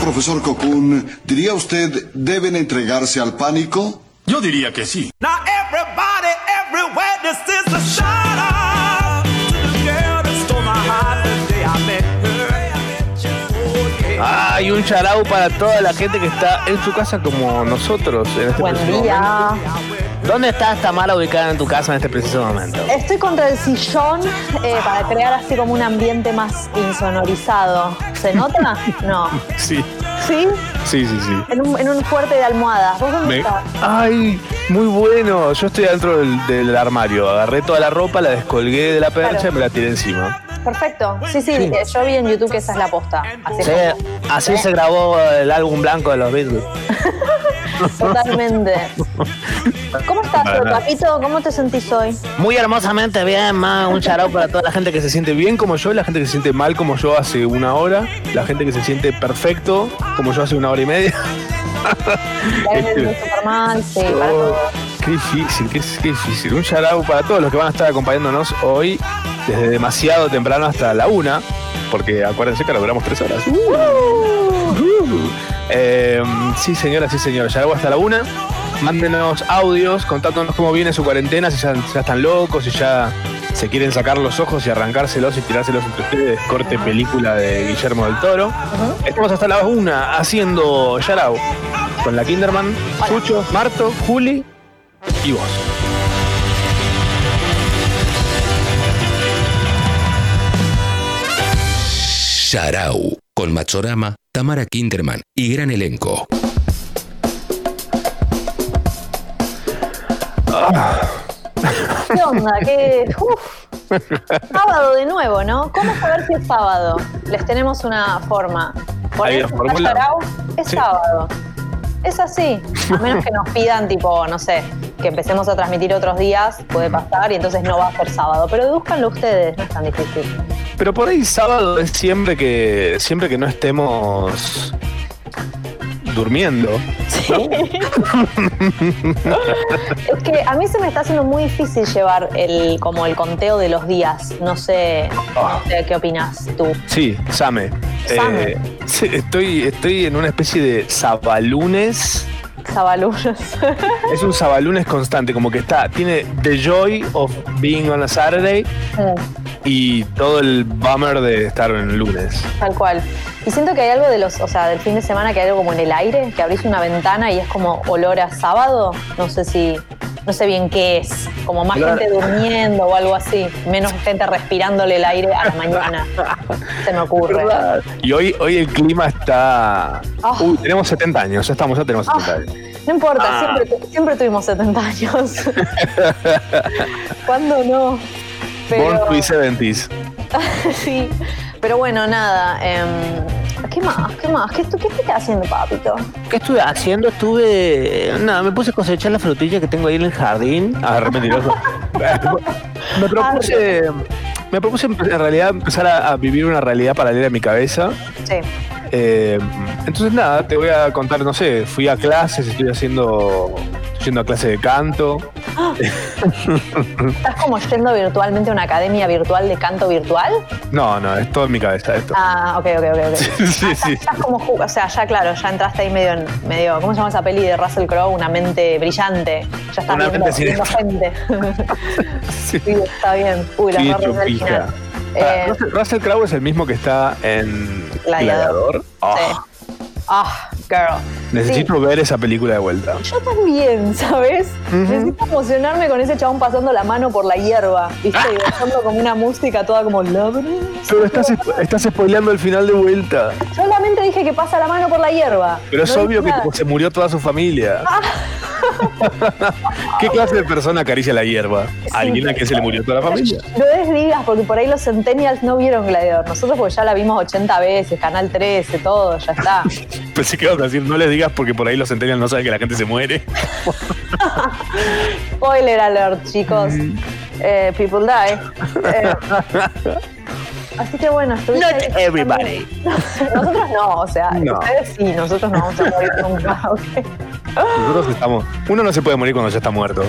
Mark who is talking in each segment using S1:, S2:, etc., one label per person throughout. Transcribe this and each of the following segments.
S1: Profesor Cocoon, ¿diría usted deben entregarse al pánico?
S2: Yo diría que sí.
S3: Now everybody, everywhere, this is a shout out to the girl that stole my heart the day I met her. Oh, yeah.
S4: Hay un charao para toda la gente que está en su casa como nosotros en este
S5: Buen
S4: preciso
S5: día.
S4: momento. ¿Dónde está esta mala ubicada en tu casa en este preciso momento?
S5: Estoy contra el sillón eh, para crear así como un ambiente más insonorizado. ¿Se nota? No.
S4: Sí,
S5: ¿Sí?
S4: sí, sí, sí.
S5: En un, en un fuerte de almohadas. ¿Vos dónde
S4: Me-
S5: estás?
S4: Ay, muy bueno. Yo estoy adentro del, del armario. Agarré toda la ropa, la descolgué de la percha
S5: Claro.
S4: y me la tiré encima.
S5: Perfecto. Sí, sí, eh, yo vi en YouTube que esa es la posta. Así
S4: Sí,
S5: es
S4: así se grabó el álbum blanco de los Beatles.
S5: Totalmente. ¿Cómo estás,
S4: Para nada.
S5: papito? ¿Cómo te sentís hoy?
S4: Muy hermosamente bien, ma. Un charao para toda la gente que se siente bien como yo, la gente que se siente mal como yo hace una hora, la gente que se siente perfecto como yo hace una hora y media.
S5: La
S4: Este-
S5: ves súper mal, sí, para
S4: Oh,
S5: todo.
S4: qué difícil, qué, qué difícil. Un charao para todos los que van a estar acompañándonos hoy, desde demasiado temprano hasta la una, porque acuérdense que logramos tres horas. Uh, uh. Eh, sí, señora, sí, señor. Charao hasta la una. Mándenos audios, contándonos cómo viene su cuarentena, si ya, ya están locos, si ya se quieren sacar los ojos y arrancárselos y tirárselos entre ustedes. Corte película de Guillermo del Toro. Estamos hasta la una haciendo Yarao con la Kinderman, Sucho, Marto, Juli y vos.
S6: Sharau, con Machorama, Tamara Kinderman y gran elenco.
S5: ¿Qué onda? ¿Qué? Uf. Sábado de nuevo, ¿no? ¿Cómo saber si es sábado? Les tenemos una forma.
S4: Hay
S5: Poner
S4: una fórmula.
S5: es
S4: Sí.
S5: sábado. Es así. A menos que nos pidan, tipo, no sé, que empecemos a transmitir otros días, puede pasar y entonces no va a ser sábado. Pero deduzcanlo ustedes, no es tan difícil.
S4: Pero por ahí sábado es siempre que siempre que no estemos durmiendo.
S5: Es que a mí se me está haciendo muy difícil llevar el como el conteo de los días. No sé,
S4: Ah.
S5: no sé qué opinas tú.
S4: Sí, Same.
S5: Same.
S4: Eh, sí, estoy, estoy en una especie de sabalunes.
S5: Sabalunas.
S4: Es un sabalunes constante, como que está, tiene The Joy of Being on a Saturday y todo el bummer de estar en lunes.
S5: Tal cual. Y siento que hay algo de los, o sea, del fin de semana que hay algo como en el aire, que abrís una ventana y es como olor a sábado. No sé si, no sé bien qué es. Como más
S4: Olor-
S5: gente durmiendo o algo así. Menos gente respirándole el aire a la mañana. Se me ocurre.
S4: Y hoy, hoy el clima está.
S5: Ah.
S4: Uy, tenemos 70 años, ya estamos, ya tenemos
S5: Ah.
S4: 70 años.
S5: No importa,
S4: Ah.
S5: siempre, tu- siempre tuvimos 70 años. ¿Cuándo no?
S4: Born
S5: Pero,
S4: to be 70s.
S5: sí. Pero bueno, nada. em, ¿Qué más? ¿Qué más? ¿Qué, tú- qué te estás haciendo, papito?
S7: ¿Qué estuve haciendo? Estuve. Nada, me puse a cosechar la frutilla que tengo ahí en el jardín.
S4: Ah, re mentiroso. me propuse. Me propuse en realidad empezar a, a vivir una realidad paralela en mi cabeza.
S5: Sí.
S4: Eh, entonces nada, te voy a contar, no sé, fui a clases, estoy haciendo. estoy yendo a clase de canto.
S5: ¿Estás como yendo virtualmente a una academia virtual de canto virtual?
S4: No, no, es todo en mi cabeza esto.
S5: Ah, ok, ok, ok. ok.
S4: sí, sí.
S5: Estás como, ju- o sea, ya claro, ya entraste ahí medio, en- medio, ¿cómo se llama esa peli de Russell Crowe? Una mente brillante. Ya estás
S4: Una
S5: viendo,
S4: mente
S5: viendo gente.
S4: Sí.
S5: sí, está bien. Uy, la
S4: Qué
S5: barra del
S4: chupija. Ah.
S5: final.
S4: Pará,
S5: Eh,
S4: Russell, Russell Crowe es el mismo que está en
S5: Gladiador.
S4: Gladiador. Ah,
S5: sí. Ah, girl.
S4: Necesito ver esa película de vuelta.
S5: Sí. Yo también, ¿sabes? Necesito emocionarme con ese chabón pasando la mano por la hierba, ¿viste? Y dejando como una música toda como love.
S4: Pero estás, estás spoileando el final de vuelta.
S5: Solamente dije que pasa la mano por la hierba.
S4: Pero es
S5: No
S4: obvio que
S5: dije nada.
S4: se murió toda su familia. ¿Qué clase de persona acaricia la hierba? ¿Alguien a quien se le murió toda la familia?
S5: No desdigas, porque por ahí los Centennials no vieron Gladiador. Nosotros, porque ya la vimos 80 veces, Canal 13, todo, ya está.
S4: Pensé que ibas a decir, no les digas porque por ahí los centenarios no saben que la gente se muere.
S5: Spoiler alert, chicos.
S4: Mm.
S5: Eh, people die. Eh, así que bueno, estuviste
S7: Not
S5: ahí-
S7: everybody.
S5: Nosotros no, o sea,
S4: No.
S5: ustedes sí, nosotros no vamos a morir nunca, ¿ok?
S4: Nosotros estamos. Uno no se puede morir cuando ya está muerto.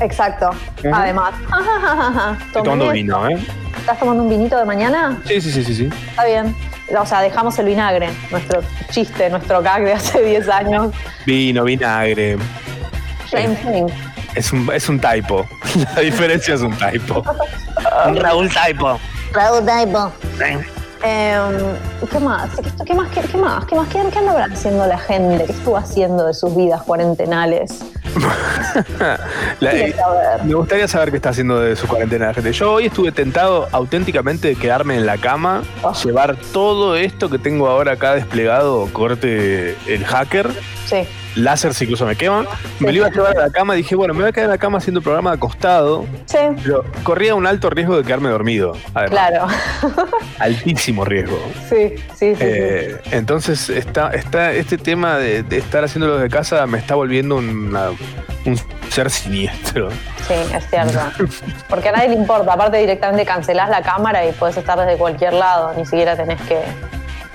S5: Exacto, además.
S4: Estoy tomando
S5: Tomé-
S4: vino, ¿eh?
S5: ¿Estás tomando un vinito de mañana?
S4: Sí, sí, sí, sí, sí.
S5: Está bien. o sea, dejamos el vinagre, nuestro chiste, nuestro gag de hace 10 años.
S4: Vino, vinagre.
S5: Same thing.
S4: Es un, es un typo. La diferencia es un typo.
S7: Un Raúl Taipo.
S5: Raúl Daibo.
S7: Eh,
S5: Em, ¿y ¿Qué más? ¿Qué, qué más? ¿Qué, qué más? ¿Qué más? ¿Qué, qué andabrá haciendo la gente? ¿Qué estuvo haciendo de sus vidas cuarentenales?
S4: La-
S5: Quiero saber.
S4: me gustaría saber qué está haciendo de su cuarentena la gente. Yo hoy estuve tentado auténticamente de quedarme en la cama,
S5: Oh.
S4: llevar todo esto que tengo ahora acá desplegado, corte el hacker,
S5: Sí.
S4: láseres incluso me queman. Me lo iba a llevar a la cama, dije, bueno, me voy a quedar en la cama haciendo programa acostado,
S5: Sí,
S4: pero corría un alto riesgo de quedarme dormido. Además,
S5: claro.
S4: altísimo riesgo.
S5: sí, sí, sí, sí.
S4: Eh, entonces está, está este tema de, de estar haciéndolo de casa me está volviendo una- un ser siniestro.
S5: Sí, es cierto. Porque a nadie le importa. Aparte, directamente cancelás la cámara y puedes estar desde cualquier lado. Ni siquiera tenés que.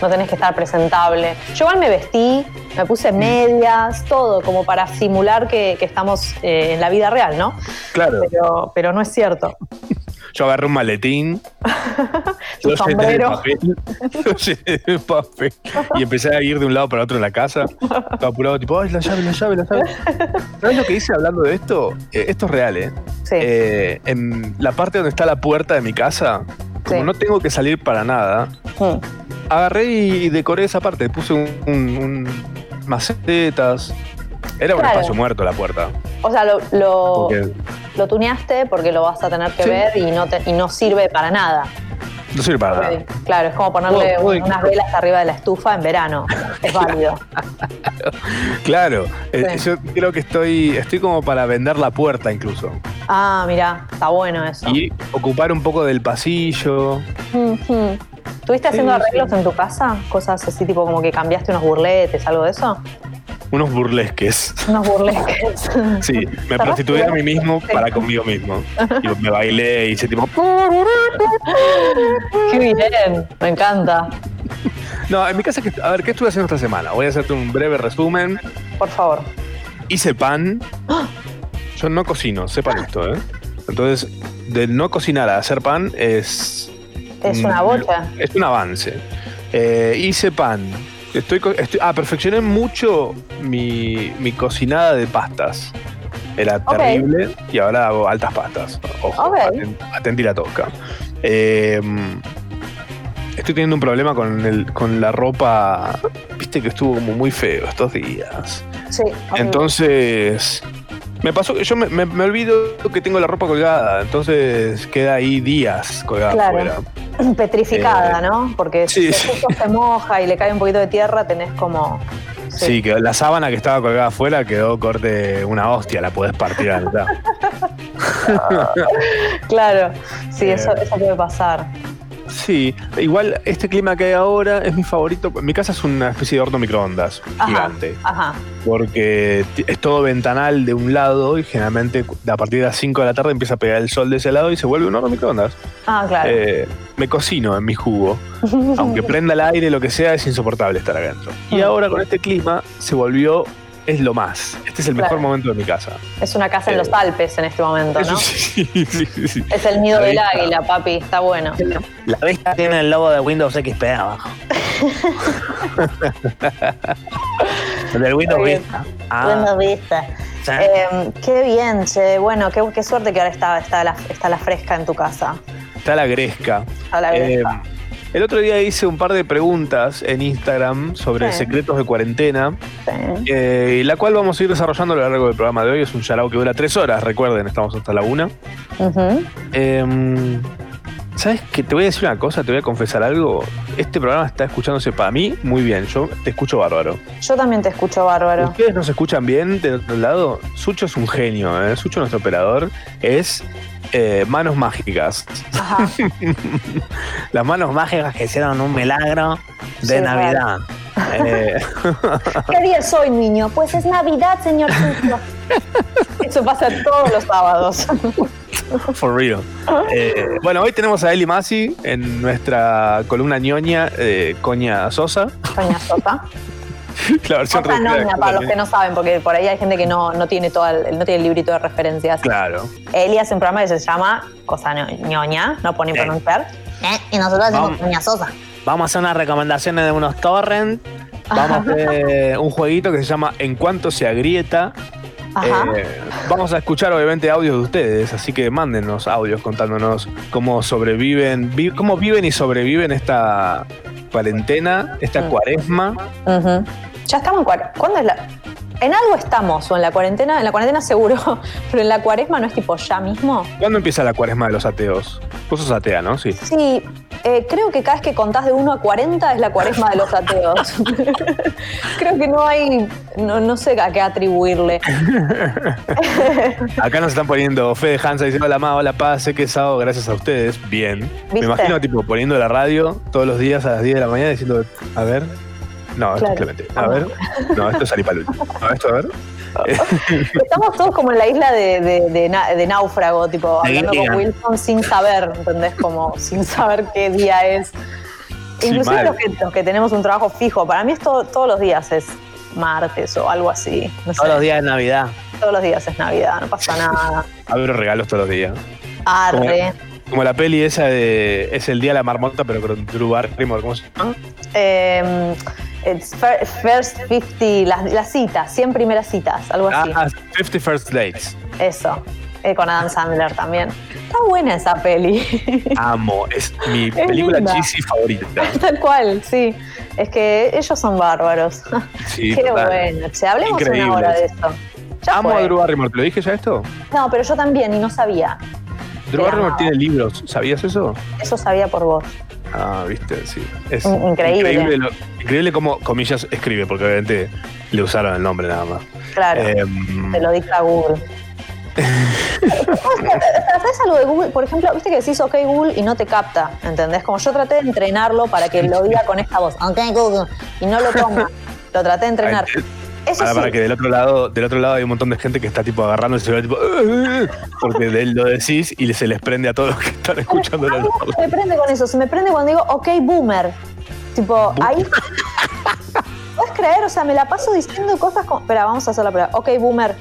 S5: No tenés que estar presentable. Yo igual me vestí, me puse
S4: Mm.
S5: medias, todo, como para simular que, que estamos eh, en la vida real, ¿no?
S4: Claro.
S5: Pero, pero no es cierto.
S4: Yo agarré un maletín,
S5: Tu
S4: lo llené de
S5: sombrero.
S4: papel, lo llené de papel, y empecé a ir de un lado para otro en la casa, todo apurado, tipo, ay, la llave, la llave, la llave. ¿Sabes lo que hice hablando de esto? Eh, esto es real, ¿eh?
S5: Sí.
S4: Eh, En la parte donde está la puerta de mi casa, como
S5: Sí.
S4: no tengo que salir para nada,
S5: Mm.
S4: agarré y decoré esa parte. Puse un, un- un- macetas. Era un
S5: Claro.
S4: espacio muerto la puerta.
S5: O sea, lo, lo,
S4: Porque
S5: lo tuneaste porque lo vas a tener que
S4: Sí.
S5: ver y no, te- y no sirve para nada.
S4: no sirve para nada.
S5: Eh, Claro, es como ponerle
S4: Uy, uy.
S5: unas velas arriba de la estufa en verano. Es válido.
S4: Claro. eh,
S5: Sí.
S4: yo creo que estoy. Estoy como para vender la puerta incluso.
S5: Ah, mira, está bueno eso.
S4: Y ocupar un poco del pasillo.
S5: Ujú. ¿Estuviste mm. haciendo
S4: Sí,
S5: arreglos en tu casa? Cosas así tipo como que cambiaste unos burletes, algo de eso.
S4: Unos burlesques.
S5: Unos burletes.
S4: Sí. Me
S5: Capaz
S4: prostituí a
S5: que-
S4: mí mismo
S5: Sí.
S4: para conmigo mismo. Y me bailé y hice tipo. "Ah".
S5: Qué bien, me encanta.
S4: No, en mi casa. que- A ver, ¿qué estuve haciendo esta semana? Voy a hacerte un breve resumen.
S5: Por favor.
S4: hice pan. Yo no cocino, sepan esto, ¿eh? Entonces, del no cocinar a hacer pan es.
S5: Es una
S4: un-
S5: bocha.
S4: Es un avance. Eh, hice pan. Estoy, co- estoy- ah, perfeccioné mucho mi, mi cocinada de pastas. Era
S5: Ok.
S4: terrible y ahora hago altas pastas. Ojo,
S5: Ok.
S4: aten- atendí la tosca. Eh, estoy teniendo un problema con, el, con la ropa. Viste que estuvo como muy feo estos días.
S5: Sí. horrible.
S4: Entonces, me pasó que yo me, me- me olvido que tengo la ropa colgada, entonces queda ahí días colgada
S5: Claro.
S4: afuera.
S5: Petrificada,
S4: eh,
S5: ¿no? Porque
S4: sí,
S5: si
S4: sí.
S5: justo se moja y le cae un poquito de tierra, tenés como.
S4: Sí, quedó- la sábana que estaba colgada afuera quedó corte una hostia, la podés partir a la mitad.
S5: Claro. Sí,
S4: Eh.
S5: eso, eso puede pasar.
S4: Sí, igual este clima que hay ahora es mi favorito. Mi casa es una especie de horno microondas
S5: Ajá.
S4: gigante,
S5: Ajá.
S4: porque t- es todo ventanal de un lado y generalmente cu- a partir de las 5 de la tarde empieza a pegar el sol de ese lado y se vuelve un horno microondas.
S5: Ah, claro.
S4: Eh, me cocino en mi jugo. aunque prenda el aire, lo que sea, es insoportable estar adentro. Y ahora con este clima se volvió, es lo más. Este es el mejor
S5: Claro.
S4: momento de mi casa.
S5: es una casa en
S4: eh,
S5: los Alpes en este momento,
S4: Eso
S5: ¿no?
S4: sí, sí, sí, sí.
S5: Es el nido
S4: Ahí
S5: del
S4: está.
S5: águila, papi. Está bueno.
S7: La bestia tiene el logo de Windows XP abajo. El del Windows
S5: Está bien.
S7: Vista. Ah,
S5: Buenas vistas.
S7: sí.
S4: Ah.
S5: Eh, qué bien, che. Bueno, qué, qué suerte que ahora está, está, la, está la fresca en tu casa.
S4: Está la gresca.
S5: Está la fresca.
S4: Eh, el otro día hice un par de preguntas en Instagram sobre
S5: Sí.
S4: secretos de cuarentena,
S5: Sí.
S4: eh, la cual vamos a ir desarrollando a lo largo del programa de hoy. Es un charao que dura tres horas, recuerden, estamos hasta la una.
S5: Ujú.
S4: Em, ¿Sabes qué? Te voy a decir una cosa, te voy a confesar algo. Este programa está escuchándose para mí muy bien. Yo te escucho bárbaro.
S5: Yo también te escucho bárbaro.
S4: Ustedes nos escuchan bien del otro lado. Sucho es un genio, ¿eh? Sucho, nuestro operador, es eh, manos mágicas.
S5: Ajá.
S7: Las manos mágicas que hicieron un milagro de
S5: Sí,
S7: Navidad.
S4: Eh,
S5: ¿Qué día es hoy, niño? Pues es Navidad, señor. Sucio. Eso pasa todos los sábados.
S4: for real. Eh, bueno, hoy tenemos a Eli Masi en nuestra columna ñoña, eh, Coña Sosa.
S5: Coña sopa.
S4: La versión
S5: Sopa
S4: reducida de
S5: noña, para los que no saben, porque por ahí hay gente que no, no tiene todo el, no tiene el librito de referencias.
S4: Claro.
S5: Eli hace un programa que se llama Cosa Ño- Ñoña, no pone
S7: Sí.
S5: pronunciar. Eh, Y nosotros
S4: decimos Eh. Vamos.
S5: Coña Sosa.
S7: Vamos a hacer unas recomendaciones de unos torrents. Vamos a hacer un jueguito que se llama En cuanto se agrieta.
S5: Ajá.
S4: Eh, vamos a escuchar obviamente audios de ustedes, así que mándennos audios contándonos cómo sobreviven, vi- cómo viven y sobreviven esta cuarentena, esta cuaresma.
S5: Ujú. Ya estamos en cuar- ¿Cuándo es la.? En algo estamos, o en la cuarentena, en la cuarentena seguro, pero en la cuaresma no es tipo ya mismo.
S4: ¿Cuándo empieza la cuaresma de los ateos? Vos sos atea, ¿no? Sí.
S5: Sí, eh, creo que cada vez que contás de 1 a 40 es la cuaresma de los ateos. creo que no hay, no, no sé a qué atribuirle.
S4: Acá nos están poniendo Fede Hansa dice hola ma, hola paz, sé que es sábado gracias a ustedes. Bien. Me
S5: ¿Viste?
S4: imagino tipo poniendo la radio todos los días a las 10 de la mañana diciendo, a ver. No, esto es
S5: Claro.
S4: Clemente. A ver. No, esto es Aripalul. No, esto a ver.
S5: Estamos todos como en la isla de, de- de na- de náufrago, tipo,
S7: De
S5: hablando
S7: Gilead.
S5: con Wilson sin saber, ¿entendés? Como sin saber qué día es.
S4: Sí,
S5: Inclusive
S4: mal.
S5: los que, los que tenemos un trabajo fijo, para mí es todo- todos los días es martes o algo así. No sé,
S7: Todos los días de Navidad.
S5: todos los días es Navidad, no pasa nada.
S4: Abro regalos todos los días.
S5: Arre.
S4: Como la peli esa de Es el día de la marmota, pero con Drew Barrymore, ¿cómo se llama?
S5: Eh, it's fir- first 50, las, las citas, 100 primeras citas, algo así.
S4: Ah, 50 First Dates.
S5: Eso. Eh, con Adam Sandler también. Está buena esa peli.
S4: Amo, es mi película
S5: linda.
S4: cheesy favorita.
S5: Tal cual, sí. Es que ellos son bárbaros.
S4: Sí,
S5: Qué
S4: total.
S5: bueno. Che, hablemos
S4: Increíbles.
S5: una hora de eso. Ya
S4: Amo
S5: fue.
S4: a Drew Barrymore, ¿te lo dije ya esto?
S5: No, pero yo también y no sabía.
S4: Drew
S5: Te
S4: Barrymore
S5: amaba.
S4: tiene libros, ¿sabías eso?
S5: Eso sabía por vos.
S4: Ah, viste, sí. Es
S5: In- increíble.
S4: Increíble, lo- increíble cómo, comillas, escribe, porque obviamente le usaron el nombre nada más.
S5: Claro.
S4: Em,
S5: Te lo dicta Google. ¿Sabes algo de Google? Por ejemplo, viste que decís ok Google y no te capta, ¿entendés? Como yo traté de entrenarlo para que lo diga con esta voz, ok Google, y no lo toma. Lo traté de entrenar.
S4: ay, eh,
S5: Eso
S4: Para,
S5: sí,
S4: para que del otro lado, del otro lado hay un montón de gente que está tipo agarrando el celular tipo "Eh, eh", porque de él lo decís y se les prende a todos los que están escuchando la
S5: algo Ah, se me prende con eso, se me prende cuando digo ok boomer. Tipo, ahí... ¿Puedes creer? O sea, me la paso diciendo cosas como... Espera, vamos a hacer la prueba. Ok boomer.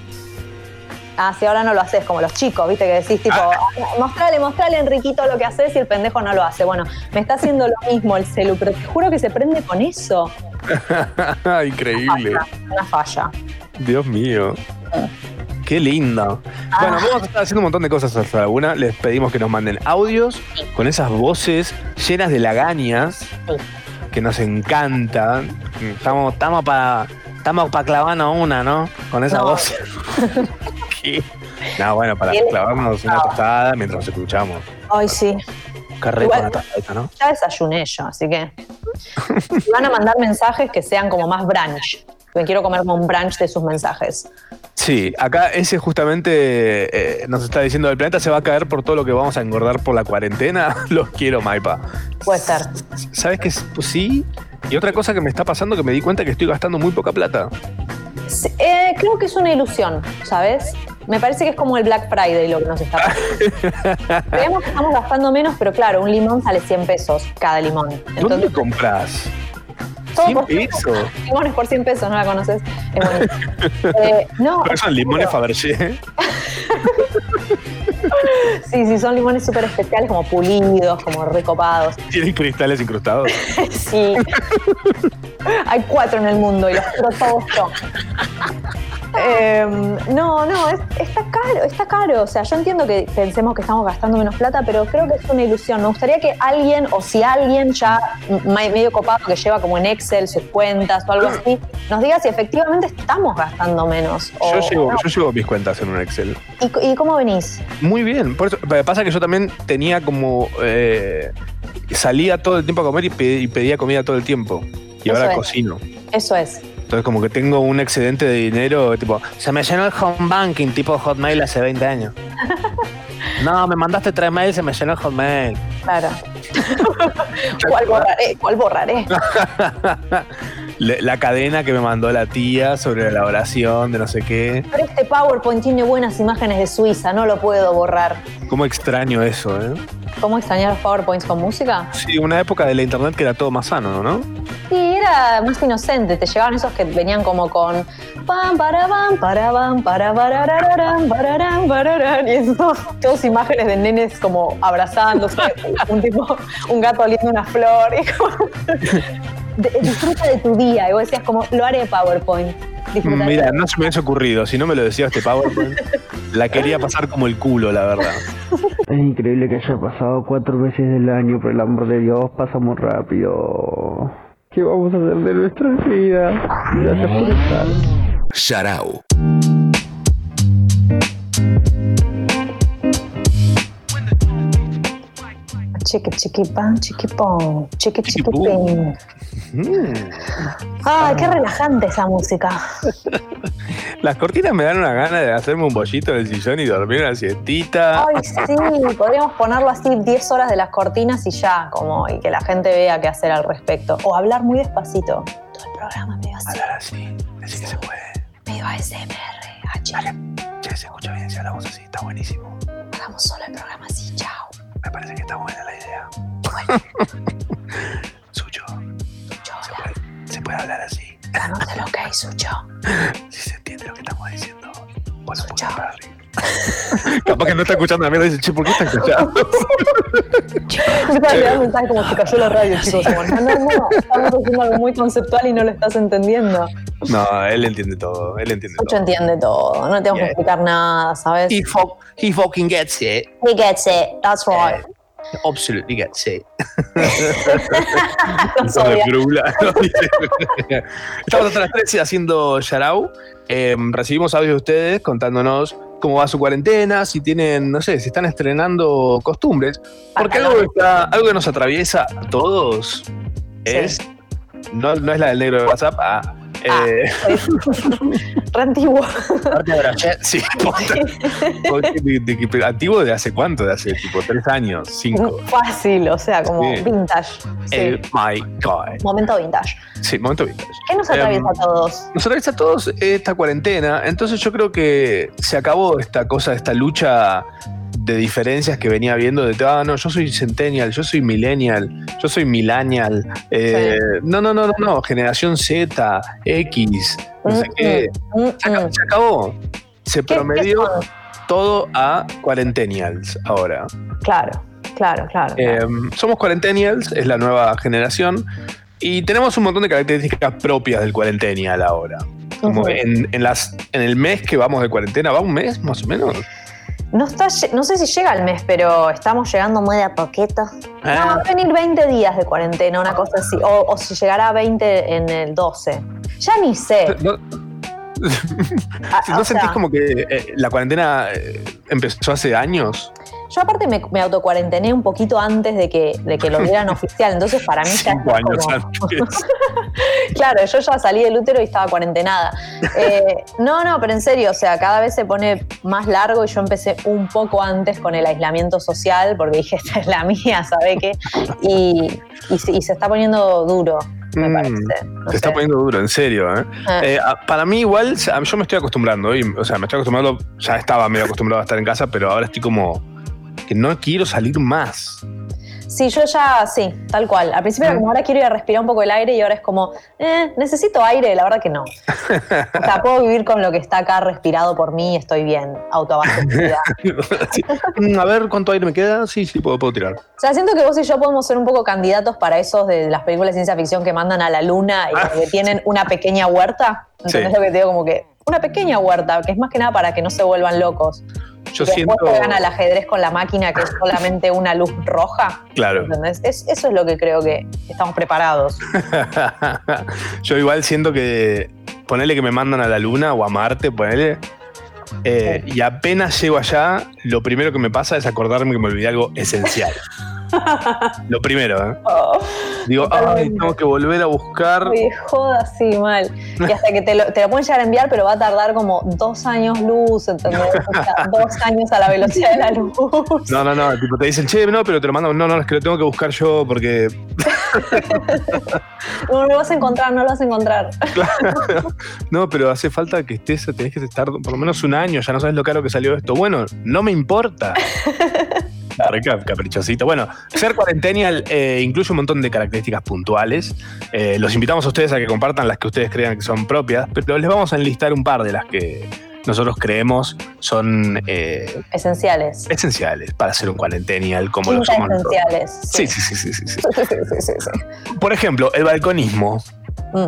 S5: Ah, si ahora no lo haces, como los chicos, viste, que decís tipo, mostrale, mostrale, Enriquito, lo que haces y el pendejo no lo hace. Bueno, me está haciendo lo mismo el celu, pero te juro que se prende con eso.
S4: luz. Ah, Increíble.
S5: Falla, una falla.
S4: Dios mío. Qué lindo.
S5: Ah.
S4: Bueno, vamos a estar haciendo un montón de cosas hasta la una. Les pedimos que nos manden audios con esas voces llenas de lagañas que nos encantan.
S7: Estamos, estamos para estamos pa clavarnos una, ¿no?
S4: Con esa
S5: No.
S4: voz. ¿Qué? No, bueno, para
S5: Bien.
S4: clavarnos una tostada mientras escuchamos.
S5: Ay, sí.
S7: Qué rico
S5: Igual-
S7: una tostadita, ¿no?
S5: Ya desayuné yo, así que. Si van a mandar mensajes que sean como más brunch. Me quiero comer como un brunch de sus mensajes.
S4: Sí, acá ese justamente eh, nos está diciendo el planeta se va a caer por todo lo que vamos a engordar por la cuarentena. Los quiero, Maipa.
S5: Puede ser.
S4: ¿Sabes qué? Pues sí. Y otra cosa que me está pasando que me di cuenta que estoy gastando muy poca plata.
S5: Sí, eh, creo que es una ilusión, ¿sabes? Me parece que es como el Black Friday lo que nos está pasando. Creemos que estamos gastando menos, pero claro, un limón sale 100 pesos cada limón.
S4: ¿Dónde
S5: Entonces,
S4: compras?
S5: todo
S4: 100
S5: por-
S4: pesos.
S5: Limones por 100 pesos, ¿no la conoces? Es buenísimo. Eh, no,
S4: Pero son limones Fabergé.
S5: sí, sí, son limones súper especiales, como pulidos, como recopados.
S4: Tienen cristales incrustados.
S5: Sí. Hay cuatro en el mundo y los quiero todos yo. Em, no, no, es- está caro, está caro. O sea, yo entiendo que pensemos que estamos gastando menos plata, pero creo que es una ilusión. Me gustaría que alguien, o si alguien ya me- medio copado que lleva como en Excel sus cuentas o algo así, nos diga si efectivamente estamos gastando menos. o-
S4: Yo llevo,
S5: no.
S4: yo llevo mis cuentas en un Excel.
S5: ¿Y, y cómo venís?
S4: Muy bien. Por eso, pasa que yo también tenía como. eh, salía todo el tiempo a comer y, pe- y pedía comida todo el tiempo. Y
S5: Eso
S4: ahora
S5: es.
S4: cocino.
S5: Eso es.
S4: Entonces, como que tengo un excedente de dinero, tipo,
S7: Se me llenó el home banking tipo Hotmail hace 20 años. No, me mandaste tres mails, se me llenó el Hotmail.
S5: Claro. ¿Cuál borraré? ¿Cuál borraré?
S4: le- la cadena que me mandó la tía sobre la elaboración de no sé qué.
S5: Pero este PowerPoint tiene buenas imágenes de Suiza, no lo puedo borrar.
S4: Cómo extraño eso, ¿eh?
S5: ¿Cómo extrañar los PowerPoints con música?
S4: Sí, una época de la internet que era todo más sano, ¿no?
S5: Sí, era más inocente. Te llegaban esos que venían como con pam, para, pam, para, pam, para, pararararán, pararán, pararán. Y esos, todas imágenes de nenes como abrazándose, un tipo, un gato oliendo una flor. Y como, de- disfruta de tu día. Y vos decías como, lo haré PowerPoint. Disfrutaré.
S4: Mm, Mira, no se me hubiese ocurrido. Si no me lo decía este PowerPoint, la quería pasar como el culo, la verdad.
S2: Es increíble que haya pasado cuatro veces del año, por el amor de Dios, pasa muy rápido. ¿Qué vamos a hacer de nuestras vidas? Gracias por estar.
S6: Sharau.
S5: Chiqui, chiqui, pan, chiqui, pon, chiqui, chiqui,
S4: Chiquipum.
S5: ping. Ay, qué relajante esa música.
S4: Las cortinas me dan una gana de hacerme un bollito en el sillón y dormir una siestita.
S5: Ay, sí, podríamos ponerlo así 10 horas de las cortinas y ya, como, y que la gente vea qué hacer al respecto. O hablar muy despacito. Todo el programa medio así,
S4: Hablar así, así que se puede.
S5: medio ASMR, H.
S4: Che, se escucha bien si hablamos así, está buenísimo.
S5: Hagamos solo el programa así, chao.
S4: Me parece que está buena la idea. Sucho,
S5: Chola,
S4: se puede hablar así,
S5: danos el ok, Sucho.
S4: si se entiende lo que estamos diciendo. Vos lo
S5: Sucho,
S4: Capaz que no está escuchando la mierda y dice, che, ¿por qué está escuchando?
S5: Yo estaba leyendo un mensaje como se cayó la radio, chicos. Como, no, no, no, estamos haciendo algo muy conceptual y no lo estás entendiendo.
S4: No, él entiende todo, él entiende
S5: Sucho
S4: todo.
S5: entiende todo, no tenemos que
S4: Yeah.
S5: explicar nada, ¿sabes?
S7: He, fu- he fucking gets it.
S5: He gets it,
S4: Eh,
S5: that's right.
S7: Absolutely gets it.
S5: Nos
S4: Hijo de
S5: odia.
S4: pirula, ¿no? Dice. Estamos hasta las 13 haciendo Yarau. Eh, recibimos audios de ustedes contándonos cómo va su cuarentena, si tienen, no sé, si están estrenando costumbres. Porque algo que, está- algo que nos atraviesa a todos es. No, no es la del negro de WhatsApp. Ah, eh,
S5: Re antiguo.
S4: sí, posta. Porque de- de- de- antiguo de hace cuánto, de hace tipo tres años, cinco.
S5: Fácil, o sea, como
S4: Sí.
S5: vintage. Sí.
S4: Eh, my God.
S5: Momento vintage.
S4: Sí, momento vintage.
S5: ¿Qué nos
S4: Em,
S5: atraviesa a todos?
S4: Nos atraviesa a todos esta cuarentena, entonces yo creo que se acabó esta cosa, esta lucha de diferencias que venía viendo de, ah, no, yo soy centennial, yo soy millennial, yo soy millennial, eh, no, no, no, no, no, generación Z, X, no sé
S5: Mm,
S4: qué,
S5: mm, mm,
S4: se, acabó,
S5: mm.
S4: se acabó. se
S5: ¿Qué- qué
S4: promedió
S5: son?
S4: todo a cuarentenials ahora.
S5: Claro, claro, claro.
S4: Eh, somos cuarentenials, es la nueva generación, y tenemos un montón de características propias del cuarentenial ahora. Como
S5: Ujú.
S4: en, en las, en el mes que vamos de cuarentena, ¿va un mes más o menos?
S5: no, está, lle- no sé si llega el mes, pero estamos llegando muy de a poquito. No,
S4: Ah.
S5: va a venir 20 días de cuarentena, una cosa así. O, o si llegará a 20 en el 12. Ya ni sé.
S4: ¿No,
S5: Ah,
S4: no
S5: o sea,
S4: sentís como que eh, la cuarentena eh, empezó hace años?
S5: Yo aparte me, me autocuarentené un poquito antes de que, de que lo dieran oficial, entonces para mí ya
S4: Cinco
S5: está
S4: años
S5: como-
S4: antes.
S5: Claro, yo ya salí del útero y estaba cuarentenada. Eh, no, no, pero en serio, o sea, cada vez se pone más largo y yo empecé un poco antes con el aislamiento social porque dije, esta es la mía, ¿sabe qué? Y, y se- y se está poniendo duro, me
S4: Mm,
S5: parece. No
S4: Se está
S5: sé.
S4: poniendo duro, en serio. ¿eh?
S5: Ah.
S4: Eh, a- para mí igual, o sea, yo me estoy acostumbrando, y, o sea, me estoy acostumbrando, ya estaba medio acostumbrado a estar en casa, pero ahora estoy como que no quiero salir más.
S5: Sí, yo ya, sí, tal cual. Al principio era como ahora quiero ir a respirar un poco el aire y ahora es como, eh, necesito aire, la verdad que no. O sea, puedo vivir con lo que está acá respirado por mí, estoy bien, autoabastecida.
S4: Sí. Mm, A ver cuánto aire me queda. Sí, sí, puedo, puedo tirar.
S5: O sea, siento que vos y yo podemos ser un poco candidatos para esos de las películas de ciencia ficción que mandan a la luna y que tienen una pequeña huerta. ¿Entendés
S4: Ah. Sí.
S5: lo que te digo? Como que una pequeña huerta, que es más que nada para que no se vuelvan locos.
S4: Yo
S5: que
S4: siento.
S5: después juegan al ajedrez con la máquina que es solamente una luz roja.
S4: Claro.
S5: ¿Entendés? Es- eso es lo que creo que estamos preparados.
S4: Yo igual siento que. Ponele que me mandan a la luna o a Marte, ponele. eh, y apenas llego allá, lo primero que me pasa es acordarme que me olvidé algo esencial. lo primero, ¿eh?
S5: Oh,
S4: Digo, ay,
S5: Totalmente.
S4: tengo que volver a buscar.
S5: oye, joda, sí, mal. Y hasta que te lo, te lo pueden llegar a enviar, pero va a tardar como dos años luz, ¿entendés? O sea, dos años a la velocidad de la luz.
S4: No, no, no. Tipo, te dicen, che, no, pero te lo mandan. No, no, es que lo tengo que buscar yo porque.
S5: No, no lo vas a encontrar, no lo vas a encontrar.
S4: Claro. No, pero hace falta que estés, tenés que estar por lo menos un año, ya no sabes lo caro que salió esto. Bueno, no me importa. La re cap- caprichosito. Bueno, ser cuarentenial eh, incluye un montón de características puntuales. Eh, los invitamos a ustedes a que compartan las que ustedes crean que son propias, pero les vamos a enlistar un par de las que nosotros creemos son eh,
S5: Esenciales.
S4: esenciales para ser un cuarentenial como lo
S5: Quinta
S4: somos nosotros.
S5: esenciales.
S4: Sí, sí, sí, sí, sí, sí.
S5: sí, sí, sí, sí.
S4: Por ejemplo, el balconismo.
S5: Mm,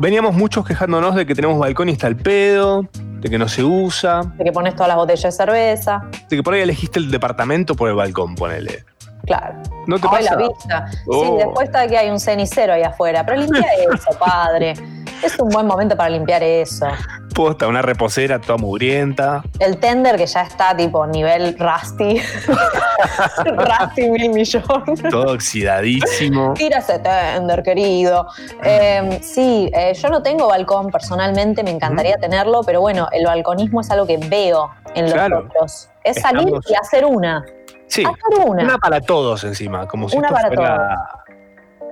S4: Veníamos muchos quejándonos de que tenemos balconista al pedo, de que no se usa,
S5: De que pones todas las botellas de cerveza.
S4: de que por ahí elegiste el departamento por el balcón, ponele.
S5: Claro.
S4: ¿No te
S5: Ay,
S4: pasa?
S5: la vista. Sí,
S4: Oh.
S5: después está que hay un cenicero ahí afuera. Pero limpia eso, padre. Es un buen momento para limpiar eso.
S4: Posta, una reposera toda mugrienta.
S5: El tender que ya está tipo nivel rusty. rusty mil millones.
S4: todo oxidadísimo.
S5: Tira ese tender, querido. Eh, sí, eh, yo no tengo balcón personalmente, me encantaría tenerlo, pero bueno, el balconismo es algo que veo en los
S4: Claro.
S5: otros. Es salir
S4: Estamos-
S5: y hacer una.
S4: Sí,
S5: Hacer una.
S4: una para todos encima, como si
S5: Una
S4: esto
S5: para
S4: fuera...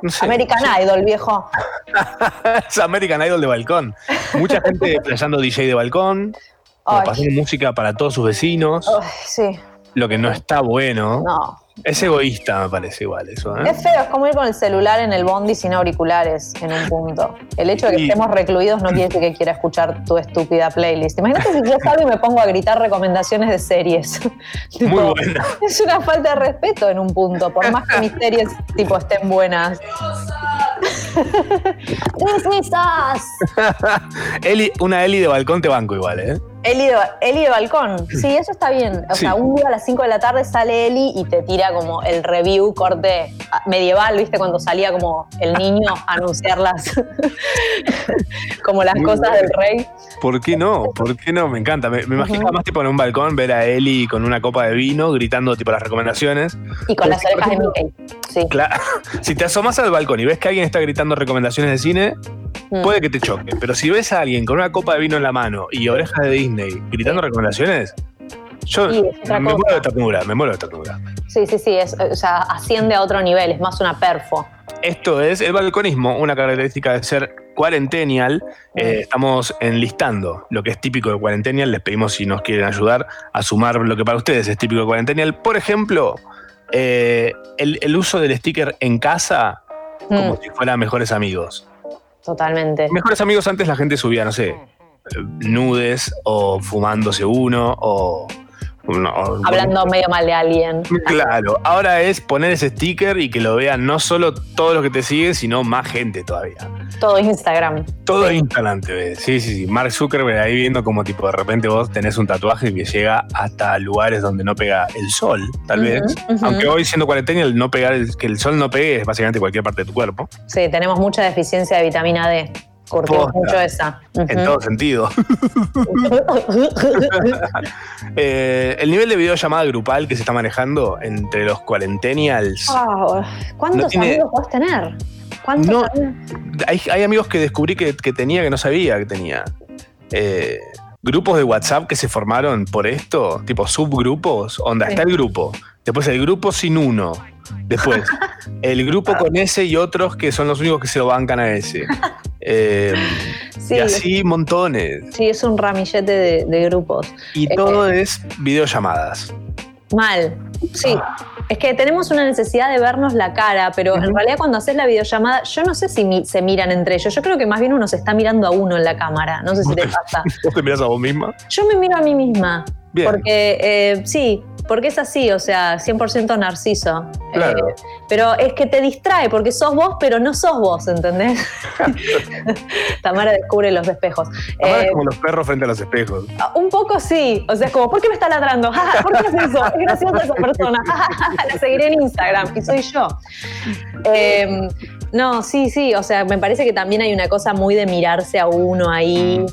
S4: No sé,
S5: American Idol, viejo.
S4: es American Idol de balcón. Mucha gente playando DJ de balcón, como
S5: Ay.
S4: pasando música para todos sus vecinos,
S5: Ay, sí,
S4: lo que no está bueno.
S5: no.
S4: Es egoísta, me parece igual eso. ¿eh?
S5: Es feo, es como ir con el celular en el bondi sin auriculares en un punto. El hecho de que
S4: Sí.
S5: estemos recluidos no quiere decir que quiera escuchar tu estúpida playlist. Imagínate si yo salgo y me pongo a gritar recomendaciones de series. Tipo,
S4: Muy buena.
S5: Es una falta de respeto en un punto, por más que mis series tipo estén buenas. ¡Dismisas!
S4: Eli, una Eli de balcón te banco igual, ¿eh?
S5: Eli de, ba- Eli de balcón. Sí, eso está bien. O
S4: Sí.
S5: sea, un día a las 5 de la tarde sale Eli y te tira como el review corte ah, medieval, ¿viste? Cuando salía como el niño a anunciar las. como las
S4: Muy
S5: cosas
S4: bueno.
S5: del rey.
S4: ¿Por qué no? ¿Por qué no? Me encanta. Me, me imagino más tipo en un balcón ver a Eli con una copa de vino gritando tipo las recomendaciones.
S5: Y con las
S4: Pero sí,
S5: orejas
S4: por
S5: de Mickey. Sí.
S4: Claro. Si te asomas al balcón y ves que alguien está gritando recomendaciones de cine,
S5: Mm.
S4: puede que te choque. Pero si ves a alguien con una copa de vino en la mano y orejas de Disney gritando recomendaciones, yo
S5: Sí, es
S4: me
S5: otra cosa.
S4: muero de ternura, me muero de ternura.
S5: Sí, sí, sí. Es, o sea, asciende a otro nivel. Es más una perfo.
S4: Esto es el balconismo, una característica de ser cuarentenial. Eh, estamos enlistando lo que es típico de cuarentenial. Les pedimos si nos quieren ayudar a sumar lo que para ustedes es típico de cuarentenial. Por ejemplo, eh, el, el uso del sticker en casa
S5: Mm,
S4: como si fuera mejores amigos.
S5: totalmente.
S4: Mejores amigos antes la gente subía, no sé, eh, nudes o fumándose uno o... no, o-
S5: Hablando medio mal de alguien.
S4: Claro, ahora es poner ese sticker y que lo vean no solo todos los que te siguen, sino más gente todavía.
S5: Todo Instagram.
S4: Todo Instagram te ve. Sí, sí, sí. Mark Zuckerberg ahí viendo como tipo de repente vos tenés un tatuaje que llega hasta lugares donde no pega el sol, tal
S5: Ujú,
S4: vez.
S5: ujú.
S4: Aunque hoy siendo cuarentena, el no pegar el, que el sol no pegue es básicamente cualquier parte de tu cuerpo.
S5: Sí, tenemos mucha deficiencia de vitamina D. Curtimos
S4: Posta.
S5: mucho esa. Ujú.
S4: En todo sentido. Eh, el nivel de videollamada grupal que se está manejando entre los cuarentenials.
S5: Wow. ¿Cuántos
S4: No tiene-
S5: amigos puedes tener? ¿Cuántos
S4: No.
S5: amigos?
S4: Hay, hay amigos que descubrí que, que tenía que no sabía que tenía. Eh, grupos de WhatsApp que se formaron por esto, tipo subgrupos. Onda,
S5: Sí.
S4: está el grupo. Después el grupo sin uno. Después el grupo con
S5: Ah.
S4: ese y otros que son los únicos que se lo bancan a ese. Eh,
S5: Sí,
S4: Y así montones.
S5: sí, es un ramillete de, de grupos.
S4: Y todo es videollamadas.
S5: Mal. Sí.
S4: Ah.
S5: Es que tenemos una necesidad de vernos la cara, pero en realidad cuando haces la videollamada, yo no sé si mi- se miran entre ellos. Yo creo que más bien uno se está mirando a uno en la cámara. No sé si te pasa.
S4: Vos te mirás a vos misma.
S5: Yo me miro a mí misma.
S4: Bien.
S5: Porque eh, sí, porque es así, o sea, 100% narciso.
S4: Claro.
S5: Eh, pero es que te distrae porque sos vos, pero no sos vos, ¿entendés? Tamara descubre los espejos.
S4: Aparte
S5: Eh,
S4: es como los perros frente a los espejos.
S5: Ah, un poco sí, o sea, es como, ¿por qué me está ladrando? Ja, ja, ¿Por qué haces eso? Es graciosa esa persona. Ja, ja, ja, ja, La seguiré en Instagram, que soy yo. Eh, no, sí, sí, o sea, me parece que también hay una cosa muy de mirarse a uno ahí.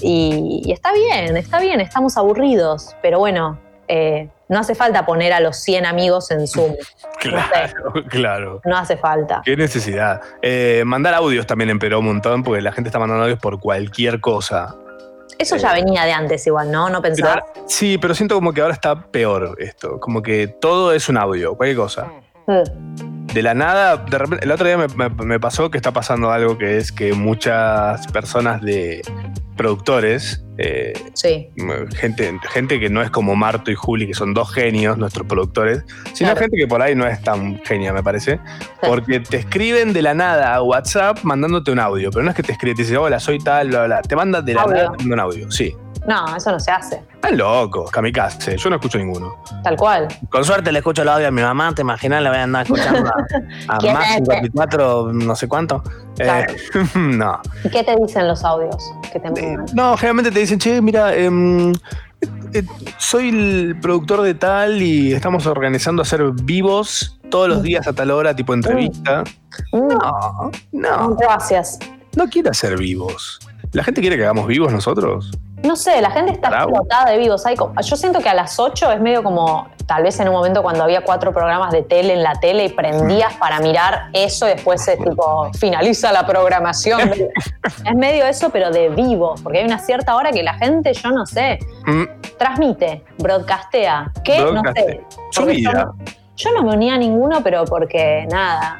S5: Y, y está bien, está bien, estamos aburridos, pero bueno, eh, no hace falta poner a los 100 amigos en Zoom.
S4: Claro, claro.
S5: No hace falta.
S4: Qué necesidad. Eh, mandar audios también emperó un montón porque la gente está mandando audios por cualquier cosa.
S5: Eso ya venía de antes igual, ¿no? No
S4: Pero
S5: pensar.
S4: ahora- sí, pero siento como que ahora está peor esto. Como que todo es un audio, cualquier cosa.
S5: Mm.
S4: de la nada, de repente, el otro día me, me- me pasó que está pasando algo que es que muchas personas de productores, eh,
S5: Sí.
S4: gente, gente que no es como Marto y Juli, que son dos genios, nuestros productores, sino
S5: Claro.
S4: gente que por ahí no es tan genia, me parece, porque te escriben de la nada a WhatsApp mandándote un audio, pero no es que te escribe, te dice, hola, soy tal, bla, bla, bla. te manda de la
S5: Audio.
S4: nada te manda un audio, sí.
S5: No, eso no se hace.
S4: Están locos, kamikaze, yo no escucho ninguno.
S5: Tal cual.
S7: Con suerte le escucho el audio a mi mamá, te imaginas, le voy a andar escuchando a, a
S5: ¿Quién
S7: más
S5: es este?
S7: 54, no sé cuánto.
S4: Eh,
S5: Claro.
S4: no.
S5: ¿Y qué te dicen los audios que te
S4: Eh,
S5: mandan?
S4: No, generalmente te dicen, che, mira, em, eh, eh, soy el productor de tal y estamos organizando hacer vivos todos los días a tal hora, tipo entrevista.
S5: No,
S4: No, no,
S5: Mm, gracias.
S4: no quiere hacer vivos. ¿La gente quiere que hagamos vivos nosotros?
S5: No sé, la gente está
S4: Bravo.
S5: explotada de vivos. Hay co- yo siento que a las 8 es medio como, tal vez en un momento cuando había cuatro programas de tele en la tele y prendías para mirar eso y después es tipo, finaliza la programación. es medio eso, pero de vivo, porque hay una cierta hora que la gente, yo no sé,
S4: Mm,
S5: transmite, broadcastea. ¿Qué?
S4: Broadcastea.
S5: No sé.
S4: Su
S5: Porque
S4: vida.
S5: Yo no, yo no me unía a ninguno, pero porque nada,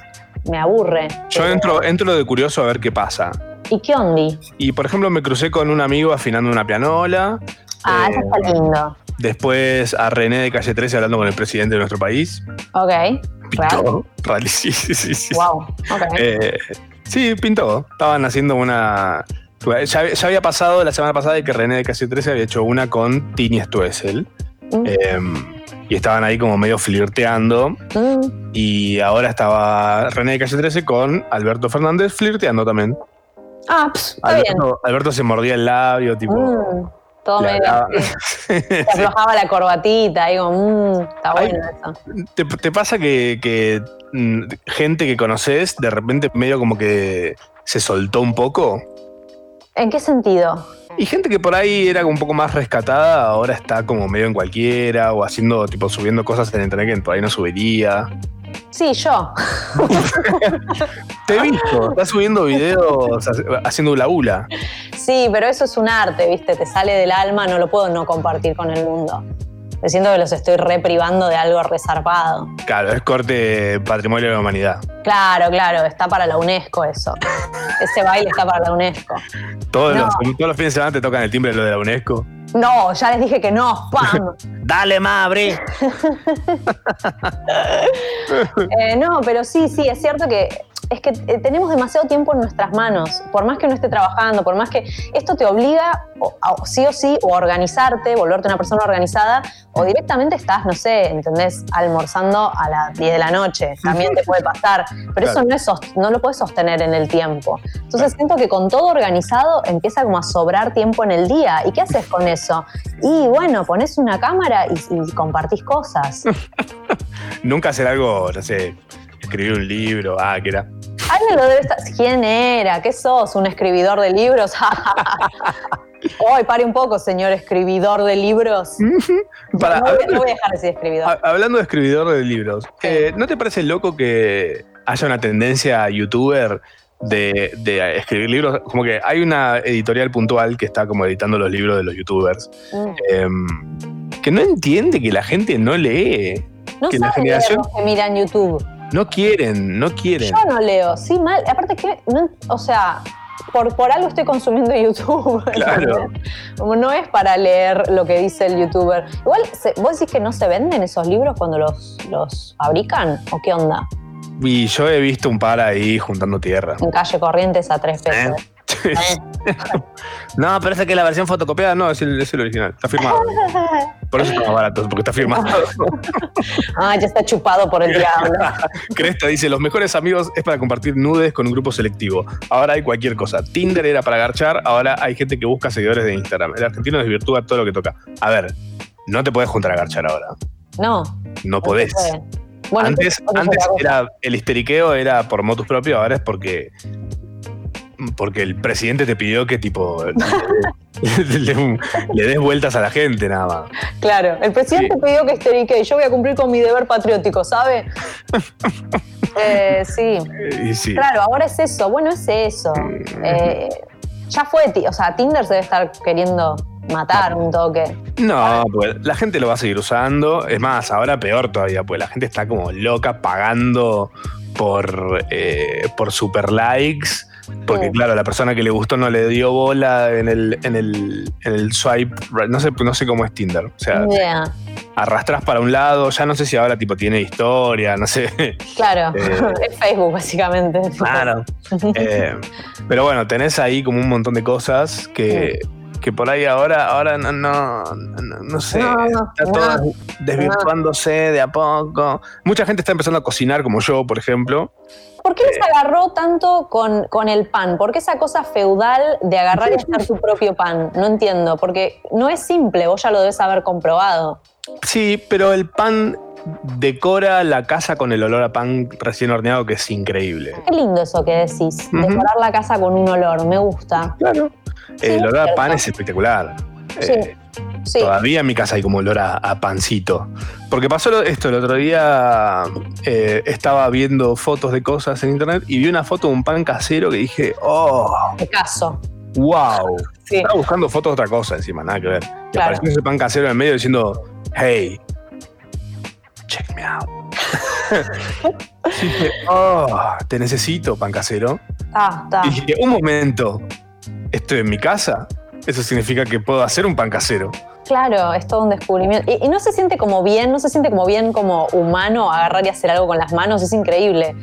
S5: me aburre.
S4: Yo
S5: Pero-
S4: entro, entro de curioso a ver qué pasa.
S5: ¿Y qué ondi?
S4: Y por ejemplo, me crucé con un amigo afinando una pianola.
S5: Ah,
S4: eh,
S5: eso está lindo.
S4: después a René de Calle 13 hablando con el presidente de nuestro país.
S5: Ok. Real.
S4: Pintó. Rally, sí, sí, sí, sí.
S5: Wow. Ok.
S4: Eh, sí, pintó. Estaban haciendo una. Ya, ya había pasado la semana pasada de que René de Casi 13 había hecho una con Tini Stoessel.
S5: Mm.
S4: Em, y estaban ahí como medio flirteando.
S5: Mm,
S4: Y ahora estaba René de Calle 13 con Alberto Fernández flirteando también.
S5: Ah, pss, está bien.
S4: Alberto, Alberto se mordía el labio, tipo.
S5: Mm, Todo
S4: le
S5: medio.
S4: hablaba.
S5: Se aflojaba la corbatita, digo, mm, está
S4: Ay.
S5: bueno eso.
S4: ¿Te, te pasa que, que, mm, gente que conoces de repente medio como que se soltó un poco?
S5: ¿En qué sentido?
S4: Y gente que por ahí era un poco más rescatada, ahora está como medio en cualquiera o haciendo, tipo, subiendo cosas en internet que por ahí no subiría.
S5: Sí, yo.
S4: Te he visto, estás subiendo videos ha- haciendo la ula.
S5: Sí, pero eso es un arte, ¿viste? Te sale del alma, no lo puedo no compartir con el mundo. Me siento que los estoy reprivando de algo resarpado.
S4: Claro, es corte patrimonio de la humanidad.
S5: Claro, claro, está para la UNESCO eso. Ese baile está para la UNESCO.
S4: Todos,
S5: No.
S4: los, todos los fines de semana te tocan el timbre de lo de la UNESCO.
S5: No, ya les dije que no, ¡pam!
S7: Dale, más, abrí.
S5: Eh, no, pero sí, sí, es cierto que es que eh, tenemos demasiado tiempo en nuestras manos. Por más que no esté trabajando, por más que esto te obliga o- a- o sí o sí o a organizarte, volverte una persona organizada, o directamente estás, no sé, ¿entendés? Almorzando a las 10 de la noche. También te puede pasar. Pero eso
S4: Claro.
S5: no, es, sost- no lo puedes sostener en el tiempo. Entonces siento que con todo organizado empieza como a sobrar tiempo en el día. ¿Y qué haces con eso? Y bueno, pones una cámara y- y compartís cosas.
S4: Nunca hacer algo, no sé, escribir un libro, ah, que era.
S5: Alguien lo debe estar. ¿Quién era? ¿Qué sos? ¿Un escribidor de libros? Hoy, pare un poco, señor escribidor de libros.
S4: Para, Ah,
S5: no, voy,
S4: hablando,
S5: no voy a dejar de decir escribidor.
S4: ha- hablando de escribidor de libros, eh, ¿no te parece loco que haya una tendencia youtuber de, de escribir libros? Como que hay una editorial puntual que está como editando los libros de los youtubers,
S5: Mm.
S4: em, que no entiende que la gente no lee,
S5: No
S4: que la
S5: saben leer
S4: generación-
S5: los que miran YouTube.
S4: no quieren, no quieren.
S5: Yo no leo. Sí, mal. Aparte, que, no- o sea, por, por algo estoy consumiendo YouTube.
S4: Claro.
S5: Como no es para leer lo que dice el youtuber. Igual, se- ¿vos decís que no se venden esos libros cuando los, los fabrican? ¿O qué onda?
S4: Y yo he visto un par ahí juntando tierra.
S5: En calle Corrientes a tres pesos. Eh.
S4: no, pero ese que es la versión fotocopiada, no, es el, es el original, está firmado. Por eso está más barato, porque está firmado.
S5: Ah, ya está chupado por el diablo.
S4: Cresta dice, los mejores amigos es para compartir nudes con un grupo selectivo. Ahora hay cualquier cosa. Tinder era para garchar, ahora hay gente que busca seguidores de Instagram. El argentino desvirtúa todo lo que toca. A ver, no te podés juntar a garchar ahora.
S5: No.
S4: No podés.
S5: No se puede. Bueno,
S4: antes
S5: entonces,
S4: antes
S5: otra cosa.
S4: era, el histeriqueo era por motus propio, ahora es porque... Porque el presidente te pidió que tipo le, le- le des vueltas a la gente nada más.
S5: Claro, el presidente
S4: Sí.
S5: pidió que esterique y yo voy a cumplir con mi deber patriótico, ¿sabe? Eh, sí.
S4: Eh, Y sí. Mm.
S5: Claro, ahora es eso. Bueno, es eso. Eh, ya fue, ti- o sea, Tinder se debe estar queriendo matar un toque.
S4: No, pues la gente lo va a seguir usando. Es más, ahora peor todavía, pues la gente está como loca pagando por, eh, por super likes, porque
S5: Mm.
S4: claro, la persona que le gustó no le dio bola en el, en el, en el swipe, right. no sé, no sé cómo es Tinder, o sea,
S5: Yeah,
S4: arrastras para un lado, ya no sé si ahora tipo tiene historia, no sé.
S5: Claro,
S4: Eh.
S5: es Facebook básicamente.
S7: Claro.
S4: Eh, pero bueno, tenés ahí como un montón de cosas que, que por ahí ahora, ahora no, no, no- no sé,
S5: No, no,
S4: está
S5: no,
S4: todo desvirtuándose de a poco. Mucha gente está empezando a cocinar, como yo, por ejemplo.
S5: ¿Por qué les agarró tanto con, con el pan? ¿Por qué esa cosa feudal de agarrar y hacer tu propio pan? No entiendo, porque no es simple, vos ya lo debes haber comprobado.
S4: Sí, pero el pan decora la casa con el olor a pan recién horneado que es increíble.
S5: Qué lindo eso que decís,
S4: Ujú.
S5: decorar la casa con un olor, me gusta.
S4: Claro.
S5: es
S4: el olor a
S5: cierto.
S4: pan es espectacular.
S5: Sí,
S4: Eh,
S5: Sí,
S4: Todavía en mi casa hay como olor a, a pancito. Porque pasó lo- esto, el otro día eh, estaba viendo fotos de cosas en internet y vi una foto de un pan casero que dije, oh,
S5: te caso.
S4: wow.
S5: Sí.
S4: Estaba buscando fotos de otra cosa encima, nada que ver. Y
S5: Claro.
S4: apareció ese pan casero en el medio diciendo, hey, check me out. dije, oh, te necesito, pan casero.
S5: Ah, está.
S4: Y dije, un momento, estoy en mi casa. Eso significa que puedo hacer un pan casero.
S5: Claro, es todo un descubrimiento. Y, y no se siente como bien, no se siente como bien como humano agarrar y hacer algo con las manos, es increíble.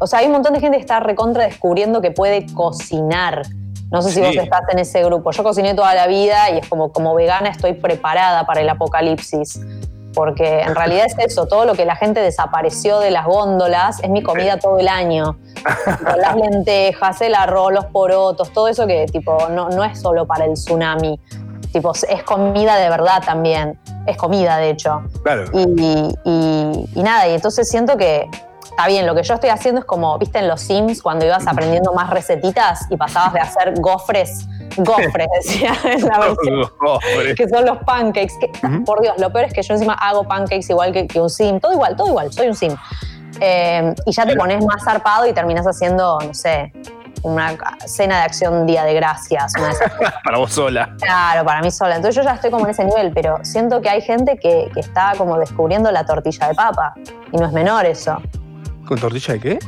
S5: O sea, hay un montón de gente que está recontra descubriendo que puede cocinar. No sé si
S4: Sí.
S5: vos estás en ese grupo. Yo cociné toda la vida y es como, como vegana estoy preparada para el apocalipsis. Porque en realidad es eso, todo lo que la gente desapareció de las góndolas es mi comida todo el año. Tipo, las lentejas, el arroz, los porotos, todo eso que tipo no, no es solo para el tsunami. Tipo, es comida de verdad también. Es comida, de hecho.
S4: Claro.
S5: Y, y- y nada, y entonces siento que está bien, lo que yo estoy haciendo es como, viste, en los Sims, cuando ibas aprendiendo más recetitas y pasabas de hacer gofres, gofres, decía en la versión,
S4: Pobre.
S5: que son los pancakes. que,
S4: Ujú.
S5: Por Dios, lo peor es que yo encima hago pancakes igual que, que un Sim, todo igual, todo igual, soy un Sim. Eh, y ya te pones más zarpado y terminas haciendo, no sé, una cena de acción día de gracias, una de esas
S4: para vos sola.
S5: Claro, para mí sola. Entonces yo ya estoy como en ese nivel, pero siento que hay gente que, que está como descubriendo la tortilla de papa. Y no es menor eso.
S4: ¿Con tortilla de qué?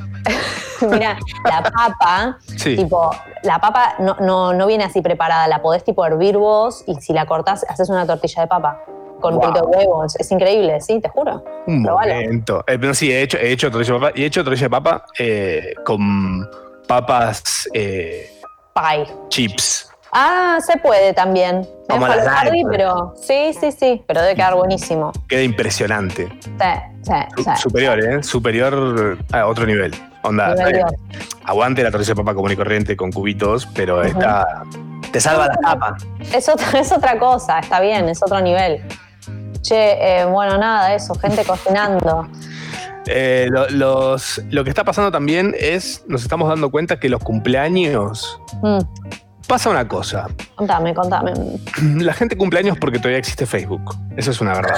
S5: Mira, la papa,
S4: Sí.
S5: tipo, la papa no, no, no viene así preparada. La podés tipo hervir vos y si la cortás, haces una tortilla de papa con un
S4: Wow.
S5: poquito de huevos. Es increíble, sí, te juro.
S4: Un
S5: Probalo.
S4: momento. Eh, pero sí, he hecho, he hecho tortilla de papa. Y he hecho tortilla de papa eh, con papas eh,
S5: Pie.
S4: chips.
S5: Ah, se puede también.
S4: Como
S5: Medio
S4: las
S5: jalopardi,
S4: Light,
S5: pero sí, sí, sí, pero debe quedar buenísimo.
S4: Queda impresionante.
S5: Sí, sí,
S4: Su-
S5: sí.
S4: Superior, ¿eh? Superior a otro nivel. Onda.
S5: Nivel
S4: eh,
S5: Dios.
S4: aguante la tortilla de papa común y corriente con cubitos, pero está.
S7: Te salva la tapa.
S5: Es otra, es otra cosa, está bien, es otro nivel. Che, eh, bueno, nada, eso, gente cocinando.
S4: Eh, lo, los- lo que está pasando también es. Nos estamos dando cuenta que los cumpleaños.
S5: Mm,
S4: Pasa una cosa.
S5: contame, contame.
S4: La gente cumpleaños porque todavía existe Facebook. Eso es una verdad.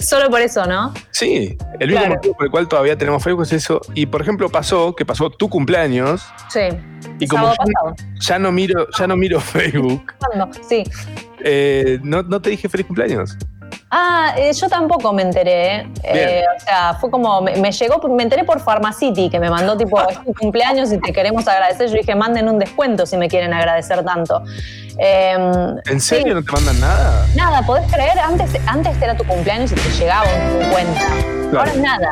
S5: Solo por eso, ¿no?
S4: Sí, el mismo
S5: Claro.
S4: motivo por el cual todavía tenemos Facebook es eso. Y por ejemplo, pasó que pasó tu cumpleaños
S5: Sí.
S4: y como
S5: Sábado
S4: ya,
S5: pasado.
S4: ya no miro, ya no miro Facebook,
S5: ¿Cuándo? Sí.
S4: eh, no, no te dije feliz cumpleaños.
S5: Ah, eh, yo tampoco me enteré. ¿eh? Eh, o sea, fue como, me, me llegó, me enteré por Pharmacity, que me mandó tipo, es tu cumpleaños y te queremos agradecer. Yo dije, manden un descuento si me quieren agradecer tanto. Em,
S4: ¿En serio
S5: Sí.
S4: no te mandan nada?
S5: Nada, podés creer, antes, antes era tu cumpleaños y te llegaba un 50. Ahora es nada.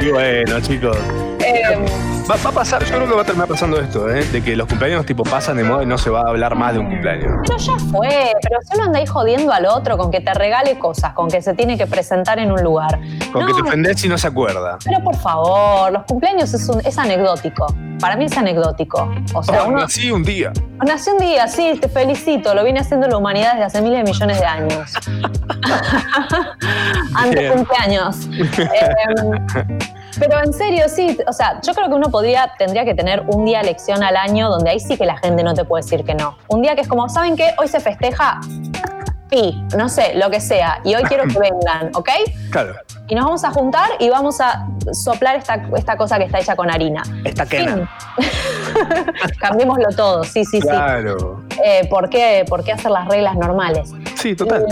S4: Y bueno, chicos,
S5: Em,
S4: va, va a pasar, yo creo que va a terminar pasando esto, ¿eh? de que los cumpleaños tipo pasan de moda y no se va a hablar más de un cumpleaños.
S5: Pero ya fue, pero si uno anda ahí jodiendo al otro con que te regale cosas, con que se tiene que presentar en un lugar.
S4: Con
S5: No,
S4: que te ofendés y no se acuerda.
S5: pero por favor, los cumpleaños es, un- es anecdótico. Para mí es anecdótico. O sea,
S4: Oh,
S5: uno
S4: sí, un día.
S5: nació un día, sí, te felicito, lo viene haciendo la humanidad desde hace miles de millones de años. Antes
S4: Bien.
S5: cumpleaños. Em, pero en serio, sí, o sea, yo creo que uno podría, tendría que tener un día elección al año donde ahí sí que la gente no te puede decir que no. Un día que es como, ¿saben qué? Hoy se festeja pi, no sé, lo que sea, y hoy quiero que vengan, ¿ok?
S4: Claro.
S5: Y nos vamos a juntar y vamos a soplar esta, esta cosa que está hecha con harina.
S7: Está quena.
S5: Fin. Cambiémoslo todo, sí, sí, sí.
S4: Claro.
S5: eh, ¿por, qué, por qué hacer las reglas normales.
S4: Sí, total.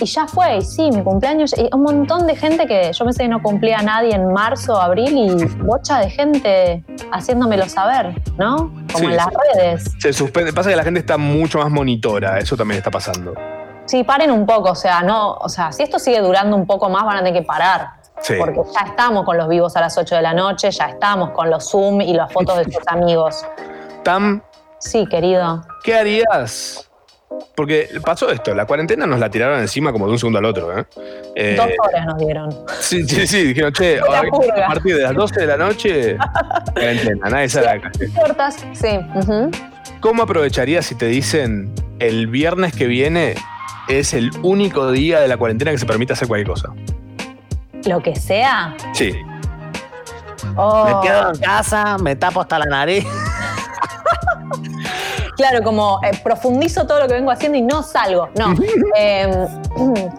S5: Y, y ya fue, y sí, mi cumpleaños, y un montón de gente que yo pensé que no cumplía a nadie en marzo, abril, y bocha de gente haciéndomelo saber, ¿no? Como
S4: Sí,
S5: en las
S4: sí.
S5: redes.
S4: Se suspende. Pasa que la gente está mucho más monitora. Eso también está pasando.
S5: Sí, paren un poco, o sea, no, o sea, si esto sigue durando un poco más, van a tener que parar.
S4: Sí.
S5: Porque ya estamos con los vivos a las 8 de la noche, ya estamos con los Zoom y las fotos de tus amigos.
S4: Tam,
S5: Sí, querido.
S4: ¿qué harías? Porque pasó esto, la cuarentena nos la tiraron encima como de un segundo al otro. ¿eh? Eh,
S5: Dos horas nos dieron.
S4: Sí, sí, sí, dijeron, che,
S5: Una
S4: a-
S5: purga.
S4: a partir de las 12 de la noche, cuarentena, nadie sale a la calle.
S5: Cortas, sí. ujú.
S4: ¿Cómo aprovecharías si te dicen el viernes que viene es el único día de la cuarentena que se permite hacer cualquier cosa?
S5: Lo que sea.
S4: Sí.
S5: Oh,
S7: Me quedo en casa, me tapo hasta la nariz.
S5: claro, como eh, profundizo todo lo que vengo haciendo y no salgo. No. Eh,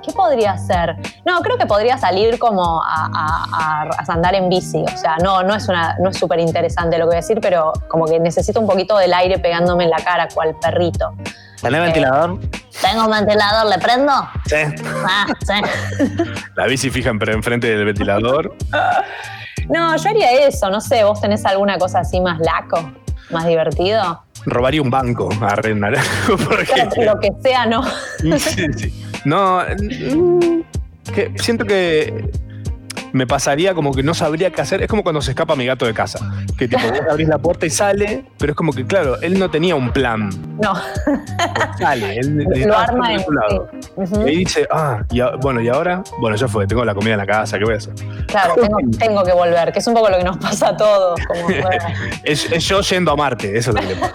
S5: ¿Qué podría hacer? No, creo que podría salir como a, a- a- a andar en bici. O sea, no, no es una, no es súper interesante lo que voy a decir, pero como que necesito un poquito del aire pegándome en la cara, cual perrito.
S7: ¿Tenés ventilador?
S5: ¿Tengo un ventilador? ¿Le prendo?
S7: Sí.
S5: Ah, sí.
S4: La bici fija en- enfrente del ventilador.
S5: No, yo haría eso, no sé, vos tenés alguna cosa así más laco, más divertido.
S4: Robaría un banco a Renar.
S5: Claro, Lo que sea, no.
S4: Sí, sí. No, mm, que siento que me pasaría como que no sabría qué hacer. Es como cuando se escapa mi gato de casa. Que tipo, vos abrís la puerta y sale, pero es como que, claro, él no tenía un plan.
S5: No.
S4: Sale, él
S5: Lo
S4: necesitaba
S5: arma
S4: hacer
S5: en.
S4: de su lado.
S5: sí. Ujú.
S4: Y ahí dice, ah, y a- bueno, ¿y ahora? Bueno, ya fue, tengo la comida en la casa, ¿qué voy a hacer?
S5: Claro, tengo, tengo que volver, que es un poco lo que nos pasa a todos. Como, bueno,
S4: Es, es yo yendo a Marte, eso es lo que le pasa.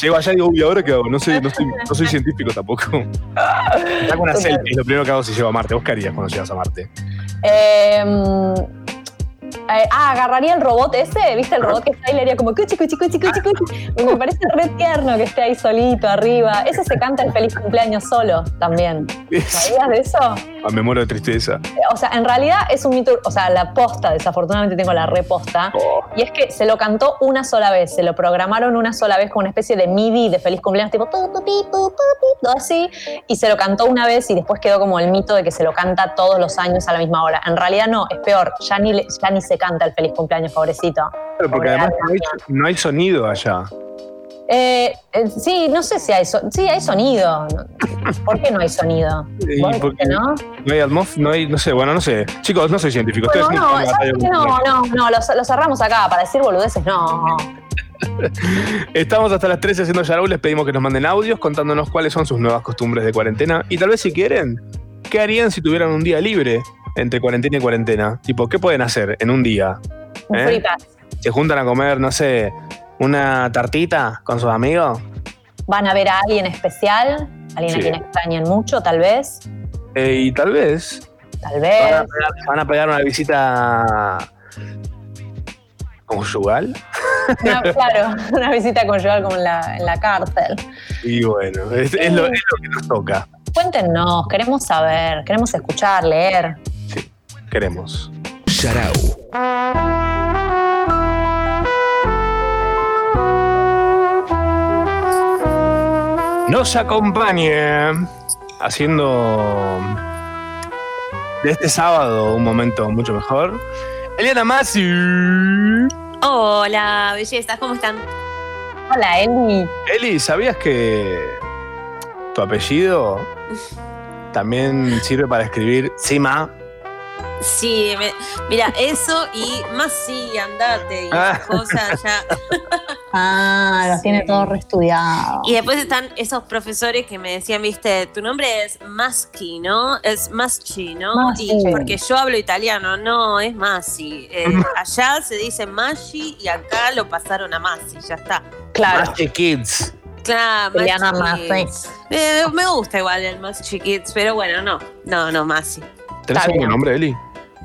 S4: Llego allá y digo, uy, ¿ahora qué hago? No soy, no soy, no soy científico tampoco. Saco una
S5: Total.
S4: selfie, es lo primero que hago si llego a Marte. ¿Vos qué harías cuando llegas a Marte?
S5: eh, mm, eh, ah, agarraría el robot ese, ¿viste? El robot que está ahí le haría como cuchi, cuchi, cuchi, cuchi, cuchi. Me parece re tierno que esté ahí solito arriba. Ese se canta el feliz cumpleaños solo también. ¿Sabías de eso?
S4: Ah, Me muero de tristeza.
S5: O sea, en realidad es un mito, o sea, la posta, desafortunadamente tengo la reposta, y es que se lo cantó una sola vez, se lo programaron una sola vez con una especie de MIDI de feliz cumpleaños, tipo, pu, pu, pi, pu, pu, pi, todo así, y se lo cantó una vez y después quedó como el mito de que se lo canta todos los años a la misma hora. En realidad no, es peor, ya ni, le- ya ni se canta el feliz cumpleaños, pobrecito.
S4: Claro, porque
S5: Pobre
S4: además
S5: alma.
S4: no hay, no hay sonido allá.
S5: Eh, eh, sí, no sé si hay, so- sí, hay sonido. ¿Por qué no hay sonido?
S4: Y
S5: ¿Vos decís
S4: porque-
S5: que no?
S4: No hay atmósfera, no hay, no sé, bueno, no sé. Chicos, no soy científico.
S5: Bueno,
S4: ustedes
S5: no,
S4: son-
S5: ¿sabes qué? no, no, no, lo, lo cerramos acá para decir boludeces, no.
S4: ¿Eh? Estamos hasta las 13 haciendo Yarau, les pedimos que nos manden audios contándonos cuáles son sus nuevas costumbres de cuarentena y tal vez si quieren, ¿qué harían si tuvieran un día libre entre cuarentena y cuarentena? Tipo, ¿qué pueden hacer en un día?
S5: Un
S4: ¿Eh?
S5: free pass.
S4: ¿Se juntan a comer, no sé,
S7: ¿Una tartita con sus amigos?
S5: ¿Van a ver a alguien especial? ¿Alguien
S4: Sí.
S5: a quien extrañen mucho? Tal vez.
S4: Eh, y tal vez
S5: Tal
S7: ¿Van a
S4: Ah.
S5: vez.
S7: pegar, van a pegar una visita
S4: conyugal?
S5: Una- claro, una visita conyugal como en la, en la cárcel.
S4: Y bueno, es, es lo, es lo que nos toca,
S5: Cuéntenos, queremos saber, queremos escuchar, leer.
S4: queremos.
S6: Yarau.
S4: Nos acompañe haciendo de este sábado un momento mucho mejor. Eliana Masi.
S8: Hola, bellezas, ¿cómo están?
S5: Hola, Eli.
S4: Eli, ¿sabías que tu apellido también sirve para escribir Sima?
S8: Sí, me- mira, eso y más sí, andate y esas
S4: Ah.
S8: cosas ya.
S5: Ah, los
S8: Sí.
S5: tiene todo reestudiado.
S8: Y después están esos profesores que me decían, viste, tu nombre es Maschi, ¿no? Es Maschi, ¿no?
S5: Maschi.
S8: Y porque yo hablo italiano, no, es Massi. Eh, allá se dice Maschi y acá lo pasaron a Massi, ya está.
S5: Claro.
S7: Maschi Kids.
S8: Claro,
S5: Juliana
S8: Maschi.
S5: Massi.
S8: Eh, me gusta igual el Maschi Kids, pero bueno, no, no, no, Massi.
S4: ¿Tenés
S5: Está
S4: algún
S5: bien.
S4: nombre, Eli?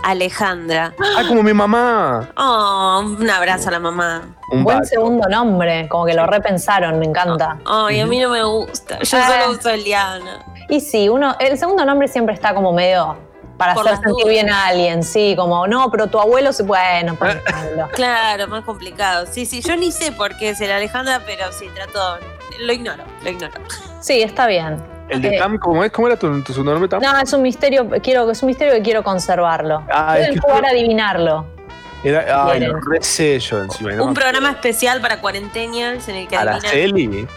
S8: Alejandra.
S4: Ah, como mi mamá.
S8: Oh, un abrazo a la mamá.
S4: Un
S5: Buen
S4: vato.
S5: segundo nombre, como que lo repensaron, me encanta.
S8: Ay, a mí no me gusta. Yo
S5: Ah.
S8: solo uso Eliana.
S5: Y sí, uno, el segundo nombre siempre está como medio para
S8: Por
S5: hacer
S8: las
S5: sentir
S8: dudas.
S5: bien a alguien, sí, como no, pero tu abuelo se
S4: Eh.
S5: bueno, ponelo.
S8: Claro, más complicado. Sí, sí, yo ni sé por qué es el Alejandra, pero sí, trato lo ignoro, lo ignoro.
S5: Sí, está bien.
S4: El de
S5: Eh.
S4: Tam, ¿cómo es? ¿Cómo era tu, tu subnombre Tam?
S5: No, es un misterio, quiero, es un misterio que quiero conservarlo.
S4: Ah, es
S5: Pueden
S4: que-
S5: jugar a adivinarlo.
S4: Era, ay,
S5: Bien.
S4: lo recé yo encima. ¿no?
S8: Un programa especial para cuarentenials en el que adivinan.
S4: Araceli.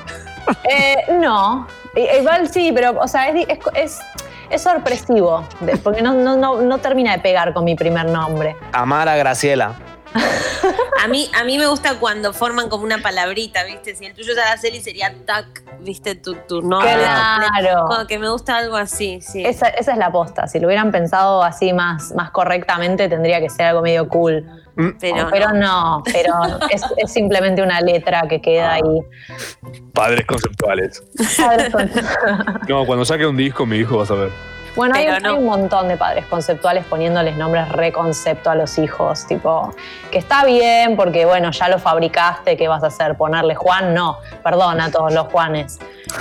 S5: Eh, no. I- Igual sí, pero, o sea, es, di- es, es- es sorpresivo, de- porque no, no, no, no termina de pegar con mi primer nombre.
S7: Amara Graciela.
S8: A mí, a mí me gusta cuando forman como una palabrita, ¿viste? Si el tuyo es Araceli sería TAC, ¿viste? Tu, tu nombre.
S5: Claro.
S8: Como que me gusta algo así, sí.
S5: Esa, esa es la posta. Si lo hubieran pensado así más, más correctamente, tendría que ser algo medio cool.
S8: pero,
S5: pero
S8: no.
S5: no, pero es, es simplemente una letra que queda ahí.
S8: Ah.
S4: Padres conceptuales.
S5: Padres con-
S4: No, cuando saque un disco, mi hijo vas a ver.
S5: Bueno, hay,
S8: Pero
S5: un-
S8: no.
S5: hay un montón de padres conceptuales poniéndoles nombres reconcepto a los hijos, tipo, que está bien porque, bueno, ya lo fabricaste, ¿qué vas a hacer? ¿Ponerle Juan? No, perdón a todos los Juanes.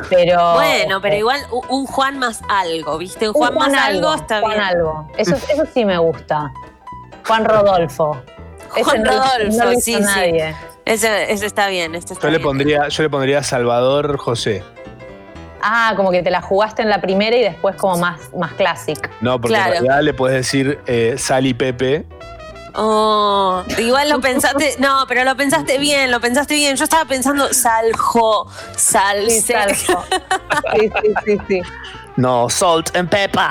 S5: Pero.
S8: Bueno, pero
S5: eh,
S8: igual u- un Juan más algo, ¿viste? Un
S5: un
S8: Juan, más algo, está
S5: Juan
S8: bien.
S5: algo. Eso, eso sí me gusta. Juan Rodolfo. Ese
S8: Juan
S5: no lo-
S8: Rodolfo,
S5: no lo hizo
S8: sí, sí.
S5: nadie.
S8: Ese, ese está bien, este está
S4: Yo le
S8: bien.
S4: pondría, yo le pondría Salvador José.
S5: Ah, como que te la jugaste en la primera y después como más, más classic.
S4: No, porque
S8: Claro.
S4: en realidad le puedes decir eh, Sally Pepe.
S8: Oh, igual lo pensaste, no, pero lo pensaste bien, lo pensaste bien. Yo estaba pensando saljo,
S5: Sí,
S8: salse.
S5: salvo. sí, sí, sí, sí.
S7: No, Salt and Pepper.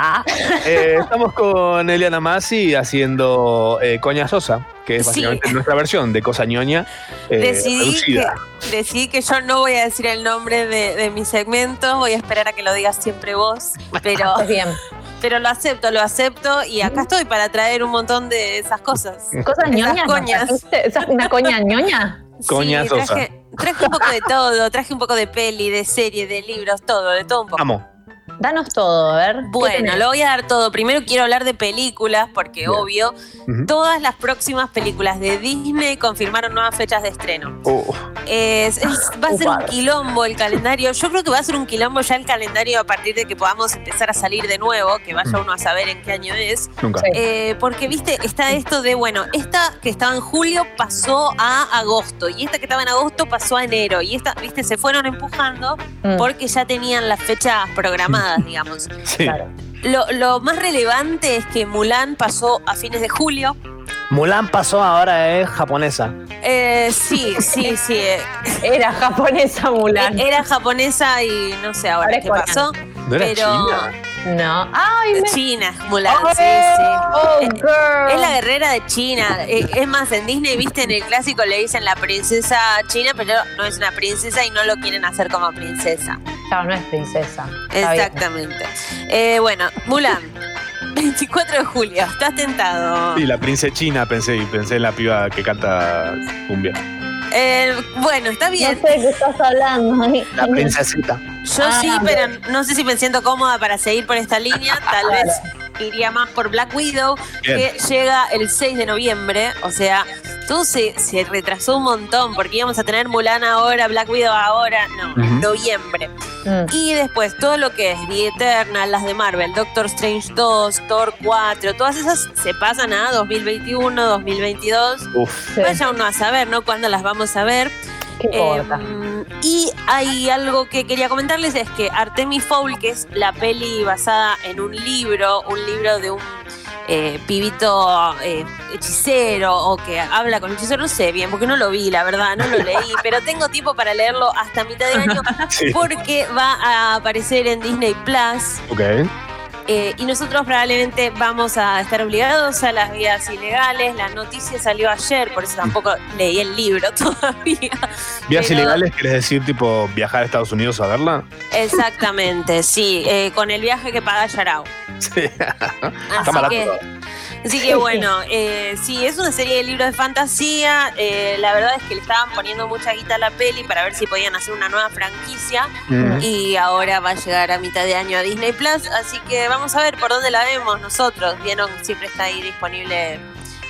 S4: Eh, estamos con Eliana Masi haciendo eh, Coña Sosa, que es
S8: Sí.
S4: básicamente nuestra versión de Cosa Ñoña eh,
S8: Decidí que,
S4: reducida.
S8: decidí que yo no voy a decir el nombre de, de mi segmento, voy a esperar a que lo digas siempre vos, pero,
S5: Estás bien.
S8: pero lo acepto, lo acepto y acá estoy para traer un montón de esas cosas.
S5: ¿Cosas
S8: Esas
S5: ñoñas? nos
S8: coñas.
S5: trajiste? ¿Esa- ¿Una coña ñoña?
S4: Coña
S8: sí,
S4: Sosa.
S8: traje, traje un poco de todo, traje un poco de peli, de serie, de libros, todo, de todo un poco.
S4: Vamos.
S5: Danos todo, a ver. ¿Qué
S8: Bueno,
S5: tenés?
S8: lo voy a dar todo. Primero quiero hablar de películas, porque obvio,
S4: Ujú.
S8: todas las próximas películas de Disney confirmaron nuevas fechas de estreno.
S4: Oh,
S8: Es- es- va a ser un
S5: Upada.
S8: quilombo el calendario. Yo creo que va a ser un quilombo ya el calendario a partir de que podamos empezar a salir de nuevo, que vaya uno a saber en qué año es.
S4: nunca.
S5: Mm. Sí.
S8: Eh, porque, viste, está esto de, bueno, esta que estaba en julio pasó a agosto, y esta que estaba en agosto pasó a enero, y esta, viste, se fueron empujando
S5: Mm,
S8: porque ya tenían las fechas programadas, digamos.
S4: Sí.
S5: claro.
S8: Lo, lo más relevante es que Mulan pasó a fines de julio.
S7: Mulan pasó ahora es japonesa.
S8: Eh, sí, sí, sí. eh, e-,
S5: Era japonesa Mulan.
S8: Era japonesa y no sé ahora
S5: Ahora es
S8: qué pasó.
S4: ¿No era
S8: pero-
S4: China?
S5: no. ¡Ay, me...
S8: China, Mulan,
S5: oh,
S8: eh, sí, sí.
S5: oh,
S8: Eh,
S5: girl.
S8: Es la guerrera de China. Eh, Es más, en Disney, viste, en el clásico le dicen la princesa china, pero no es una princesa y no lo quieren hacer como princesa.
S5: Claro, no es princesa. Está bien.
S8: Exactamente. Eh, bueno, Mulan, 24 de julio. Estás tentado.
S4: Sí, la princesa China pensé y pensé en la piba que canta cumbia.
S8: Eh, bueno, está bien.
S5: No sé de qué estás hablando. ay.
S7: La princesita.
S8: Yo
S5: Ah,
S8: sí, pero no sé si me siento cómoda para seguir por esta línea.
S5: Ah,
S8: Tal vez iría más por Black Widow,
S4: Bien.
S8: que llega el 6 de noviembre. O sea, todo se, se retrasó un montón porque íbamos a tener Mulan ahora, Black Widow ahora. No,
S4: Ujú.
S8: noviembre.
S5: Mm.
S8: Y después todo lo que es The Eternal, las de Marvel, Doctor Strange 2, Thor 4, todas esas se pasan a 2021, 2022.
S4: Uf.
S5: Sí,
S8: Vaya uno a saber, ¿no? ¿Cuándo las vamos a ver?
S5: ¿Qué importa?
S8: Eh, y hay algo que quería comentarles, es que Artemis Fowl, que es la peli basada en un libro, un libro de un eh, pibito eh, hechicero o que habla con hechicero, no sé bien, porque no lo vi, la verdad, no lo leí, pero tengo tiempo para leerlo hasta mitad de año
S4: Sí.
S8: porque va a aparecer en Disney Plus.
S4: Ok.
S8: Eh, y nosotros probablemente vamos a estar obligados a las vidas ilegales. La noticia salió ayer, por eso tampoco leí el libro todavía.
S4: Vías
S8: Pero-
S4: ilegales, ¿querés decir tipo viajar a Estados Unidos a verla?
S8: Exactamente, sí, eh, con el viaje que paga Yarao.
S4: Sí.
S8: Así
S4: barato.
S8: que, así que bueno, eh, sí, es una serie de libros de fantasía. eh, la verdad es que le estaban poniendo mucha guita a la peli para ver si podían hacer una nueva franquicia.
S4: Mm.
S8: Y ahora va a llegar a mitad de año a Disney Plus, así que vamos a ver por dónde la vemos nosotros. Vieron, siempre está ahí disponible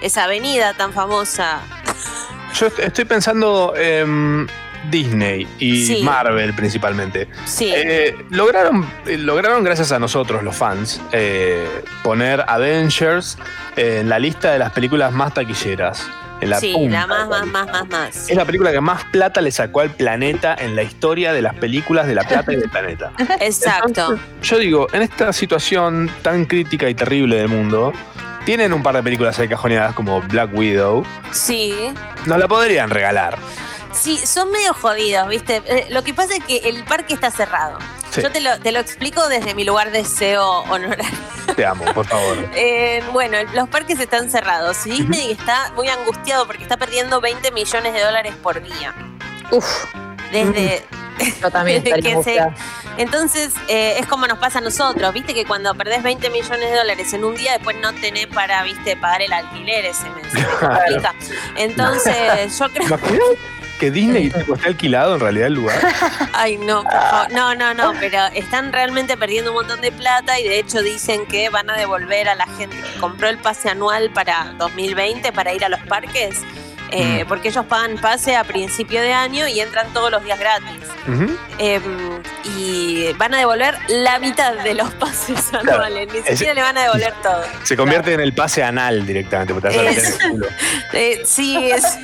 S8: esa avenida tan famosa.
S4: Yo est- estoy pensando en Disney y
S8: Sí.
S4: Marvel principalmente.
S8: Sí,
S4: Eh, lograron, eh, lograron, gracias a nosotros los fans, eh, poner Avengers en la lista de las películas más taquilleras. En la
S8: sí,
S4: punta
S8: la más,
S4: de
S8: más,
S4: la
S8: más, más, más.
S4: Es la película que más plata le sacó al planeta en la historia de las películas de la plata y del planeta.
S8: Exacto.
S4: Yo digo, en esta situación tan crítica y terrible del mundo, tienen un par de películas ahí cajoneadas como Black Widow.
S8: Sí.
S4: Nos la podrían regalar.
S8: Sí, son medio jodidos, ¿viste? Eh, Lo que pasa es que el parque está cerrado.
S4: Sí.
S8: Yo te lo, te lo explico desde mi lugar de CEO honorario.
S4: Te amo, por favor.
S8: Eh, bueno, los parques están cerrados. Y Disney está muy angustiado porque está perdiendo 20 millones de dólares por día.
S5: Uf,
S8: Desde,
S5: yo también
S8: Desde
S5: estaría
S8: que se-
S5: angustiada.
S8: Entonces, eh, es como nos pasa a nosotros, viste que cuando perdés 20 millones de dólares en un día, después no tenés para, viste, pagar el alquiler ese mes. ¿Me explica? Entonces, yo creo.
S4: Imaginás que Disney tipo, esté alquilado en realidad el lugar.
S8: Ay, no, por favor. No, no, no, pero están realmente perdiendo un montón de plata y de hecho dicen que van a devolver a la gente que compró el pase anual para 2020 para ir a los parques, eh, porque ellos pagan pase a principio de año y entran todos los días gratis.
S4: Ujú.
S8: Em, y van a devolver la mitad de los pases anuales, ni
S4: Ese-
S8: siquiera le van a devolver todo.
S4: Se convierte en el pase anal directamente. porque te vas a meter en el culo.
S8: Eh, sí, es-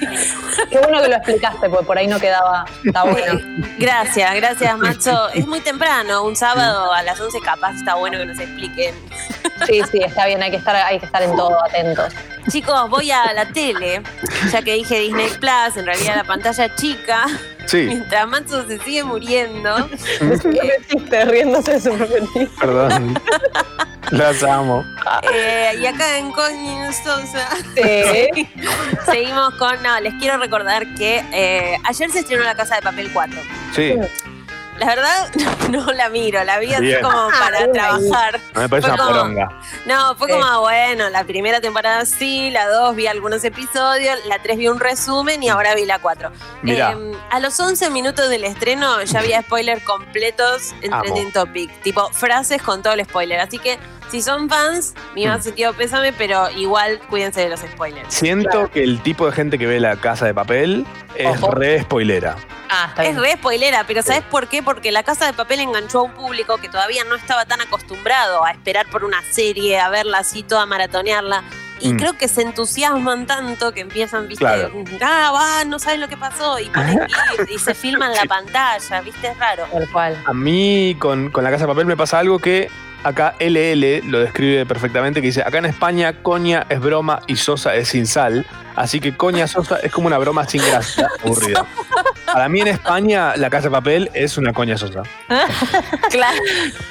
S5: Qué bueno que lo explicaste, porque por ahí no quedaba. Está bueno.
S8: gracias, gracias Macho. Es muy temprano, un sábado a las 11 capaz está bueno que nos expliquen.
S5: Sí, sí, está bien, hay que estar, hay que estar en todo atentos.
S8: Chicos, voy a la tele, ya que dije Disney Plus, en realidad la pantalla chica,
S4: Sí,
S8: mientras Macho se sigue muriendo.
S5: chiste, riéndose de su propio chiste.
S4: perdón. Las amo.
S8: Eh, y acá en Coño Sousa.
S5: Sí.
S8: Seguimos con. No, les quiero recordar que eh, ayer se estrenó La Casa de Papel 4.
S4: Sí,
S8: La verdad, no, no la miro, la vi así
S4: Bien.
S8: como para
S5: bien.
S8: trabajar.
S4: me parece
S8: Fue
S4: una
S8: como-
S4: poronga.
S8: No, fue
S5: Sí.
S8: como, ah, bueno, la primera temporada sí, la dos vi algunos episodios, la tres vi un resumen y ahora vi la cuatro.
S4: Mirá.
S8: Eh, a los 11 minutos del estreno ya había spoilers completos en
S4: Amo.
S8: Trending Topic, tipo frases con todo el spoiler. Así que si son fans, mi
S4: Mm.
S8: más sentido pésame, pero igual cuídense de los spoilers.
S4: Siento que el tipo de gente que ve la casa de papel es
S5: Ojo.
S4: re spoilera.
S5: Ah, está
S8: Es
S5: bien.
S8: re spoilera, pero ¿sabes por qué? Porque La Casa de Papel enganchó a un público que todavía no estaba tan acostumbrado a esperar por una serie, a verla así toda, maratonearla. Y
S4: Mm.
S8: creo que se entusiasman tanto que empiezan, viste,
S4: Claro.
S8: ah, va, no sabes lo que pasó, y ponen clip, y se filman la pantalla, viste, es raro.
S5: Tal cual.
S4: A mí con, con la casa de papel me pasa algo que acá LL lo describe perfectamente, que dice, acá en España coña es broma y sosa es sin sal, así que coña sosa es como una broma sin gracia, aburrida. Para mí en España la casa de papel es una coña sosa.
S8: Claro.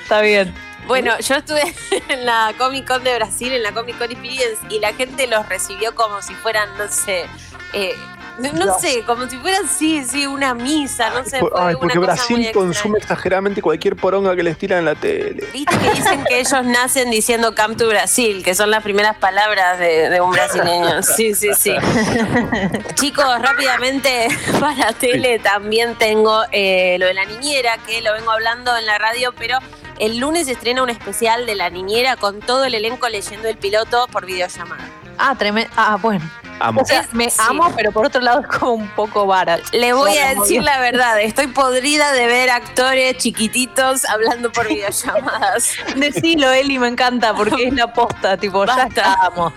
S5: Está bien.
S8: Bueno, yo estuve en la Comic Con de Brasil, en la Comic Con Experience, y la gente los recibió como si fueran, no sé, eh, no, no
S5: No.
S8: sé, como si fueran, sí, sí, una misa, no sé.
S4: Por-
S8: fue
S4: ay,
S8: una
S4: porque
S8: cosa muy
S4: Brasil
S8: extraña.
S4: consume exageradamente cualquier poronga que les tiran en la tele.
S8: Viste que dicen que ellos nacen diciendo Come to Brasil, que son las primeras palabras de, de un brasileño. Sí, sí, sí. Chicos, rápidamente para tele también tengo eh, lo de la niñera, que lo vengo hablando en la radio, pero el lunes estrena un especial de la niñera con todo el elenco leyendo el piloto por videollamada.
S5: Ah, tremendo. Ah, bueno.
S4: Amo.
S5: O sea, me
S8: Sí.
S5: amo, pero por otro lado es como un poco vara.
S8: Le voy a
S5: Vamos,
S8: decir la verdad, estoy podrida de ver actores chiquititos hablando por videollamadas.
S5: Decilo, Eli, me encanta, porque es la posta, tipo,
S8: Basta.
S5: ya estamos.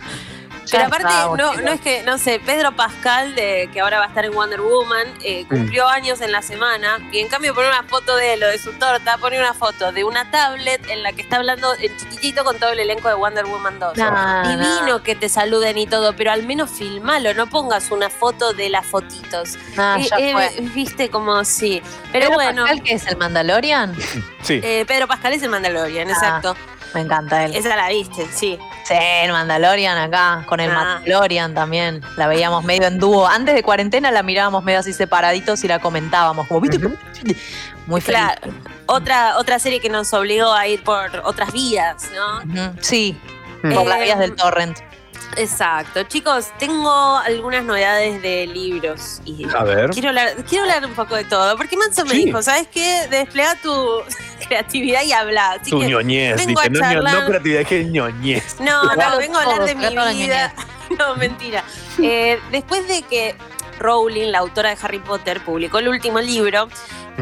S8: Pero
S5: Ya
S8: aparte,
S5: estamos,
S8: no,
S5: chicos.
S8: no es que, no sé, Pedro Pascal, de, que ahora va a estar en Wonder Woman,
S5: Mm.
S8: eh, cumplió años en la semana y en cambio pone una foto de lo de su torta, pone una foto de una tablet en la que está hablando el chiquitito con todo el elenco de Wonder Woman 2.
S5: No,
S8: Divino que te saluden y todo, pero al menos filmalo, no pongas una foto de las fotitos.
S5: Ah,
S8: Eh,
S5: ya
S8: eh,
S5: fue.
S8: viste como sí. Pero, bueno,
S5: ¿El que es el Mandalorian?
S4: Sí.
S8: eh, Pedro Pascal es el Mandalorian,
S5: Ah.
S8: exacto.
S5: Me encanta él.
S8: Esa la viste, sí.
S5: Sí, el Mandalorian acá, con el
S8: Ah.
S5: Mandalorian también. La veíamos medio en dúo. Antes de cuarentena la mirábamos medio así separaditos y la comentábamos. Como, ¿viste? Muy feliz.
S8: Claro. Otra, otra serie que nos obligó a ir por otras vías, ¿no?
S5: Ujú, Sí,
S4: Mm.
S5: por las
S8: Eh,
S5: vías del torrent.
S8: Exacto. Chicos, tengo algunas novedades de libros. Y
S4: A ver.
S8: Quiero hablar, quiero hablar un poco de todo, porque Manso me
S4: Sí.
S8: dijo, ¿sabes qué? Desplega tu creatividad y habla. Así
S4: Tu
S8: que-
S4: ñoñez,
S8: vengo
S4: dice,
S8: a
S4: no, ño-
S8: charlar.
S4: no creatividad, es que ñoñez.
S8: No, no,
S5: Claro,
S8: vengo a hablar
S5: todo,
S8: de mi
S5: trato de
S8: vida. No, mentira. Eh, después de que Rowling, la autora de Harry Potter, publicó el último libro,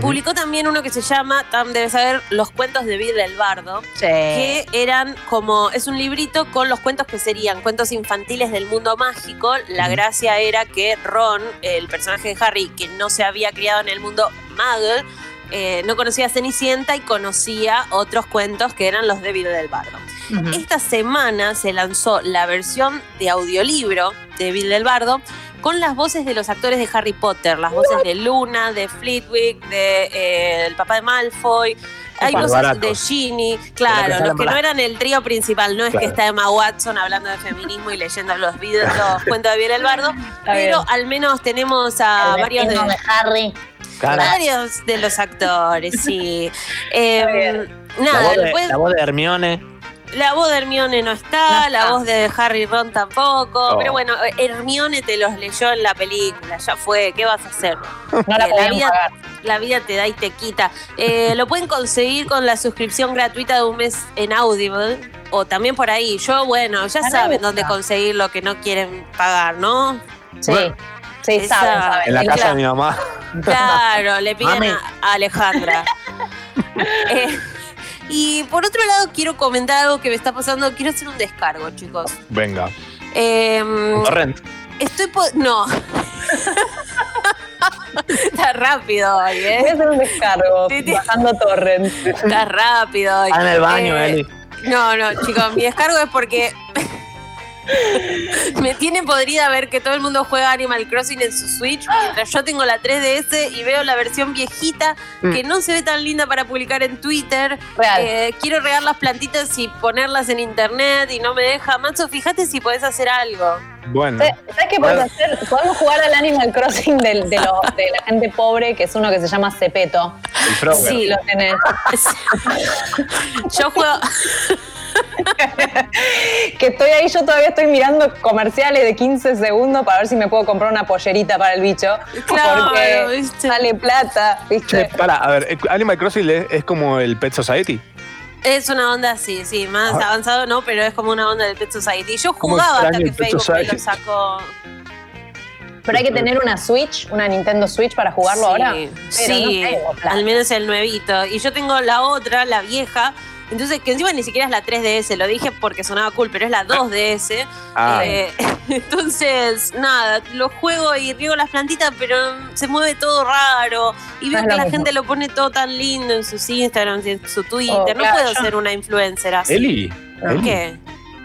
S8: Publicó también uno que se llama, Tam debe saber, Los cuentos de vida del bardo,
S5: Sí.
S8: que eran como, es un librito con los cuentos que serían cuentos infantiles del mundo mágico. La gracia era que Ron, el personaje de Harry, que no se había criado en el mundo muggle, eh, no conocía a Cenicienta y conocía otros cuentos que eran los de vida del bardo.
S5: Ujú.
S8: Esta semana se lanzó la versión de audiolibro de Bill del Bardo con las voces de los actores de Harry Potter, las voces de Luna, de Flitwick, de eh, el papá de Malfoy. Hay
S7: Los
S8: voces
S7: baratos.
S8: de Ginny, claro,
S7: salen
S8: los que no
S7: baratos.
S8: eran el trío principal, no es que
S4: Claro.
S8: está Emma Watson hablando de feminismo y leyendo los, videos, los cuentos de Bill del Bardo, pero al menos tenemos a
S5: El
S8: varios de,
S5: destino Harry.
S7: Cara,
S8: varios de los actores, sí. Eh,
S5: Está bien.
S7: la,
S8: nada,
S7: voz
S8: lo
S7: de,
S8: pueden-
S7: la voz de Hermione.
S8: la voz de Hermione no está,
S5: No
S8: la
S5: está.
S8: voz de Harry y Ron tampoco,
S4: No.
S8: pero bueno, eh, Hermione te los leyó en la película, ya fue, ¿qué vas a hacer?
S5: No la
S8: Eh, la
S5: podían
S8: vida-
S5: pagar.
S8: La vida te da y te quita. Eh, lo pueden conseguir con la suscripción gratuita de un mes en Audible o también por ahí. Yo, bueno, ya
S5: Ah,
S8: saben
S5: no.
S8: dónde conseguir lo que no quieren pagar, ¿no?
S5: Sí.
S4: Bueno.
S5: Sí,
S8: Esa-
S5: saben, saben.
S4: En la
S5: Sí,
S4: casa
S5: claro.
S4: de mi mamá.
S8: Claro, le piden
S7: Mami.
S8: a- a Alejandra. Eh, y por otro lado, quiero comentar algo que me está pasando. Quiero hacer un descargo, chicos.
S4: Venga.
S8: Em,
S4: Torrent.
S8: Estoy po No. Está rápido hoy,
S5: Voy a
S8: ¿eh?
S5: hacer un descargo
S8: Sí, sí.
S5: bajando torrent.
S8: Está rápido hoy.
S7: Está Ah, en el baño,
S8: Eh,
S7: Eli.
S8: No, no, chicos, mi descargo es porque. Me tiene podrida ver que todo el mundo juega Animal Crossing en su Switch mientras yo tengo la 3DS y veo la versión viejita
S7: Mm.
S8: que no se ve tan linda para publicar en Twitter.
S5: Real.
S8: Eh, quiero regar las plantitas y ponerlas en internet y no me deja. Macho, fíjate si podés hacer algo.
S4: Bueno.
S5: ¿Sabes sabes qué podemos hacer? Podemos jugar al Animal Crossing del- de, los- de la gente pobre, que es uno que se llama Cepeto.
S4: El Frogger.
S8: Sí.
S5: Sí, lo tenés.
S8: Yo juego.
S5: Que estoy ahí, yo todavía estoy mirando comerciales de 15 segundos para ver si me puedo comprar una pollerita para el bicho.
S8: Claro,
S5: porque
S8: ¿viste?
S5: sale plata,
S4: Che,
S5: ¿viste?
S4: para, a ver, eh, Animal Crossing es, es como el Pet Society.
S8: Es una onda así, sí, más avanzado no, pero es como una onda del Pet Society. Yo
S4: Ah. ¿Cómo
S8: jugaba hasta
S4: extraño
S8: que
S4: el Pet
S8: Facebook me
S4: Society?
S8: lo sacó.
S5: Pero hay que tener una Switch, una Nintendo Switch para jugarlo
S8: Sí,
S5: ahora. Pero
S8: Sí,
S5: no tengo plata.
S8: al menos el nuevito. Y yo tengo la otra, la vieja. Entonces, que encima ni siquiera es la 3DS, lo dije porque sonaba cool, pero es la 2DS.
S4: Ah.
S8: Eh, entonces, nada, lo juego y riego las plantitas, pero se mueve todo raro. Y veo
S5: Es
S8: que
S5: lo
S8: la
S5: mismo.
S8: gente lo pone todo tan lindo en sus Instagrams y en su Twitter.
S5: Oh,
S8: no
S5: claro,
S8: puedo
S5: yo-
S8: ser una influencer así.
S4: Eli.
S8: ¿Por
S4: Eli.
S8: qué?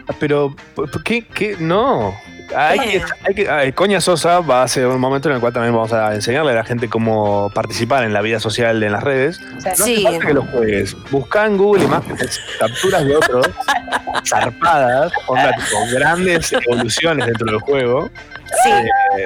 S4: Ah, Pero, ¿por- por ¿qué? ¿Qué? No. Hay
S8: ¿Qué?
S4: que, hay que, ay, Coña Sosa va a ser un momento en el cual también vamos a enseñarle a la gente cómo participar en la vida social en las redes.
S5: O sea,
S4: No hace
S8: Sí.
S4: falta que lo juegues. Buscá en Google imágenes, capturas de otros, zarpadas, onda, tipo, grandes evoluciones dentro del juego.
S8: Sí.
S4: Eh,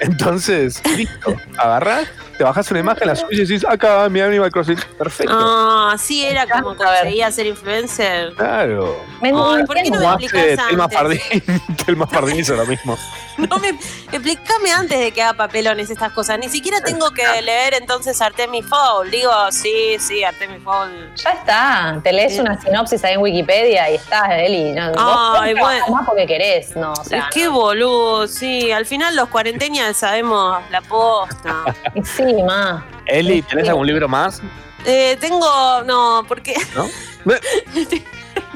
S4: entonces, listo. Agarrás, te bajás una imagen, la subís y decís, acá, mi Animal Crossing. Perfecto.
S8: Ah, sí, era como
S5: encanta ver.
S8: conseguía ser influencer.
S4: Claro.
S5: me-
S8: Ay, ¿por qué no
S4: Como
S8: me
S4: hace
S8: explicás
S4: Telma Fardín.
S8: antes?
S4: Telma Fardín hizo lo mismo.
S8: No me explícame antes de que haga papelones estas cosas. Ni siquiera tengo que leer entonces Artemis Fowl. Digo, sí, sí, Artemis Fowl.
S5: Ya está, te lees una sinopsis ahí en Wikipedia y estás, Eli. No, vos- vos
S8: Ay,
S5: trabajás
S8: bueno.
S5: más porque querés, no, o sea,
S8: Qué boludo, sí. Al final los cuarentenias sabemos la posta.
S5: no. sí, más.
S4: Eli, ¿tenés algún libro más?
S8: Eh, tengo, no, porque
S4: ¿No?
S7: Yo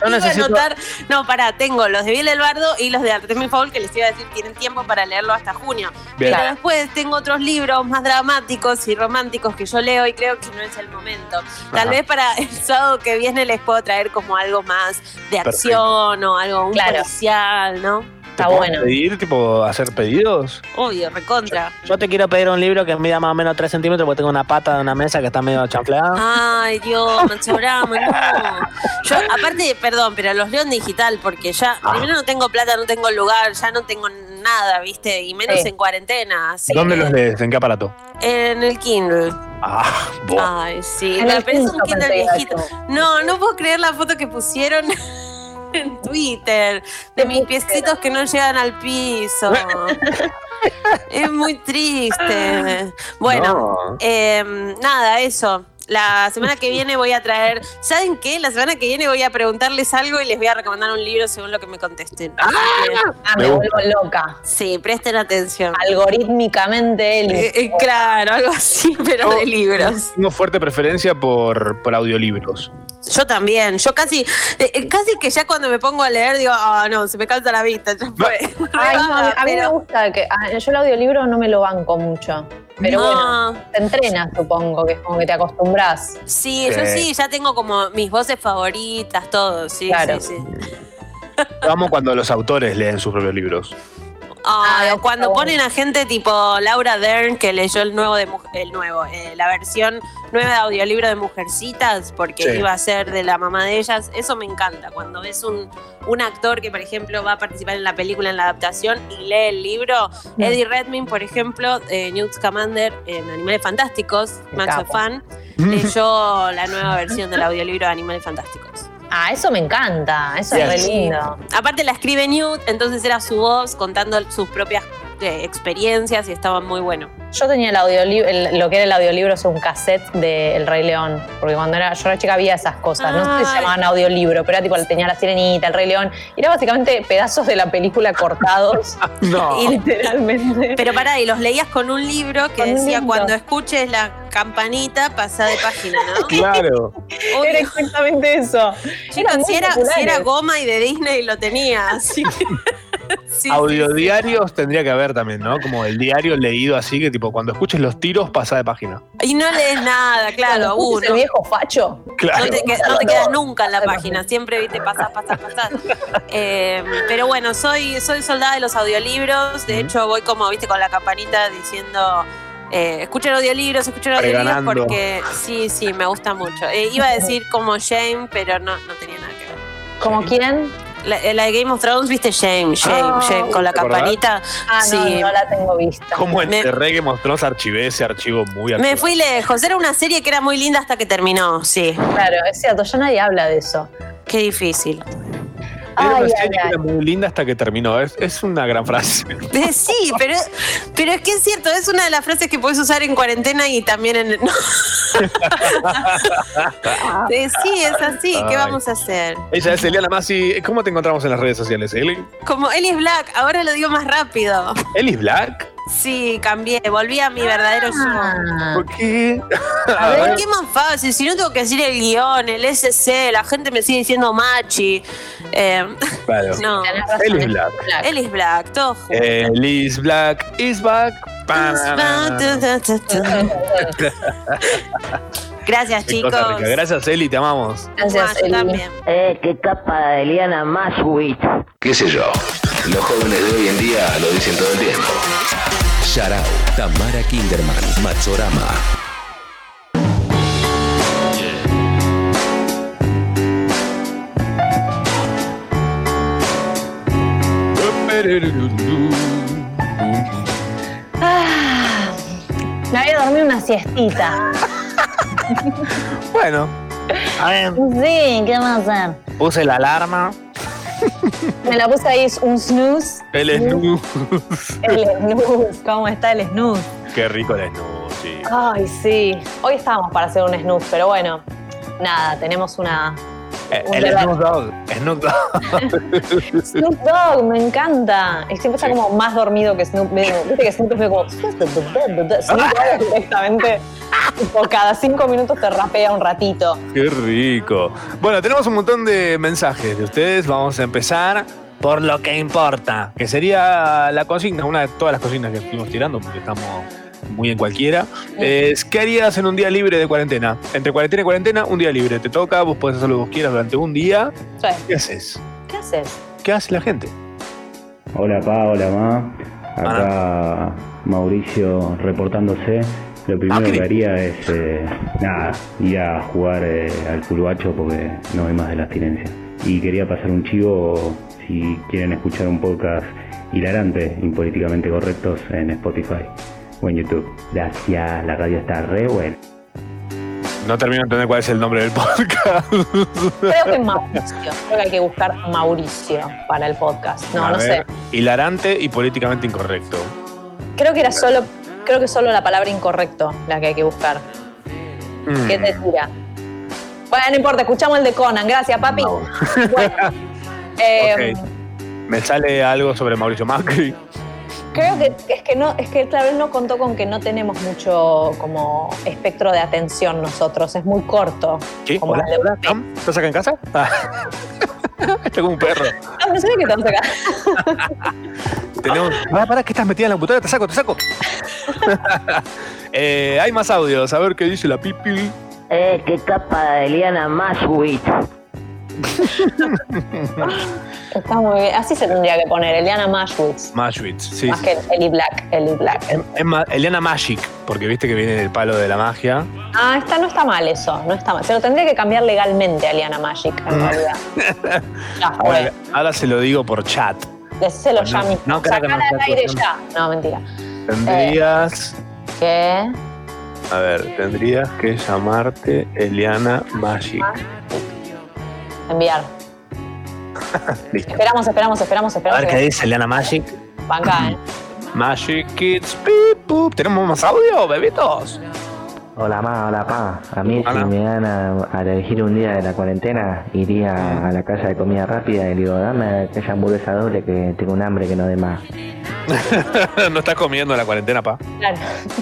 S8: iba a
S7: necesito-
S8: anotar. No, pará, tengo los de Biel Elbardo y los de Artemis Fowl que les iba a decir tienen tiempo para leerlo hasta junio.
S4: Bien.
S8: Pero después tengo otros libros más dramáticos y románticos que yo leo y creo que no es el momento. Tal
S4: Ajá.
S8: vez para el sábado que viene les puedo traer como algo más de
S4: Perfecto.
S8: acción o algo un
S5: Claro.
S8: policial, ¿no?
S4: ¿Te
S5: Está
S4: puedo
S5: bueno.
S4: pedir, tipo, hacer pedidos?
S8: Obvio, recontra.
S7: Yo te quiero pedir un libro que mida más o menos 3 centímetros porque tengo una pata de una mesa que está medio chanfleada.
S8: Ay, Dios, Macho Brahma, no. Yo, aparte, perdón, pero los leo en digital porque ya,
S4: Ah.
S8: primero no tengo plata, no tengo lugar, ya no tengo nada, ¿viste? Y menos
S5: Sí.
S8: en cuarentena. así
S4: ¿Dónde
S8: que-
S4: los lees? ¿En qué aparato?
S8: En el Kindle.
S4: Ah, vos.
S8: Ay, sí.
S5: En
S8: no,
S5: el
S8: pero es un
S5: Kindle
S8: Kindle
S5: pensé
S8: viejito.
S5: eso.
S8: No, no puedo creer la foto que pusieron en Twitter de mis piecitos que no llegan al piso. es muy triste. Bueno,
S4: No.
S8: eh, nada, eso. La semana que viene voy a traer. ¿Saben qué? La semana que viene voy a preguntarles algo y les voy a recomendar un libro según lo que me contesten. Así que,
S5: Ah,
S4: Me
S5: me
S4: gusta.
S5: vuelvo loca.
S8: Sí, presten atención.
S5: Algorítmicamente, Eli.
S8: Eh, eh, claro, algo así, pero de libros.
S4: Tengo fuerte preferencia por, por audiolibros.
S8: Yo también. Yo casi, eh, eh, casi que ya cuando me pongo a leer digo, ah, no, se me cansa la vista. ya fue".
S5: Ay, no, a mí- a mí me
S8: Pero-
S5: gusta que. a- yo el audiolibro no me lo banco mucho. Pero
S8: No.
S5: bueno, te entrenas, supongo, que es como que te acostumbras.
S8: Sí, yo
S4: Sí.
S8: sí, ya tengo como mis voces favoritas, todo, sí,
S5: Claro.
S8: sí, sí.
S4: Yo Amo cuando los autores leen sus propios libros.
S8: Ay,
S5: Ah,
S8: o cuando
S5: está bueno.
S8: ponen a gente tipo Laura Dern, que leyó el nuevo, de mu- el nuevo eh, la versión nueva de audiolibro de Mujercitas, porque
S4: Sí.
S8: iba a ser de la mamá de ellas, eso me encanta. Cuando ves un, un actor que, por ejemplo, va a participar en la película, en la adaptación, y lee el libro,
S5: Mm.
S8: Eddie Redmayne, por ejemplo, eh, Newt Scamander en Animales Fantásticos,
S5: Qué
S8: Macho
S5: capo.
S8: Fan, leyó la nueva versión del audiolibro de Animales Fantásticos.
S5: Ah, eso me encanta. Eso
S4: Bien.
S5: es re lindo.
S8: Aparte la escribe Newt, entonces era su voz contando sus propias eh, experiencias y estaba muy bueno.
S5: Yo tenía el audiolibro, lo que era el audiolibro es un cassette de El Rey León, porque cuando era, yo era chica había esas cosas, no sé si se
S8: Ay.
S5: llamaban audiolibro, pero era tipo, tenía la sirenita, El Rey León, y era básicamente pedazos de la película cortados,
S4: No.
S5: y literalmente.
S8: Pero pará, y los leías con un libro que
S5: Con un
S8: decía
S5: libro.
S8: cuando escuches la campanita, pasá de página, ¿no?
S4: Claro.
S8: Uy,
S5: Era exactamente eso.
S8: chicos,
S5: Eran muy ¿eh?
S8: si era, si
S5: populares.
S8: era goma y de Disney lo tenía, así que... Sí,
S4: Audiodiarios tendría que haber también, ¿no? Como el diario leído así, que tipo, cuando escuches los tiros, pasa de página.
S8: sí. Y no lees nada, claro,
S5: Cuando escuches
S8: uno.
S5: el viejo facho.
S4: Claro.
S8: No te, que- no te quedas nunca en la página, siempre viste pasás, pasás, pasás. Eh, pero bueno, soy, soy soldada de los audiolibros, de hecho voy como, viste, con la campanita diciendo, eh, escuchen audiolibros, escuchen audiolibros,
S4: Preganando.
S8: porque sí, sí, me gusta mucho. Eh, iba a decir como Shame, pero no, no tenía nada que ver.
S5: ¿Como quién?
S8: La, la de Game of Thrones, viste, Shame, Shame,
S4: Ah,
S8: Shame, con la
S4: ¿te acordás?
S8: campanita.
S5: Ah, no,
S8: sí.
S5: no la tengo vista.
S4: Como en
S8: Me-
S4: Terre que mostró, se archivé ese archivo muy
S8: Me
S4: actual.
S8: fui lejos, era una serie que era muy linda hasta que terminó, sí.
S5: Claro, es cierto, ya nadie habla de eso.
S8: Qué difícil.
S4: Era una
S5: Ay, ay,
S4: serie que
S5: ay.
S4: era muy linda hasta que terminó. Es, es una gran frase.
S8: Eh, Sí, pero, pero es que es cierto, es una de las frases que puedes usar en cuarentena y también en. Eh, sí, es así,
S4: Ay.
S8: ¿qué vamos a hacer?
S4: Ella es Eliana Masi. ¿Cómo te encontramos en las redes sociales? ¿El-
S8: Como Ellis Black, ahora lo digo más rápido.
S4: ¿Elis Black?
S8: Sí, cambié, volví a mi verdadero yo.
S5: Ah,
S4: ¿Por qué? Ah,
S8: ¿Por qué más fácil? Si no tengo que decir el guión, el SC, la gente me sigue diciendo machi. Eh,
S4: Claro. Eh,
S8: no,
S5: tenés razón,
S4: Elis
S5: es
S4: Black.
S5: Black.
S8: Ellis Black, todo junto. Ah,
S4: Elis Black is back. ah,
S8: Gracias,
S4: Qué cosa
S8: chicos.
S4: rica. Gracias, Eli. Te amamos.
S5: Gracias,
S8: Ah, yo
S5: Eli.
S8: también.
S9: Eh, qué capa de Eliana Maswitz.
S10: qué sé yo. Los jóvenes de hoy en día lo dicen todo el tiempo.
S6: Sharau, Tamara Kinderman, Machorama.
S5: Ah. Me había dormido una siestita.
S7: Bueno, a ver,
S5: Sí, ¿qué vamos a hacer?
S7: puse la alarma.
S5: Me la puse ahí, es un snooze.
S4: El Snu.
S5: El snooze, ¿cómo está el snooze?
S4: Qué rico el Snu, sí.
S5: Ay, sí. Hoy estábamos para hacer un snooze, pero bueno, nada, tenemos una.
S4: Eh,
S5: Un
S4: El
S5: debate.
S4: Snoop Dogg. Snoop Dogg.
S5: Snoop Dogg, me encanta. Y siempre está como más dormido que Snoop. Viste viste que Snoop es como. Snoop Dogg directamente. tipo, cada cinco minutos te rapea un ratito.
S4: Qué rico. Bueno, tenemos un montón de mensajes de ustedes. Vamos a empezar
S7: Por lo que importa.
S4: que sería la consigna, una de todas las consignas que estuvimos tirando, porque estamos muy en cualquiera, es ¿qué harías en un día libre de cuarentena? Entre cuarentena y cuarentena, un día libre. Te toca, vos podés hacer lo que vos quieras durante un día.
S5: Sí.
S4: ¿Qué haces?
S5: ¿Qué haces?
S4: ¿Qué hace la gente?
S2: Hola Pa, hola Ma. Acá Mauricio reportándose. Lo primero
S4: Macri.
S2: que haría es eh, nada, ir a jugar eh, al culbacho porque no hay más de las tinencias. Y quería pasar un chivo si quieren escuchar un podcast hilarante, impolíticamente correctos en Spotify o en YouTube. Gracias, la radio está re buena.
S4: No termino de entender cuál es el nombre del podcast.
S5: Creo que Mauricio. Creo que hay que buscar Mauricio para el podcast. No,
S4: A
S5: no sé.
S4: ver, Hilarante y políticamente incorrecto.
S5: Creo que era solo, creo que solo la palabra incorrecto la que hay que buscar.
S4: Mm.
S5: ¿Qué te tira? Bueno, no importa, escuchamos el de Conan. Gracias, papi. Bueno, eh,
S4: Ok. Me sale algo sobre Mauricio Macri.
S5: Creo que es que no, es que claro, él no contó con que no tenemos mucho como espectro de atención nosotros, es muy corto.
S4: ¿Qué?
S5: Como
S4: Hola,
S5: el de-
S4: hola, Tom, ¿Estás acá en casa? Ah. Estoy como un perro.
S5: Ah, no sé qué estamos acá. Ah.
S4: Tenemos. Pará, pará, que estás metida en la computadora, te saco, te saco. Eh, hay más audios, a ver qué dice la pipi.
S9: Eh, qué capa de Eliana Maswit.
S5: Está muy bien. Así se tendría que poner, Eliana Mashwitz.
S4: Mashwitz, sí.
S5: Más que Eli Black, Eli Black.
S4: Es- es Ma- Eliana Magic, porque viste que viene del palo de la magia.
S5: Ah, esta no está mal eso, no está mal. Se lo tendría que cambiar legalmente a Eliana Magic, en
S4: Ah.
S5: realidad. Ya
S4: Ahora,
S5: fue.
S4: ahora se lo digo por chat.
S5: Decíselo ya
S4: No,
S5: mismo.
S4: no creo que
S5: Sacala
S4: no sea
S5: al aire
S4: cuestión.
S5: ya. No, mentira.
S4: Tendrías.
S5: ¿Qué?
S4: A ver, tendrías que llamarte Eliana Magic.
S5: Enviar.
S4: Listo.
S5: Esperamos, esperamos, esperamos,
S4: A
S5: esperamos.
S4: ver qué dice Eliana Magic.
S5: Banca, ¿eh?
S4: Magic Kids. pip, pup. ¿Tenemos más audio, bebitos?
S11: Hola ma, hola pa. A mí
S4: Hola.
S11: si me dan a, a elegir un día de la cuarentena, iría a la casa de comida rápida y digo, dame aquella hamburguesa doble que tengo un hambre que no dé más.
S4: no estás comiendo en la cuarentena, pa.
S5: Claro.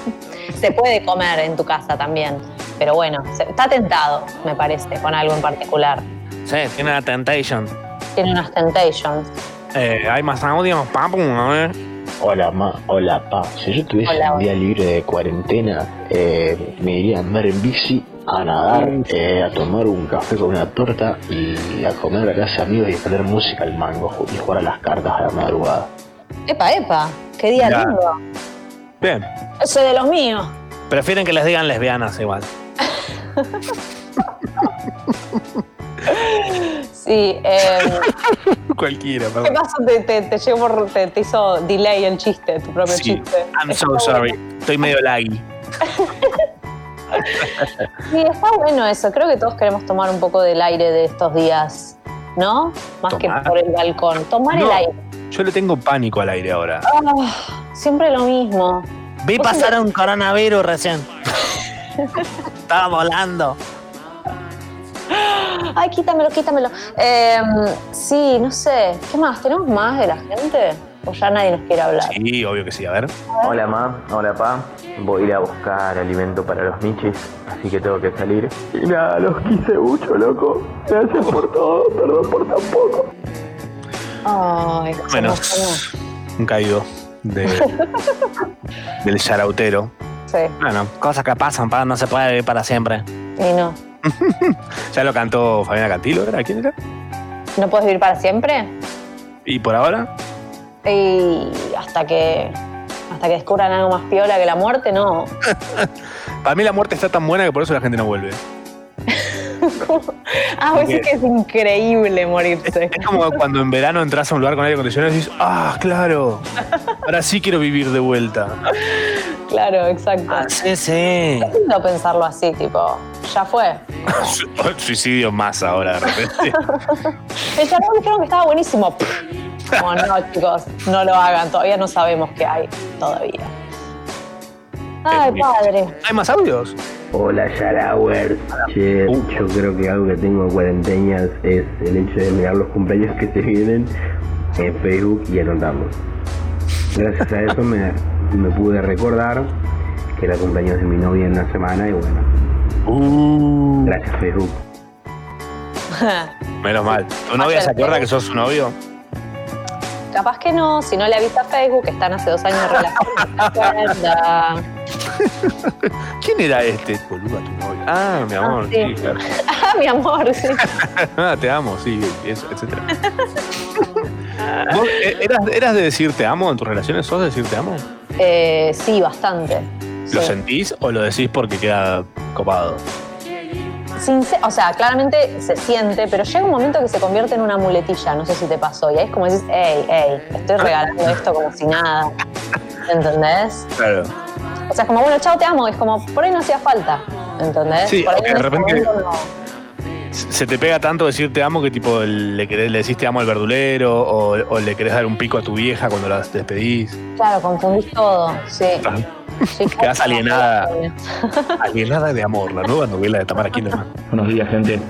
S5: se puede comer en tu casa también. Pero bueno, se- está tentado, me parece, con algo en particular.
S7: Sí, tiene una Temptation.
S5: Tiene unas temptations.
S4: Eh, hay más audio, papu, a ver.
S12: Hola, ma, hola, pa. Si yo tuviese
S5: Hola,
S12: un día libre de cuarentena, eh, me iría a andar en bici, a nadar, eh, a tomar un café con una torta y a comer a casa de amigos y a poner música al mango ju- y jugar a las cartas a la madrugada.
S5: Epa, epa, qué día
S7: Mirá.
S5: lindo.
S4: Bien.
S5: Yo soy de los míos.
S7: Prefieren que les digan lesbianas igual.
S5: Sí. eh,
S4: Cualquiera,
S5: ¿Qué
S4: perdón.
S5: pasó? Te, te, te llegó por- te- te hizo delay el chiste, tu propio
S4: Sí.
S5: chiste.
S4: I'm so sorry. Estoy medio laggy.
S5: Sí, está bueno eso. Creo que todos queremos tomar un poco del aire de estos días, ¿no? Más
S4: Tomar.
S5: que por el balcón. Tomar el
S4: No,
S5: aire.
S4: Yo le tengo pánico al aire ahora.
S5: Ah, siempre lo mismo.
S7: Vi pasar a un coronavirus recién. Estaba volando.
S5: Ay, quítamelo, quítamelo. Eh, sí, no sé. ¿Qué más? ¿Tenemos más de la gente? O ya nadie nos quiere hablar.
S4: Sí, obvio que sí, a ver.
S11: Hola ma, hola pa. Voy a ir a buscar alimento para los michis, así que tengo que salir. Y nada, los quise mucho, loco. Gracias por todo, perdón por tan poco.
S5: Ay,
S4: Bueno,
S5: somos unos-
S4: un caído de- del charautero.
S5: Sí,
S7: Bueno, cosas que pasan, pa, no se puede vivir para siempre.
S5: y no.
S4: Ya lo cantó Fabiana Cantilo, ¿era? ¿Quién era?
S5: ¿No puedes vivir para siempre?
S4: Y por ahora,
S5: Y hasta que hasta que descubran algo más piola que la muerte, no.
S4: para mí la muerte está tan buena que por eso la gente no vuelve.
S5: ah, vos decís que es increíble morirse.
S4: Es como cuando en verano entras a un lugar con aire acondicionado y dices, ah, claro, ahora sí quiero vivir de vuelta.
S5: Claro, exacto.
S4: Ah.
S7: Ah, Sí, sí.
S5: Es lindo pensarlo así, tipo, ya fue.
S4: Suicidio más ahora, de repente.
S5: El charón dijeron que estaba buenísimo. Como no, chicos, no lo hagan, todavía no sabemos qué hay, todavía. Ay, padre.
S4: ¿Hay más audios?
S11: Hola Yarawers. Che, yo creo que algo que tengo en cuarentenas es el hecho de mirar los cumpleaños que se vienen en Facebook y anotarlos. Gracias a eso me, me pude recordar que era cumpleaños de mi novia en una semana y bueno. Gracias Facebook.
S4: Menos mal. ¿Tu novia se acuerda que sos su novio?
S5: Capaz que no, si no le avisa a Facebook, que están hace dos años en relación. no se acuerda.
S4: ¿Quién era este? Boluda, tu novio. Ah, mi amor,
S5: Ah,
S4: sí,
S5: sí.
S4: claro.
S5: ah, mi amor, sí.
S4: Ah, te amo, sí, eso, etc. ¿Vos eh, eras, eras de decir te amo en tus relaciones? ¿Sos de decir te amo?
S5: Eh, sí, bastante.
S4: ¿Lo
S5: Sí.
S4: sentís o lo decís porque queda copado?
S5: Sincer- o sea, claramente se siente, pero llega un momento que se convierte en una muletilla, no sé si te pasó, y ahí es como decís, hey, hey, estoy
S4: Ah.
S5: regalando esto como si nada, ¿entendés?
S4: Claro.
S5: O sea, es como, bueno, chao, te amo, es como, por ahí no hacía falta, ¿entendés?
S4: Sí,
S5: por ahí
S4: o que
S5: en
S4: de
S5: ese
S4: repente-
S5: momento no.
S4: Se te pega tanto decir te amo que tipo le, querés- le decís te amo al verdulero o, o le querés dar un pico a tu vieja cuando la despedís.
S5: Claro, confundís todo, sí.
S4: Estás, Quedas alienada. Alienada Ah, de amor, la nueva novela de Tamara Kinderman.
S13: Buenos días, gente.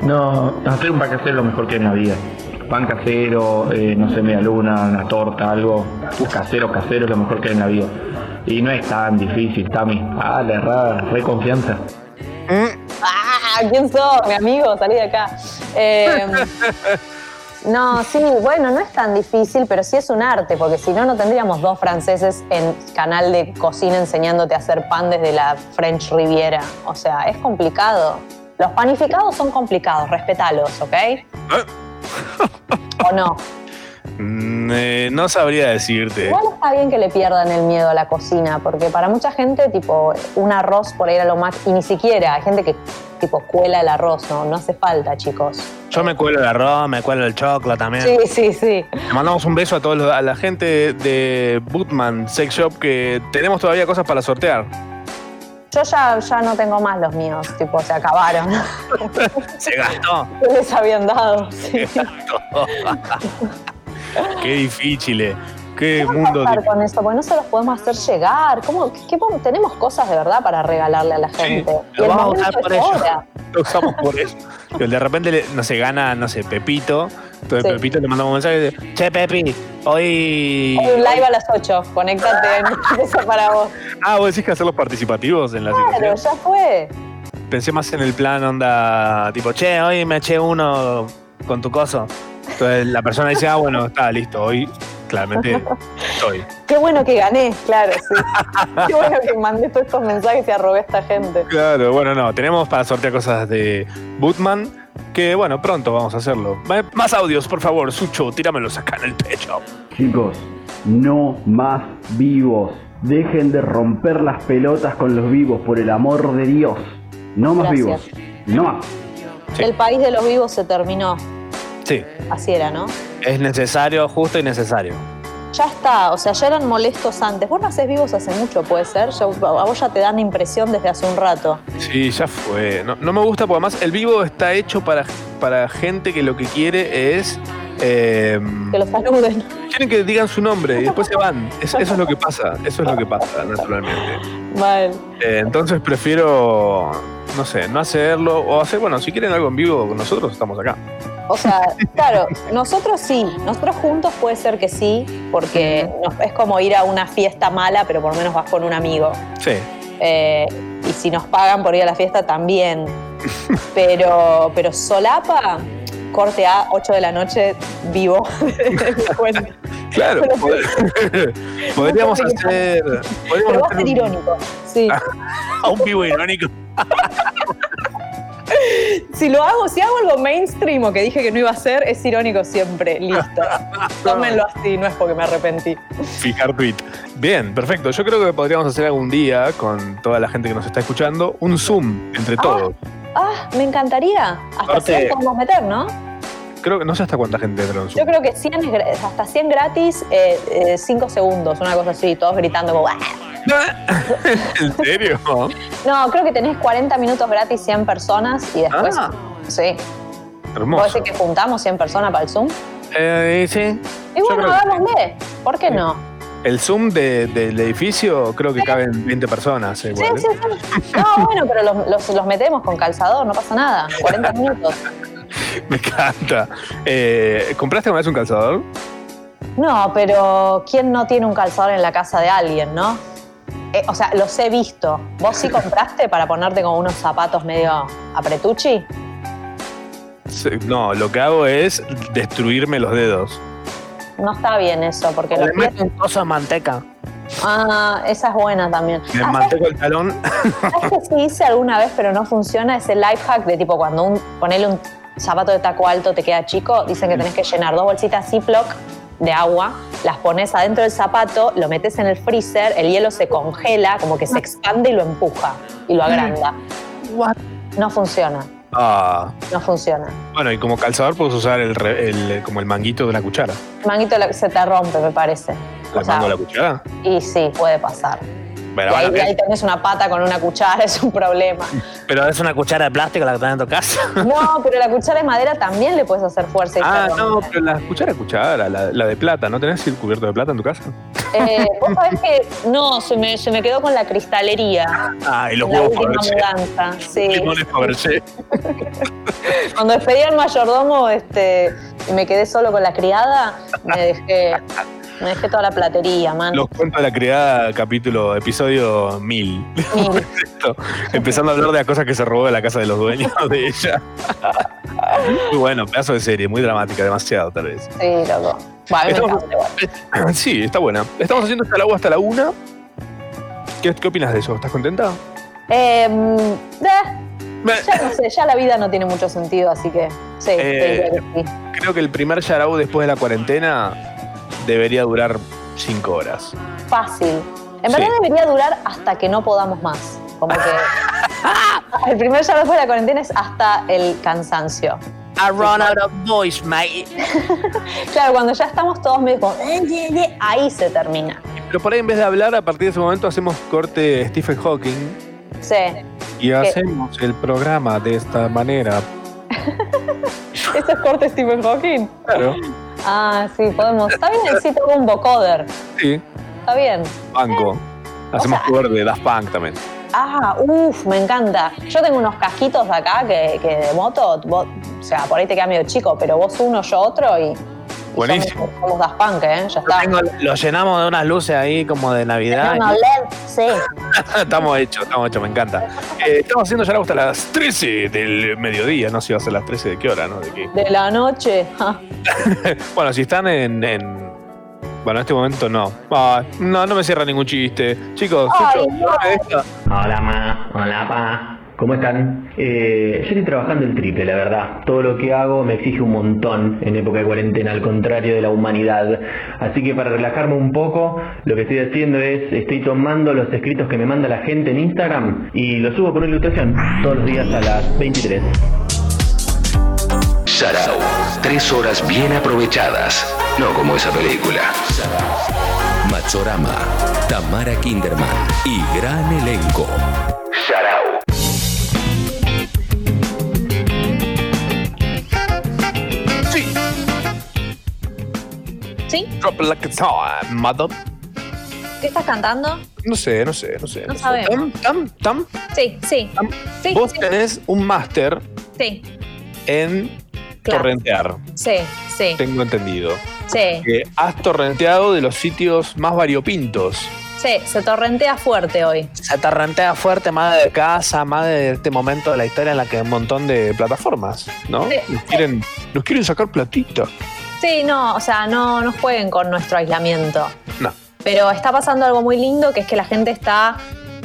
S13: No, hacer un pan casero es lo mejor que hay en la vida. Pan casero, eh, no sé, media luna, una torta, algo. Casero, casero es lo mejor que hay en la vida. Y no es tan difícil, Tami. Ah, la errada, re confianza.
S5: ¡Ah! ¿Quién sos? Mi amigo, salí de acá. Eh, no, sí, bueno, no es tan difícil, pero sí es un arte, porque si no, no tendríamos dos franceses en canal de cocina enseñándote a hacer pan desde la French Riviera. O sea, es complicado. Los panificados son complicados, respetalos, ¿ok? ¿O no?
S4: Mm, eh, no sabría decirte.
S5: Igual está bien que le pierdan el miedo a la cocina, porque para mucha gente, tipo, un arroz por ahí era lo más. Y ni siquiera, hay gente que, tipo, cuela el arroz, ¿no? No hace falta, chicos.
S7: Yo me cuelo el arroz, me cuelo el choclo también.
S5: Sí, sí, sí.
S4: Le mandamos un beso a todos los- a la gente de Bootman Sex Shop que tenemos todavía cosas para sortear.
S5: Yo ya, ya no tengo más los míos, tipo, se acabaron.
S4: Se gastó.
S5: ¿Qué les habían dado? Sí.
S4: Qué difícil, eh. Qué
S5: ¿Qué va a
S4: mundo
S5: pasar
S4: difícil.
S5: con eso? Porque no se los podemos hacer llegar. ¿Cómo, qué, podemos- tenemos cosas de verdad para regalarle a la gente. Y
S4: Lo
S5: el
S4: vamos a
S5: momento
S4: usar por
S5: es
S4: eso.
S5: ahora.
S4: Lo usamos por eso. Pero de repente, le- no sé, gana, no sé, Pepito. Entonces
S5: Sí.
S4: Pepito le mandamos un mensaje y dice, Che, Pepi, hoy...
S5: Hoy un live a las 8. Conéctate. Eso para vos.
S4: Ah, vos decís que hacerlos participativos en la
S5: Claro,
S4: situación.
S5: ya fue.
S4: Pensé más en el plan onda, tipo, che, hoy me eché uno con tu coso. Entonces la persona dice, ah, bueno, está listo, hoy claramente estoy.
S5: Qué bueno que gané, claro, sí. Qué bueno que mandé todos estos mensajes y arrobé a esta gente.
S4: Claro, bueno, no, tenemos para sortear cosas de Bootman, que bueno, pronto vamos a hacerlo. Ma- Más audios, por favor, Sucho, tíramelos acá en el pecho.
S14: Chicos, no más vivos. Dejen de romper las pelotas con los vivos, por el amor de Dios. No más
S5: Gracias.
S14: vivos. No más.
S5: El país de los vivos se terminó.
S4: Sí,
S5: Así era, ¿no?
S7: es necesario, justo y necesario.
S5: Ya está, o sea, ya eran molestos antes. Vos no haces vivos hace mucho, puede ser. Ya- a vos ya te dan impresión desde hace un rato.
S4: sí, ya fue. No, no me gusta porque además el vivo está hecho para, para gente que lo que quiere es... em,
S5: Que los saluden.
S4: Quieren que digan su nombre y después se van. Es- eso es lo que pasa. Eso es lo que pasa, naturalmente.
S5: Mal.
S4: Eh, entonces prefiero, no sé, no hacerlo. O hacer, bueno, si quieren algo en vivo, nosotros estamos acá.
S5: O sea, claro, nosotros sí, nosotros juntos puede ser que sí, porque nos- es como ir a una fiesta mala, pero por lo menos vas con un amigo.
S4: Sí.
S5: Eh, y si nos pagan por ir a la fiesta también. Pero, pero solapa, corte a 8 de la noche, vivo. Bueno,
S4: Claro,
S5: Pero-
S4: pod- podríamos
S5: No sé
S4: hacer. podríamos
S5: pero va a
S4: hacer
S5: ser
S4: un-
S5: irónico. Sí.
S4: a un vivo irónico.
S5: Si lo hago, si hago algo mainstream o que dije que no iba a ser, es irónico siempre. Listo. Tómenlo así, no es porque me arrepentí.
S4: Fijar tweet. Bien, perfecto. Yo creo que podríamos hacer algún día, con toda la gente que nos está escuchando, un Zoom entre
S5: Ah.
S4: todos.
S5: Ah, me encantaría. Hasta
S4: Aparte-
S5: 100 podemos meter, ¿no?
S4: Creo que no sé hasta cuánta gente entra en un Zoom.
S5: Yo creo que 100 es gra- hasta 100 gratis, 5 segundos, una cosa así, todos gritando como... "Ah".
S4: ¿En serio?
S5: No, creo que tenés 40 minutos gratis, 100 personas y después...
S4: Ah.
S5: Sí. ¿Puedo
S4: Hermoso.
S5: decir que juntamos 100 personas para el Zoom?
S4: Eh, sí.
S5: Y bueno, hagámosle. ¿Por qué no?
S4: El Zoom de- del edificio creo que caben 20 personas. eh,
S5: Sí,
S4: igual,
S5: sí,
S4: ¿eh?
S5: sí. No, bueno, pero los, los- los metemos con calzador, no pasa nada. 40 minutos.
S4: Me encanta. Eh, ¿Compraste una vez un calzador?
S5: No, pero ¿quién no tiene un calzador en la casa de alguien, no? Eh, o sea, los he visto. ¿Vos sí compraste para ponerte con unos zapatos medio apretuchi?
S4: Sí, No, lo que hago es destruirme los dedos.
S5: No está bien eso, porque
S7: Le
S5: los pies-
S7: meten cosas manteca.
S5: Ah, esa es buena también.
S4: Me
S5: Ah,
S4: mantengo el talón.
S5: ¿Sabes que sí hice alguna vez pero no funciona? Es el life hack de tipo cuando un, ponele un zapato de taco alto te queda chico, dicen que tenés que llenar dos bolsitas Ziploc de agua, las pones adentro del zapato, lo metes en el freezer, el hielo se congela, como que se expande y lo empuja y lo agranda. No funciona,
S4: Ah.
S5: no funciona.
S4: Bueno, y como calzador puedes usar el, re- el- eh, como el manguito de una cuchara.
S5: Manguito la- se te rompe, me parece.
S4: ¿El mango de la cuchara?
S5: Y sí, puede pasar.
S4: Bueno,
S5: Y ahí,
S4: bueno,
S5: y ahí tenés una pata con una cuchara, es un problema.
S7: Pero es una cuchara de plástico la que tenés en tu casa.
S5: No, pero la cuchara de madera también le puedes hacer fuerza y se
S4: Ah,
S5: rompe.
S4: no, pero la cuchara, cuchara, la, la de plata. ¿No tenés el cubierto de plata en tu casa?
S5: Eh, Vos sabés que no, se me, se me quedó con la cristalería.
S4: Ah, y los
S5: la
S4: huevos
S5: última
S4: Fabergé.
S5: mudanza. Sí.
S4: Limones Fabergé.
S5: Cuando despedí al mayordomo este, y me quedé solo con la criada, me dejé, me dejé toda la platería, mano.
S4: Los cuentos de la criada, capítulo, episodio 1000. Esto, Empezando a hablar de las cosas que se robó de la casa de los dueños de ella. Muy bueno, pedazo de serie, muy dramática, demasiado tal vez.
S5: Sí, loco. Va, a mí me
S4: Estamos-
S5: encanta igual.
S4: Sí, está buena. Estamos haciendo hasta el agua hasta la una. ¿Qué, qué opinas de eso? ¿Estás contenta?
S5: Eh, mm, eh, ya no sé, ya la vida no tiene mucho sentido, así que sí,
S4: Eh,
S5: te diría que sí.
S4: Creo que el primer Yarau después de la cuarentena debería durar 5 horas.
S5: fácil. En verdad
S4: Sí.
S5: debería durar hasta que no podamos más. Como que. el primer ya después de la cuarentena es hasta el cansancio.
S7: I run out of voice, mate.
S5: Claro, cuando ya estamos todos medio como. "Eh, eh, eh", Ahí se termina.
S4: Pero por ahí en vez de hablar, a partir de ese momento hacemos corte Stephen Hawking
S5: Sí.
S4: y hacemos el programa de esta manera.
S5: ¿Eso es corte Stephen Hawking?
S4: Claro.
S5: Ah, sí, podemos. Está bien, necesito un vocoder.
S4: Sí,
S5: Está bien.
S4: banco. Hacemos cover de Daft Punk también.
S5: Ah, uff, me encanta. Yo tengo unos casquitos acá que, que de moto, vos- o sea, por ahí te queda medio chico, pero vos uno, yo otro y.
S7: Buenísimo.
S5: Somos Daft Punk, ¿eh? Ya está.
S7: Lo llenamos de unas luces ahí como de Navidad.
S5: No, no, LED, sí.
S4: estamos hechos, estamos hechos, me encanta. Eh, estamos haciendo Yarau hasta las 13 del mediodía, no sé si va a ser las 13 de qué hora, ¿no? De qué.
S5: De la noche. ja.
S4: bueno, si están en, en- Bueno, en este momento no. Ah, no, no me cierra ningún chiste. Chicos,
S5: Ay,
S4: Sucho,
S5: no.
S4: dame esta.
S15: Hola ma, hola pa. ¿Cómo están? Eh, yo estoy trabajando el triple, la verdad. Todo lo que hago me exige un montón en época de cuarentena, al contrario de la humanidad. Así que para relajarme un poco, lo que estoy haciendo es, estoy tomando los escritos que me manda la gente en Instagram y los subo con una ilustración todos los días a las 23.
S10: Sarao. Tres horas bien aprovechadas. No como esa película.
S6: Machorama, Tamara Kinderman y gran elenco.
S10: Sarao.
S4: Sí.
S5: ¿Sí?
S4: Drop it like it's hot, mother.
S5: ¿Qué estás cantando?
S4: No sé, no sé, no sé.
S5: No
S4: sé.
S5: sabemos.
S4: Tam, tam, tam.
S5: Sí, sí. Sí,
S4: Vos tenés un máster
S5: sí,
S4: en
S5: Claro.
S4: torrentear,
S5: sí, sí,
S4: tengo entendido.
S5: sí,
S4: Que has torrenteado de los sitios más variopintos.
S5: sí. Se torrentea fuerte hoy.
S7: Se atarrantea fuerte, madre de casa, madre de este momento de la historia en la que hay un montón de plataformas, ¿no?
S5: Sí.
S4: Nos quieren, nos quieren sacar platita.
S5: Sí, no, o sea, no, no jueguen con nuestro aislamiento.
S4: No.
S5: Pero está pasando algo muy lindo, que es que la gente está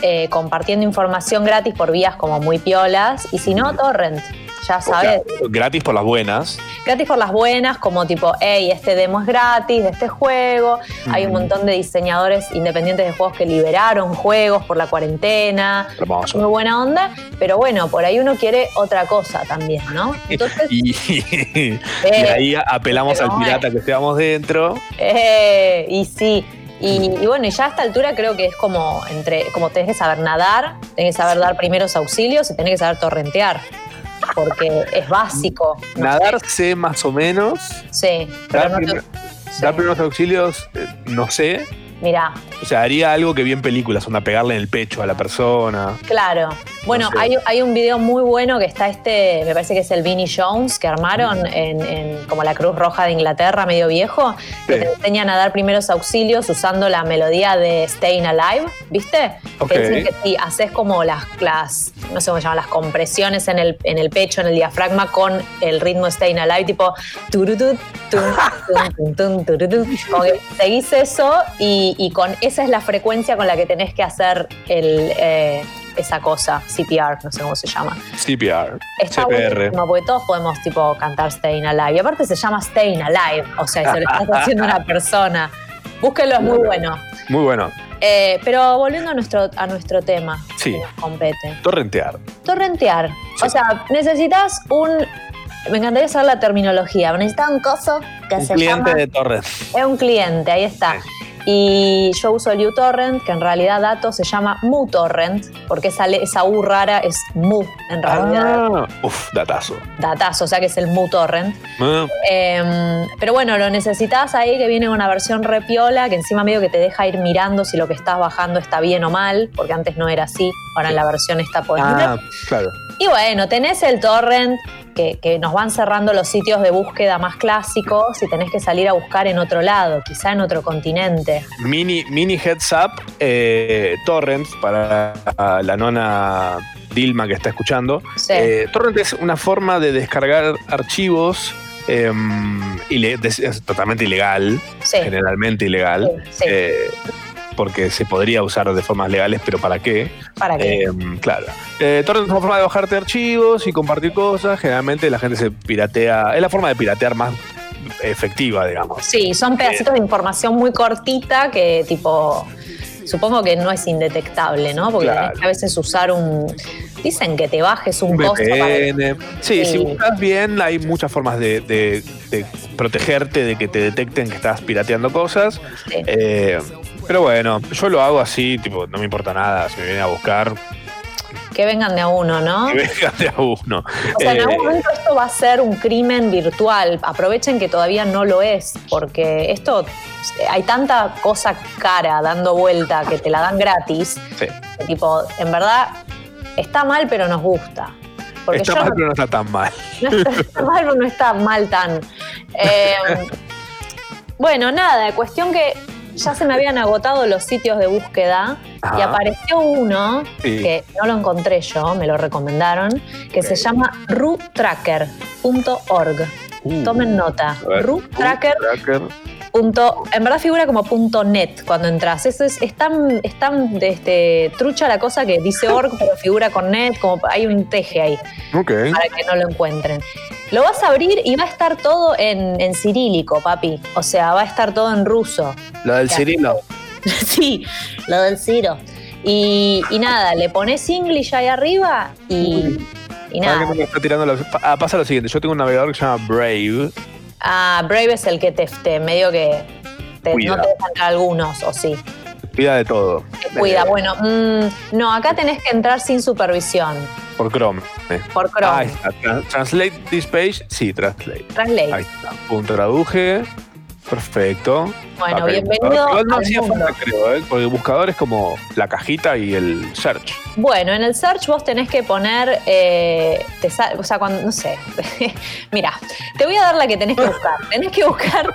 S5: eh, compartiendo información gratis por vías como muy piolas. Y si no, torrent. Ya sabes.
S4: Gratis por las buenas.
S5: Gratis por las buenas, como tipo, hey, este demo es gratis de este juego. Hay un
S4: Mm.
S5: montón de diseñadores independientes de juegos que liberaron juegos por la cuarentena.
S4: Hermoso.
S5: Muy buena onda, pero bueno, por ahí uno quiere otra cosa también, ¿no? Entonces,
S4: Y, y ahí apelamos
S5: pero
S4: al pirata que estábamos dentro.
S5: eh, y sí. Y, y bueno, y ya a esta altura creo que es como entre, como tenés que saber nadar, tenés que saber dar primeros auxilios y tenés que saber torrentear. Porque es básico. ¿no?
S4: Nadarse más o menos.
S5: Sí.
S4: Dar,
S5: Pero no te-
S4: prim- dar primeros auxilios, eh, no sé.
S5: mirá,
S4: O sea, haría algo que vi en películas, onda pegarle en el pecho a la persona.
S5: Claro. Bueno,
S4: No sé.
S5: hay, hay un video muy bueno que está este, me parece que es el Vinnie Jones, que
S4: Mm.
S5: armaron en, en como la Cruz Roja de Inglaterra, medio viejo, que
S4: Sí.
S5: te enseñan a dar primeros auxilios usando la melodía de Staying Alive, ¿viste?
S4: Ok.
S5: Que dicen que si haces como las, las, no sé cómo se llaman, las compresiones en el, en el pecho, en el diafragma, con el ritmo Staying Alive, tipo turutut, tun, tun, tun, tun, turutut. Como que seguís eso y, y con esa es la frecuencia con la que tenés que hacer el, eh, esa cosa, CPR, no sé cómo se llama.
S4: CPR.
S5: Está
S4: CPR.
S5: buenísimo, porque todos podemos tipo cantar Staying Alive. Y aparte se llama Staying Alive, o sea, se lo estás haciendo a una persona. Búsquenlo, es muy bueno.
S4: Muy bueno.
S5: Eh, pero volviendo a nuestro, a nuestro tema,
S4: Sí.
S5: compete.
S4: Torrentear.
S5: Torrentear. O sea, necesitas un. Me encantaría saber la terminología. Necesitas un coso que
S7: Un
S5: se
S7: cliente
S5: llama-
S7: de Torres.
S5: Es un cliente, ahí está. Y yo uso el uTorrent, que en realidad datos se llama muTorrent, porque sale esa U rara es mu en realidad.
S4: Ah, uf, datazo.
S5: Datazo, o sea que es el muTorrent.
S4: Ah,
S5: Eh, pero bueno, lo necesitas ahí, que viene una versión repiola, que encima medio que te deja ir mirando si lo que estás bajando está bien o mal, porque antes no era así, ahora en la versión está por
S4: ah, claro.
S5: Y bueno, tenés el torrent, que, que nos van cerrando los sitios de búsqueda más clásicos y tenés que salir a buscar en otro lado, quizá en otro continente.
S4: Mini, mini heads up, eh, Torrent, para la nona Dilma que está escuchando.
S5: Sí.
S4: Eh, Torrent es una forma de descargar archivos. em, ile- des- es totalmente ilegal,
S5: Sí.
S4: generalmente ilegal,
S5: Sí, sí.
S4: eh, porque se podría usar de formas legales, pero ¿para qué?
S5: ¿Para qué?
S4: Em, claro. Eh, torrent es una forma de bajarte archivos y compartir cosas. Generalmente la gente se piratea. Es la forma de piratear más efectiva, digamos.
S5: Sí, son pedacitos de información muy cortita que tipo... Supongo que no es indetectable, ¿no? Porque
S4: Claro.
S5: tenés que a veces usar un... Dicen que te bajes un
S4: Un
S5: costo para...
S4: VPN. Sí,
S5: Sí.
S4: si buscas bien, hay muchas formas de, de- de protegerte, de que te detecten que estás pirateando cosas. Eh, pero bueno, yo lo hago así, tipo, no me importa nada. Si me vienen a buscar,
S5: Que vengan de a uno, ¿no?
S4: que vengan de a uno.
S5: Ah. O sea, en
S4: Eh,
S5: algún momento esto va a ser un crimen virtual. Aprovechen que todavía no lo es, porque esto eh, hay tanta cosa cara dando vuelta que te la dan gratis.
S4: sí.
S5: que tipo, en verdad está mal, pero nos gusta. Porque
S4: Está
S5: yo
S4: mal,
S5: no-
S4: pero no está tan mal.
S5: no está mal, no está mal tan. Eh, bueno, nada, cuestión que ya se me habían agotado los sitios de búsqueda y
S16: Ajá.
S5: apareció uno
S16: Sí.
S5: que no lo encontré yo, me lo recomendaron, que se llama rutracker.org. Tomen nota.
S4: Uh. A ver.
S5: Rutracker.
S4: Uh, Tracker.
S5: Punto, en verdad figura como punto net cuando entras. Es, es, es tan, es tan, este, trucha la cosa que dice org, pero figura con net, como hay un teje ahí
S4: Ok.
S5: para que no lo encuentren. Lo vas a abrir y va a estar todo en, en cirílico, papi. O sea, va a estar todo en ruso.
S7: Lo del
S5: Ya.
S7: Cirilo.
S5: sí, lo del Ciro. Y, y nada, le pones English ahí arriba y, y
S4: Ahora que
S5: nada.
S4: no me está tirando la- pa- ah, pasa lo siguiente. Yo tengo un navegador que se llama Brave.
S5: Ah, Brave es el que te, te- medio que te-
S4: Cuida.
S5: no te dejan entrar algunos, o sí.
S4: Cuida de todo. Eh,
S5: Te cuida. Bueno, mm, no, acá tenés que entrar sin supervisión.
S4: Por Chrome. eh.
S5: Por Chrome.
S4: Ah, ahí está. Tra- Translate this page. Sí, translate.
S5: Translate.
S4: Ahí está. Punto traduje. Perfecto.
S5: Bueno,
S4: Acá hay un
S5: bienvenido
S4: buscador. Igual no
S5: al
S4: hacía
S5: mundo.
S4: falta, creo, eh, porque el buscador es como la cajita y el search.
S5: Bueno, en el search vos tenés que poner, eh, te sa- o sea, cuando, no sé, mira, te voy a dar la que tenés que buscar. Tenés que buscar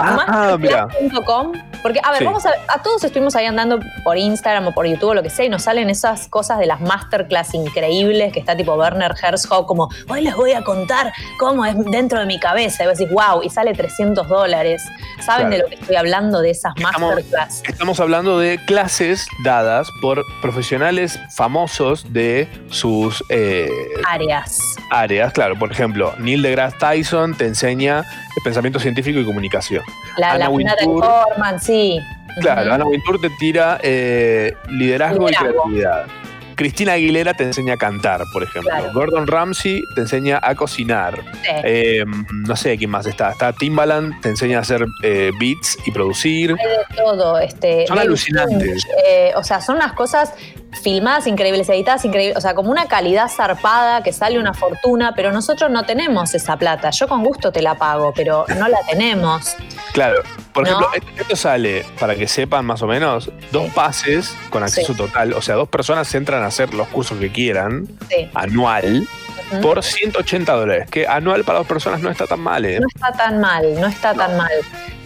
S4: Ah, mira.
S5: masterclass.com, porque, a ver,
S4: Sí.
S5: vamos a, a todos estuvimos ahí andando por Instagram o por YouTube o lo que sea y nos salen esas cosas de las masterclass increíbles que está tipo Werner Herzog como, hoy les voy a contar cómo es dentro de mi cabeza. Y vos decís, wow, y sale 300 dólares. ¿Saben
S4: Claro.
S5: de lo que estoy hablando de esas masterclass?
S4: Estamos hablando de clases dadas por profesionales famosos de sus eh,
S5: Áreas.
S4: áreas. Claro, por ejemplo, Neil deGrasse Tyson te enseña el pensamiento científico y comunicación.
S5: La,
S4: Ana
S5: la una de
S4: Wintour-
S5: Corman, sí.
S4: Claro,
S5: Ujú.
S4: Ana Wintour te tira eh, liderazgo,
S5: Liderazgo.
S4: y creatividad. Cristina Aguilera te enseña a cantar, por ejemplo.
S5: Claro.
S4: Gordon Ramsay te enseña a cocinar.
S5: Sí.
S4: Eh, no sé quién más está. Está Timbaland, te enseña a hacer eh, beats y producir.
S5: Hay de todo. Este,
S4: Son
S5: David
S4: alucinantes.
S5: Lynch, eh, o sea, son unas cosas filmadas increíbles, editadas increíbles. O sea, como una calidad zarpada que sale una fortuna, pero nosotros no tenemos esa plata. Yo con gusto te la pago, pero no la tenemos.
S4: Claro. Por
S5: No.
S4: ejemplo, esto- esto sale, para que sepan más o menos, dos pases con acceso total. O sea, dos personas entran a hacer los cursos que quieran,
S5: Sí.
S4: anual,
S5: Ujú.
S4: por 180 dólares. Que anual para dos personas no está tan mal, ¿eh?
S5: No está tan mal, no está tan mal.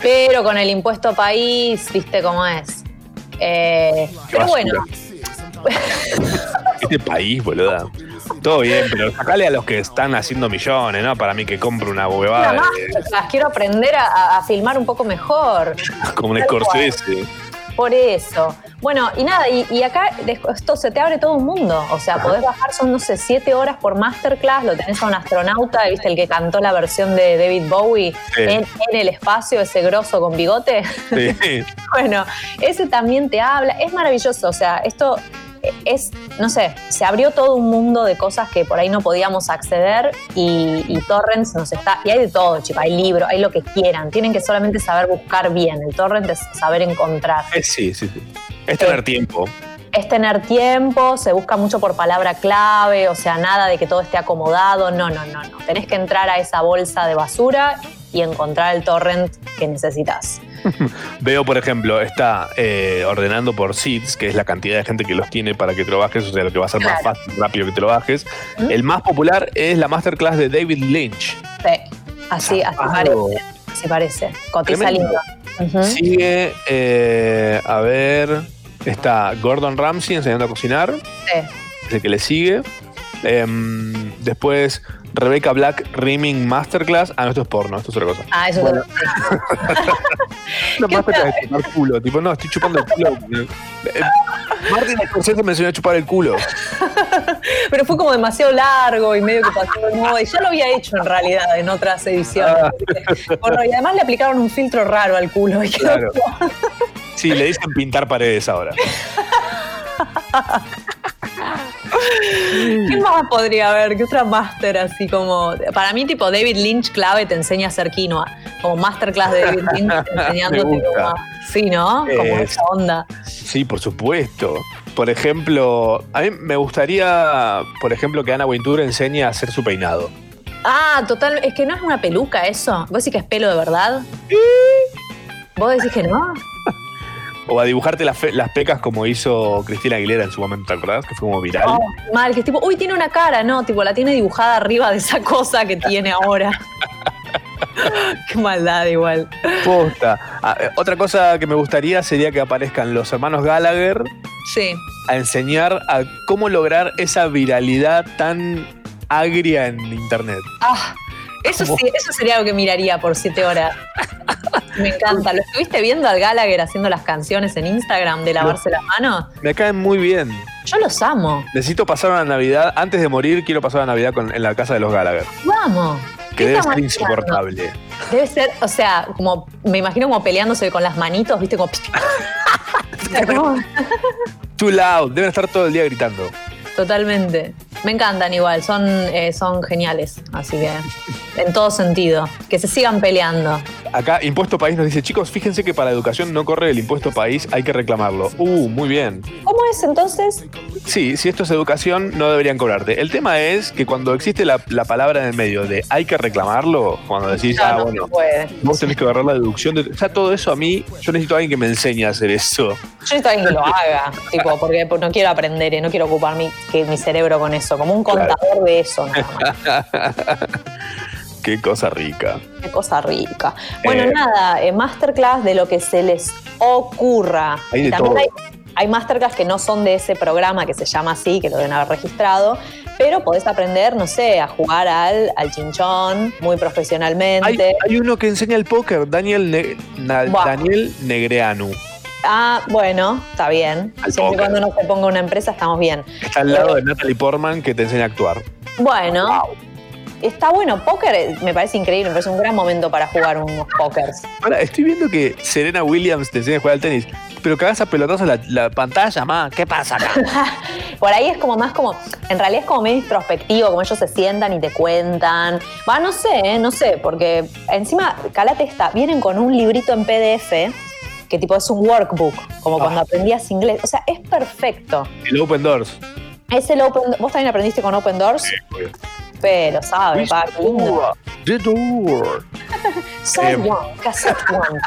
S5: Pero con el impuesto país, viste cómo es. Eh, pero
S4: basura.
S5: bueno,
S4: Este país, boluda. Todo bien, pero sacale a los que están haciendo millones, ¿no? Para mí que compro una
S5: nada
S4: huevada
S5: más,
S4: de-
S5: las quiero aprender a- a- a filmar un poco mejor.
S4: como un Scorsese.
S5: Por eso. Bueno, y nada, y, y acá de- esto se te abre todo un mundo. O sea, podés bajar, son, no sé, siete horas por masterclass, lo tenés a un astronauta, ¿viste? El que cantó la versión de David Bowie
S4: Sí.
S5: en, en el espacio, ese grosso con bigote.
S4: Sí.
S5: bueno, ese también te habla, es maravilloso. O sea, esto eh, es, no sé, se abrió todo un mundo de cosas que por ahí no podíamos acceder y, y Torrents nos está, y hay de todo, chicos, hay libros, hay lo que quieran, tienen que solamente saber buscar bien, el Torrent es saber encontrar.
S4: Eh, sí, sí, sí. Es tener tiempo.
S5: Es tener tiempo, se busca mucho por palabra clave, o sea, nada de que todo esté acomodado, no, no, no, no. Tenés que entrar a esa bolsa de basura y encontrar el torrent que necesitas.
S4: Veo, por ejemplo, está eh, ordenando por seeds, que es la cantidad de gente que los tiene para que te lo bajes, o sea, lo que va a ser más
S5: Claro.
S4: fácil, rápido que te lo bajes. El más popular es la masterclass de David Lynch.
S5: Sí, así, así
S4: Zarpado.
S5: parece. Así parece. Cotiza
S4: Tremendo.
S5: lindo. Ujú.
S4: Sigue, eh, a ver, está Gordon Ramsay enseñando a cocinar,
S5: Sí.
S4: es el que le sigue. Em, después, Rebecca Black Rimming Masterclass. Ah, no, esto es porno, esto es otra cosa.
S5: Ah, eso
S4: Bueno,
S5: te lo-
S4: Una masterclass de chupar culo. Tipo, no, estoy chupando el culo. Eh, Martin Scorsese mencionó chupar el culo.
S5: Pero fue como demasiado largo y medio que pasó de moda. Y ya lo había hecho en realidad en otras ediciones.
S4: Ah.
S5: Bueno, y además le aplicaron un filtro raro al culo. Y quedó
S4: Claro. Sí, le dicen pintar paredes ahora.
S5: ¿Qué
S4: Mm.
S5: más podría haber? ¿Qué otra máster así como.? Para mí, tipo, David Lynch clave te enseña a hacer quinoa. Como masterclass de David Lynch enseñándote
S4: Me gusta.
S5: como a- Sí, ¿no? Como
S4: Eh,
S5: esa onda.
S4: Sí, por supuesto. Por ejemplo, a mí me gustaría, por ejemplo, que Ana Wintour enseñe a hacer su peinado.
S5: Ah, total. Es que no es una peluca eso. ¿Vos decís que es pelo de verdad? ¿Vos decís que no?
S4: O a dibujarte las, fe- las pecas como hizo Cristina Aguilera en su momento, ¿te acordás? Que fue como viral.
S5: Oh, mal, que es tipo, uy, tiene una cara, no, tipo, la tiene dibujada arriba de esa cosa que tiene ahora. Qué maldad igual.
S4: Posta. Ah, eh, otra cosa que me gustaría sería que aparezcan los hermanos Gallagher
S5: Sí.
S4: a enseñar a cómo lograr esa viralidad tan agria en internet.
S5: Ah, eso, sí, eso sería algo que miraría por siete horas. Me encanta. ¿Lo estuviste viendo al Gallagher haciendo las canciones en Instagram de lavarse las manos?
S4: Me caen muy bien.
S5: Yo los amo.
S4: Necesito pasar una Navidad, antes de morir quiero pasar una Navidad con- en la casa de los Gallagher,
S5: Vamos.
S4: que
S5: ¿Qué
S4: debe
S5: estamos
S4: ser
S5: hablando?
S4: insoportable.
S5: Debe ser, o sea, como me imagino como peleándose con las manitos, viste, como. Como-
S4: Too loud, deben estar todo el día gritando.
S5: Totalmente. Me encantan igual, son, eh, son geniales, así que en todo sentido. Que se sigan peleando.
S4: Acá Impuesto País nos dice, chicos, fíjense que para educación no corre el Impuesto País, hay que reclamarlo. Uh, muy bien.
S5: ¿Cómo es entonces?
S4: Sí, si esto es educación, no deberían cobrarte. El tema es que cuando existe la, la palabra en el medio de hay que reclamarlo, cuando decís,
S5: No,
S4: ah,
S5: no
S4: bueno,
S5: se puede.
S4: vos tenés que agarrar la deducción, de, ya todo eso a mí, yo necesito a alguien que me enseñe a hacer eso.
S5: Yo necesito a alguien que lo haga, tipo, porque no quiero aprender, eh, no quiero ocupar mi, que mi cerebro con eso, como un contador de eso, nada más.
S4: Qué cosa rica.
S5: Qué cosa rica. Bueno,
S4: Eh.
S5: nada, eh, masterclass de lo que se les ocurra.
S4: Hay
S5: Y
S4: de
S5: también
S4: todo.
S5: hay, hay masterclass que no son de ese programa que se llama así, que lo deben haber registrado, pero podés aprender, no sé, a jugar al, al chinchón muy profesionalmente.
S4: Hay, hay uno que enseña el póker, Daniel, Ne- Na-
S5: Buah.
S4: Daniel Negreanu.
S5: Ah, bueno, está bien.
S4: Al
S5: Siempre y
S4: póker.
S5: cuando no se ponga una empresa estamos bien.
S4: Está al lado de Natalie Portman que te enseña a actuar.
S5: Bueno. Está bueno, póker eh, me parece increíble, me parece un gran momento para jugar unos pókers.
S4: Ahora, estoy viendo que Serena Williams te enseña a jugar al tenis, pero cagás a pelotazos la, la pantalla, ma. ¿Qué pasa acá?
S5: Por ahí es como más como, en realidad es como medio introspectivo, como ellos se sientan y te cuentan. Va, no sé, ¿eh? no sé, porque encima, calate esta, vienen con un librito en PDF que tipo es un workbook, como cuando aprendías inglés. O sea, es perfecto.
S4: El Open Doors.
S5: Es el Open Vos también aprendiste con Open Doors, pero sabes, va, qué lindo.
S4: The Door.
S5: Side
S4: Eh,
S5: one, cassette one.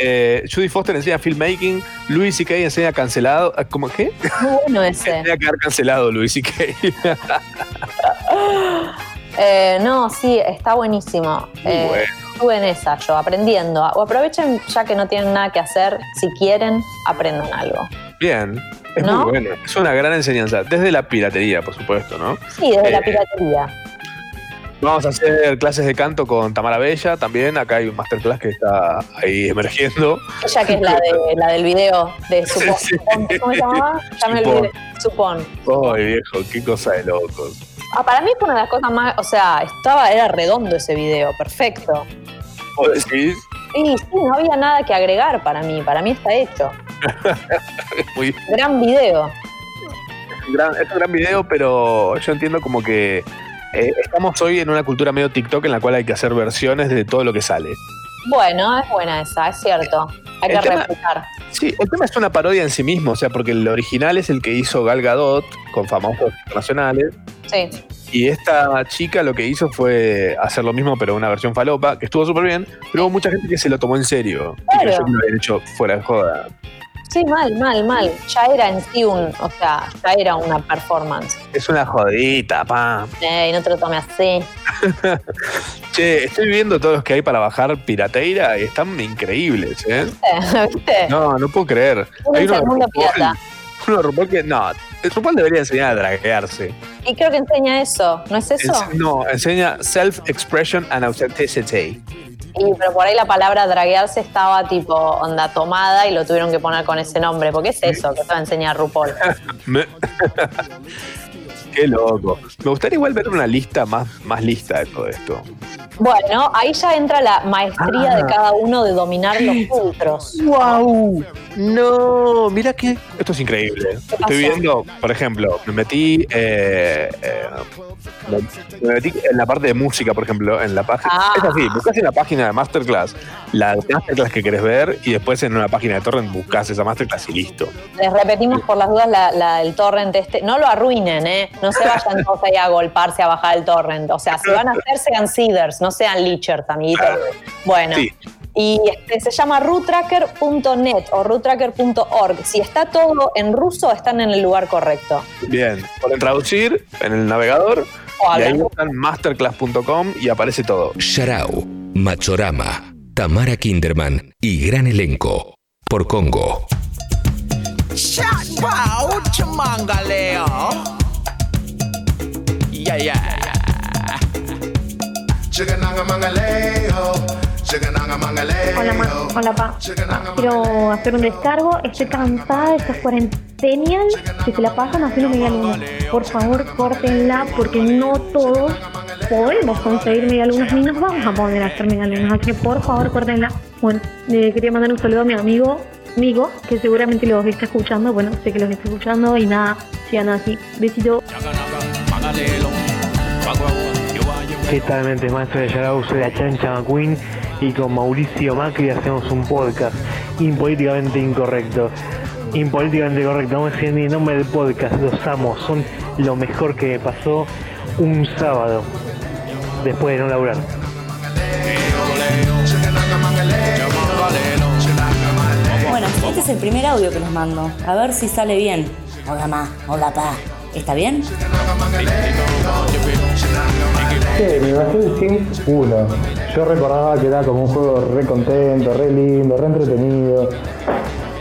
S4: Eh, Judy Foster enseña filmmaking, Louis C.K. enseña cancelado. ah, ¿Cómo qué?
S5: Muy bueno ese.
S4: Enseña a quedar cancelado, Louis C.K.
S5: Eh, no, sí, está buenísimo.
S4: Muy
S5: Eh,
S4: bueno.
S5: Estuve en esa yo, aprendiendo. O aprovechen ya que no tienen nada que hacer. Si quieren, aprendan algo.
S4: Bien. Es
S5: ¿No?
S4: muy bueno. Es una gran enseñanza. Desde la piratería, por supuesto, ¿no?
S5: Sí, desde la
S4: Eh,
S5: piratería.
S4: Vamos a hacer clases de canto con Tamara Bella también. Acá hay un masterclass que está ahí emergiendo.
S5: Ella que es la, de, la del video de Supón. ¿Cómo se llamaba? Ya me
S4: Supón.
S5: olvidé. Supón.
S4: Ay, viejo, qué cosa de locos.
S5: Ah, para mí fue una de las cosas más. O sea, estaba, era redondo ese video, perfecto.
S4: ¿Vos decís?
S5: Y sí, no había nada que agregar para mí. Para mí está hecho.
S4: Muy-
S5: Gran video.
S4: un gran- es un gran video, pero yo entiendo como que eh, estamos hoy en una cultura medio TikTok en la cual hay que hacer versiones de todo lo que sale.
S5: Bueno, es buena esa, es cierto. Hay
S4: El
S5: que
S4: tema-
S5: replicar.
S4: Sí, el tema es una parodia en sí mismo, o sea, porque el original es el que hizo Gal Gadot con famosos internacionales.
S5: Sí.
S4: Y esta chica lo que hizo fue hacer lo mismo, pero una versión falopa, que estuvo súper bien, pero hubo mucha gente que se lo tomó en serio. Y
S5: Claro.
S4: creyó que lo habían hecho fuera de joda.
S5: Sí, mal, mal, mal. Ya era en sí un, o sea, ya era una performance.
S4: Es una jodita, pa.
S5: Ey, no te lo tomes así.
S4: Che, estoy viendo todos los que hay para bajar pirateira y están increíbles, ¿eh?
S5: ¿Viste?
S4: No, no puedo creer.
S5: Uno es
S4: uno de
S5: el mundo
S4: RuPaul-
S5: pirata.
S4: Uno de RuPaul que. No, el RuPaul debería enseñar a draguearse.
S5: Y creo que enseña eso, ¿no es eso?
S4: Ense- no, enseña self-expression and authenticity.
S5: Y, pero por ahí la palabra draguearse estaba tipo onda tomada y lo tuvieron que poner con ese nombre, porque es eso que estaba enseñando RuPaul.
S4: Me- Qué loco. Me gustaría igual ver una lista más, más lista de todo esto.
S5: Bueno, ahí ya entra la maestría de cada uno de dominar los filtros.
S4: ¡Wow! No, mira que. Esto es increíble. Estoy viendo, por ejemplo, me metí. eh, eh, me- me metí en la parte de música, por ejemplo, en la página.
S5: Ah.
S4: Es así, buscas en la página de Masterclass la Masterclass que querés ver y después en una página de Torrent buscas esa Masterclass y listo.
S5: Les repetimos por las dudas la, la del torrent este. No lo arruinen, ¿eh? No se vayan todos ahí a golparse, a bajar el torrent. O sea, si van a hacer, sean seeders, no sean leechers, amiguitos. Bueno.
S4: Sí.
S5: Y este, se llama rootracker.net o rootracker.org. Si está todo en ruso, están en el lugar correcto.
S4: Bien, ponen traducir en el navegador y ahí
S5: hablan.
S4: buscan masterclass.com y aparece todo.
S6: Sharau, Machorama, Tamara Kinderman y gran elenco. Por Congo.
S17: Chat wow, chamangaleo. Yeah, yeah.
S2: Chicananga mangaleo, chicananga mangaleo.
S8: Hola, ma. Hola, pa. Quiero hacer un descargo. Estoy cansada de estas cuarentenias que se la pasan haciendo media luna. Por favor, córtenla porque no todos podemos conseguir media luna ni nos vamos a poder hacer media luna. Así que por favor, córtenla. Bueno, eh, quería mandar un saludo a mi amigo, amigo, que seguramente los está escuchando. Bueno, sé que los está escuchando y nada, sigan así. Besito.
S11: ¿Qué tal, mentes maestros de Yarau? Soy la Chancha McQueen y con Mauricio Macri hacemos un podcast impolíticamente incorrecto. Impolíticamente correcto, vamos a decir mi nombre del podcast, los amo, son lo mejor que me pasó un sábado después de no laburar.
S18: Bueno, este es el primer audio que les mando. A ver si sale bien. Hola ma, hola pa. ¿Está bien?
S19: Che, me bajé el Sims 1. Yo recordaba que era como un juego re contento, re lindo, re entretenido.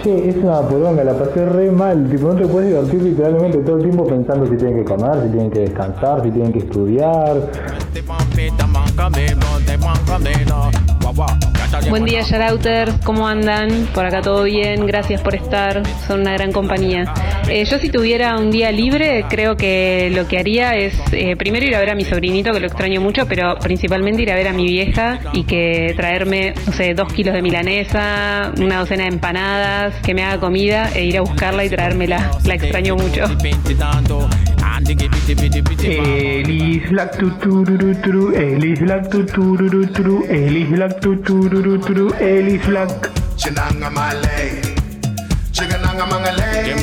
S19: Che, es una poronga, la pasé re mal. Tipo, no te puedes divertir literalmente todo el tiempo pensando si tienen que comer, si tienen que descansar, si tienen que estudiar.
S20: Buen día, Sharauters. ¿Cómo andan? Por acá todo bien. Gracias por estar. Son una gran compañía. Eh, yo si tuviera un día libre, creo que lo que haría es eh, primero ir a ver a mi sobrinito, que lo extraño mucho, pero principalmente ir a ver a mi vieja y que traerme, no sé, dos kilos de milanesa, una docena de empanadas, que me haga comida e ir a buscarla y traérmela. La extraño mucho.
S11: Elis Black tu tururu turu, Elis Black tu tururu turu, Elis Black tu tururu turu, Elis Black.
S2: Chicananga malay, chicananga mangaleo.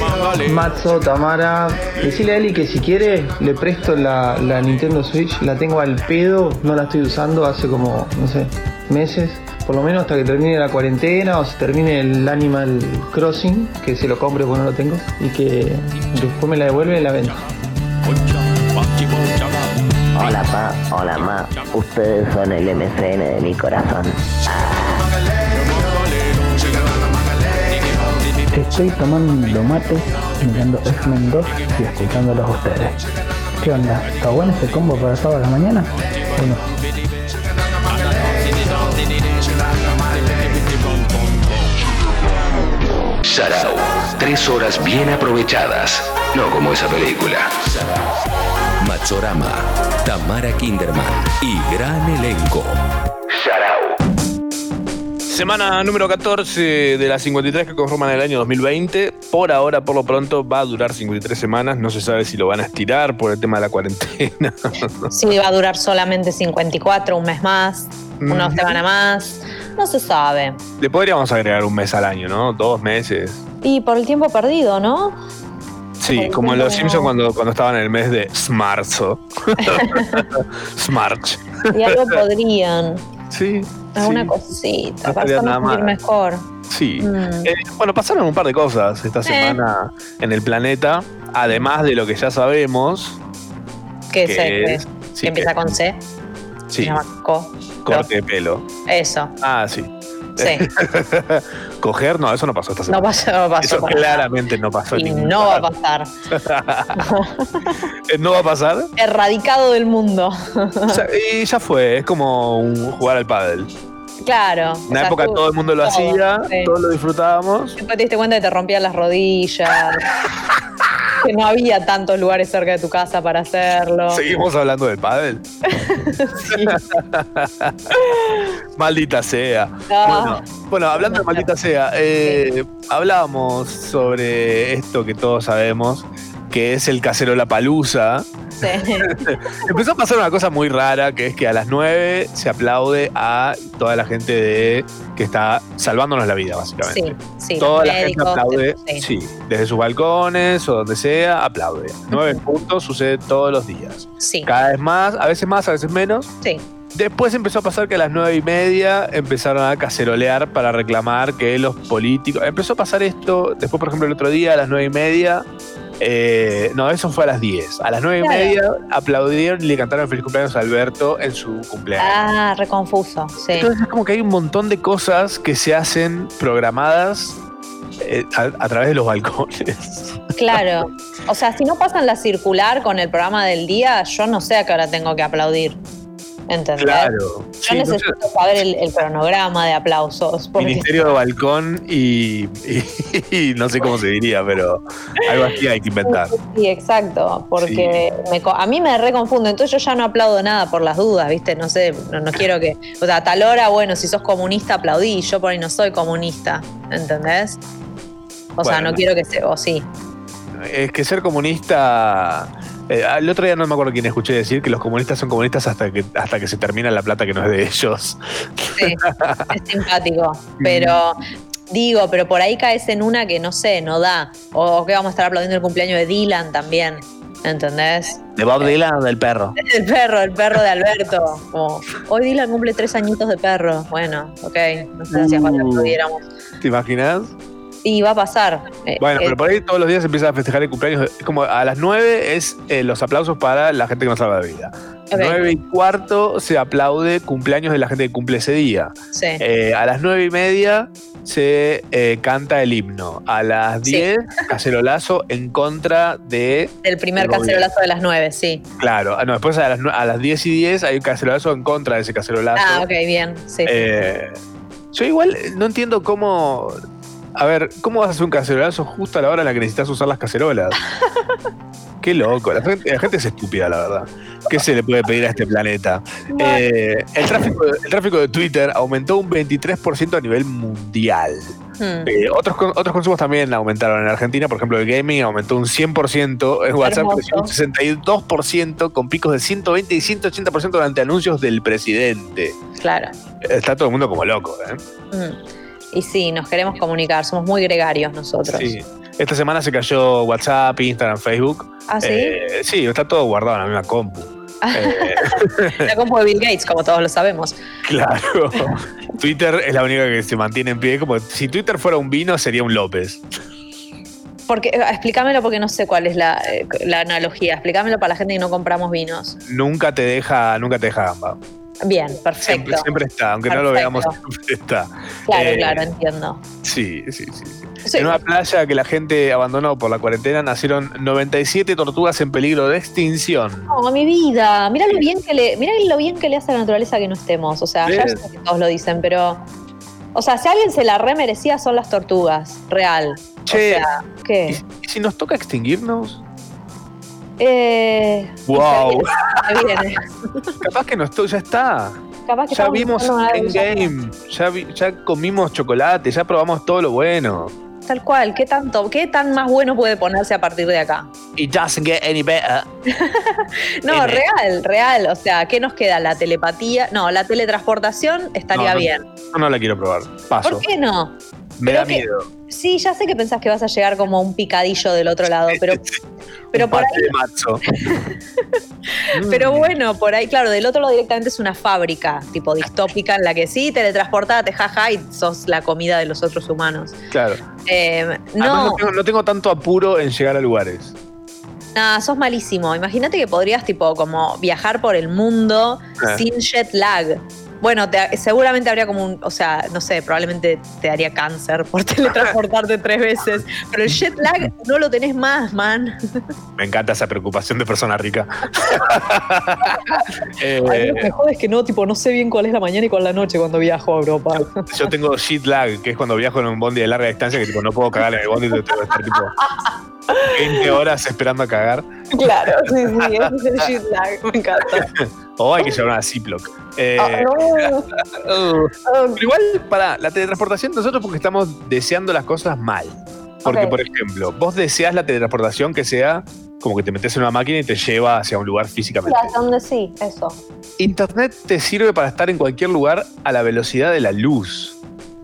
S21: Matzo, Tamara, decile a Eli que si quiere le presto la, la Nintendo Switch, la tengo al pedo, no la estoy usando hace como, no sé, meses, por lo menos hasta que termine la cuarentena o se termine el Animal Crossing, que se lo compre porque no lo tengo, y que después me la devuelve y la vendo.
S22: Hola pa, hola ma, ustedes son el MCN de mi corazón.
S19: Estoy tomando mate, mirando X-Men 2 y escuchándolos a ustedes. ¿Qué onda? ¿Está bueno ese combo para el sábado a la mañana? Bueno,
S23: Sarao. Tres horas bien aprovechadas. No como esa película.
S6: Machorama, Tamara Kinderman y gran elenco.
S23: Sarao.
S4: semana número 14 de las 53 que conforman el año 2020. Por ahora, por lo pronto, va a durar 53 semanas. No se sabe si lo van a estirar por el tema de la cuarentena.
S5: Sí, va a durar solamente 54, un mes más, una
S4: Ujú.
S5: semana más. No se sabe.
S4: Le podríamos agregar un mes al año, ¿no? Dos meses.
S5: Y por el tiempo perdido, ¿no?
S4: Sí, como en Los Simpsons cuando, cuando estaban en el mes de Smarzo. Smart.
S5: Y algo podrían.
S4: Sí.
S5: Alguna
S4: sí.
S5: cosita.
S4: No
S5: Para
S4: estaría nada mal.
S5: sobrevivir mejor.
S4: Sí.
S5: Mm.
S4: Eh, bueno, pasaron un par de cosas
S5: Eh.
S4: esta semana en el planeta, además de lo que ya sabemos.
S5: ¿Qué
S4: que
S5: es el que-
S4: es- sí,
S5: que empieza
S4: que-
S5: con C.
S4: Sí,
S5: Se llama co.
S4: corte de pelo.
S5: Eso.
S4: Ah, sí.
S5: Sí.
S4: Coger, no, eso no pasó esta
S5: No
S4: semana.
S5: pasó, no pasó.
S4: eso
S5: para
S4: claramente no pasó.
S5: nada. Y
S4: en ningún-
S5: no va a pasar.
S4: Eh, ¿No va a pasar?
S5: Erradicado del mundo.
S4: O sea, y ya fue, es como un jugar al pádel.
S5: claro.
S4: Una época todo el mundo lo hacía, todos lo disfrutábamos.
S5: Después te diste cuenta que te rompían las rodillas. que no había tantos lugares cerca de tu casa para hacerlo.
S4: Seguimos hablando del pádel. maldita sea.
S5: Ah.
S4: Bueno, bueno, hablando de maldita sea, eh, hablábamos sobre esto que todos sabemos, que es el casero La Palusa. Empezó a pasar una cosa muy rara, que es que a las 9 se aplaude a toda la gente de que está salvándonos la vida, básicamente.
S5: Sí, sí.
S4: Toda
S5: los
S4: la gente
S5: médicos,
S4: aplaude,
S5: sí.
S4: sí. desde sus balcones o donde sea, aplaude. Nueve puntos sucede todos los días. Cada vez más, a veces más, a veces menos. Después empezó a pasar que a las nueve y media empezaron a cacerolear para reclamar que los políticos. Empezó a pasar esto. Después, por ejemplo, el otro día a las nueve y media. eh, no, eso fue a las 10. A las nueve y
S5: Claro.
S4: media aplaudieron y le cantaron feliz cumpleaños a Alberto en su cumpleaños.
S5: Ah, reconfuso. Sí.
S4: Entonces es como que hay un montón de cosas que se hacen programadas eh, a, a través de los balcones.
S5: Claro.
S4: ah.
S5: O sea, si no pasan la circular con el programa del día, yo no sé a qué hora tengo que aplaudir. ¿Entendés?
S4: Claro.
S5: Yo
S4: Sí,
S5: necesito saber el, el cronograma de aplausos. Porque
S4: Ministerio de Balcón y, y- y no sé cómo se diría, pero algo así hay que inventar.
S5: Sí, exacto, porque me co- a mí me reconfundo, entonces yo ya no aplaudo nada por las dudas, ¿viste? No sé, no, no quiero que. O sea, a tal hora, bueno, si sos comunista, aplaudí, yo por ahí no soy comunista, ¿entendés? O sea,
S4: Bueno.
S5: no quiero que se. O sí.
S4: Es que ser comunista... eh, el otro día no me acuerdo quién escuché decir que los comunistas son comunistas hasta que, hasta que se termina la plata que no es de ellos.
S5: Sí, es simpático, pero digo, pero por ahí caes en una que no sé, no da. O, o que vamos a estar aplaudiendo el cumpleaños de Dylan también, ¿entendés?
S7: De Bob Dylan o del perro.
S5: El perro, el perro de Alberto. Como, hoy Dylan cumple tres añitos de perro. Bueno, ok, no sé si
S4: Uh.
S5: falta que pudiéramos.
S4: ¿Te imaginas?
S5: Y va a pasar. Eh,
S4: Bueno,
S5: eh,
S4: pero por ahí todos los días se empieza a festejar el cumpleaños. Es como a las 9 es eh, los aplausos para la gente que nos salva la vida.
S5: Ok.
S4: 9 y cuarto se aplaude cumpleaños de la gente que cumple ese día.
S5: Sí.
S4: Eh, a las 9 y media se eh, canta el himno. A las 10, cacerolazo en contra de.
S5: el primer
S4: del gobierno.
S5: cacerolazo de las nueve, sí.
S4: Claro, Ah, no, después a las, nue- a las 10 y 10 hay un cacerolazo en contra de ese cacerolazo.
S5: Ah, ok, bien. Sí.
S4: Eh, yo igual no entiendo cómo. A ver, ¿cómo vas a hacer un cacerolazo justo a la hora en la que necesitas usar las cacerolas? Qué loco. La gente, la gente es estúpida, la verdad. ¿Qué se le puede pedir a este planeta? Eh, el, tráfico, el tráfico de Twitter aumentó un 23% a nivel mundial.
S5: Hmm.
S4: Eh, otros, con- otros consumos también aumentaron en Argentina. Por ejemplo, el gaming aumentó un 100%. En WhatsApp
S5: Hermoso.
S4: creció un 62% con picos de 120 y 180% durante anuncios del presidente.
S5: Claro.
S4: Está todo el mundo como loco, ¿eh?
S5: Mm. Y sí, nos queremos comunicar, somos muy gregarios nosotros.
S4: Sí. Esta semana se cayó WhatsApp, Instagram, Facebook.
S5: ¿Ah, sí? Ah.
S4: Eh, sí, está todo guardado en la misma compu. Eh,
S5: La compu de Bill Gates, como todos lo sabemos.
S4: Claro. Twitter es la única que se mantiene en pie. Como si Twitter fuera un vino, sería un López.
S5: Porque, eh, explícamelo porque no sé cuál es la, eh, la analogía. Explícamelo para la gente que no compramos vinos.
S4: Nunca te deja, nunca te deja gamba.
S5: Bien,
S4: Siempre,
S5: perfecto.
S4: siempre está, aunque no lo
S5: Perfecto.
S4: veamos, siempre está.
S5: Claro,
S4: Eh,
S5: claro, entiendo.
S4: Sí, sí, sí. sí.
S5: Sí.
S4: En una playa que la gente abandonó por la cuarentena nacieron 97 tortugas en peligro de extinción.
S5: No, Oh, mi vida. Mira lo bien que le, mira lo bien que le hace a la naturaleza que no estemos. O sea, ya
S4: Bien.
S5: sé que todos lo dicen, pero. O sea, si alguien se la remerecía son las tortugas. Real.
S4: Che.
S5: O sea, ¿qué?
S4: ¿Y si nos toca extinguirnos?
S5: Eh,
S4: ¡Wow!
S5: me viene.
S4: Capaz que no estoy, ya está.
S5: Capaz que
S4: Ya
S5: estamos
S4: vimos
S5: buscando algo, ya-
S4: Endgame, ya, vi- ya comimos chocolate, ya probamos todo lo bueno.
S5: Tal cual, ¿qué tanto, qué tan más bueno puede ponerse a partir de acá?
S7: It doesn't get any better.
S5: No,
S7: N.
S5: real, real. O sea, ¿qué nos queda? ¿La telepatía? No, la teletransportación estaría
S4: No, no-
S5: bien.
S4: No, no la quiero probar. Paso.
S5: ¿Por qué no?
S4: Me da
S5: Creo que-
S4: miedo.
S5: Sí, ya sé que pensás que vas a llegar como un picadillo del otro lado, pero, pero, por,
S4: Parte
S5: ahí,
S4: de macho.
S5: pero bueno, por ahí, claro, del otro lado directamente es una fábrica tipo distópica en la que sí, teletransportate, jaja, y sos la comida de los otros humanos.
S4: Claro.
S5: Eh,
S4: Además,
S5: no,
S4: Ah, no tengo, no tengo tanto apuro en llegar a lugares.
S5: nada, sos malísimo. Imagínate que podrías tipo como viajar por el mundo
S4: Ah.
S5: sin jet lag. Bueno, te- seguramente habría como un, o sea, no sé, probablemente te daría cáncer por teletransportarte tres veces, pero el jet lag no lo tenés más, man.
S4: Me encanta esa preocupación de persona rica. Eh,
S5: es que no, tipo, no sé bien cuál es la mañana y cuál la noche cuando viajo a Europa.
S4: yo tengo shit lag, que es cuando viajo en un bondi de larga distancia que tipo no puedo cagar en el bondi y tengo que estar tipo 20 horas esperando a cagar.
S5: Claro, sí, sí, ese es el shit lag, me
S4: Eh,
S5: encanta.
S4: O hay que llevar una Ziploc. Eh,
S5: Ah,
S4: uh,
S5: no.
S4: Pero igual, para la teletransportación, nosotros porque estamos deseando las cosas mal. Porque,
S5: Ok.
S4: por ejemplo, vos deseas la teletransportación que sea como que te metes en una máquina y te lleva hacia un lugar físicamente.
S5: ¿Hasta dónde sí? Eso.
S4: Internet te sirve para estar en cualquier lugar a la velocidad de la luz.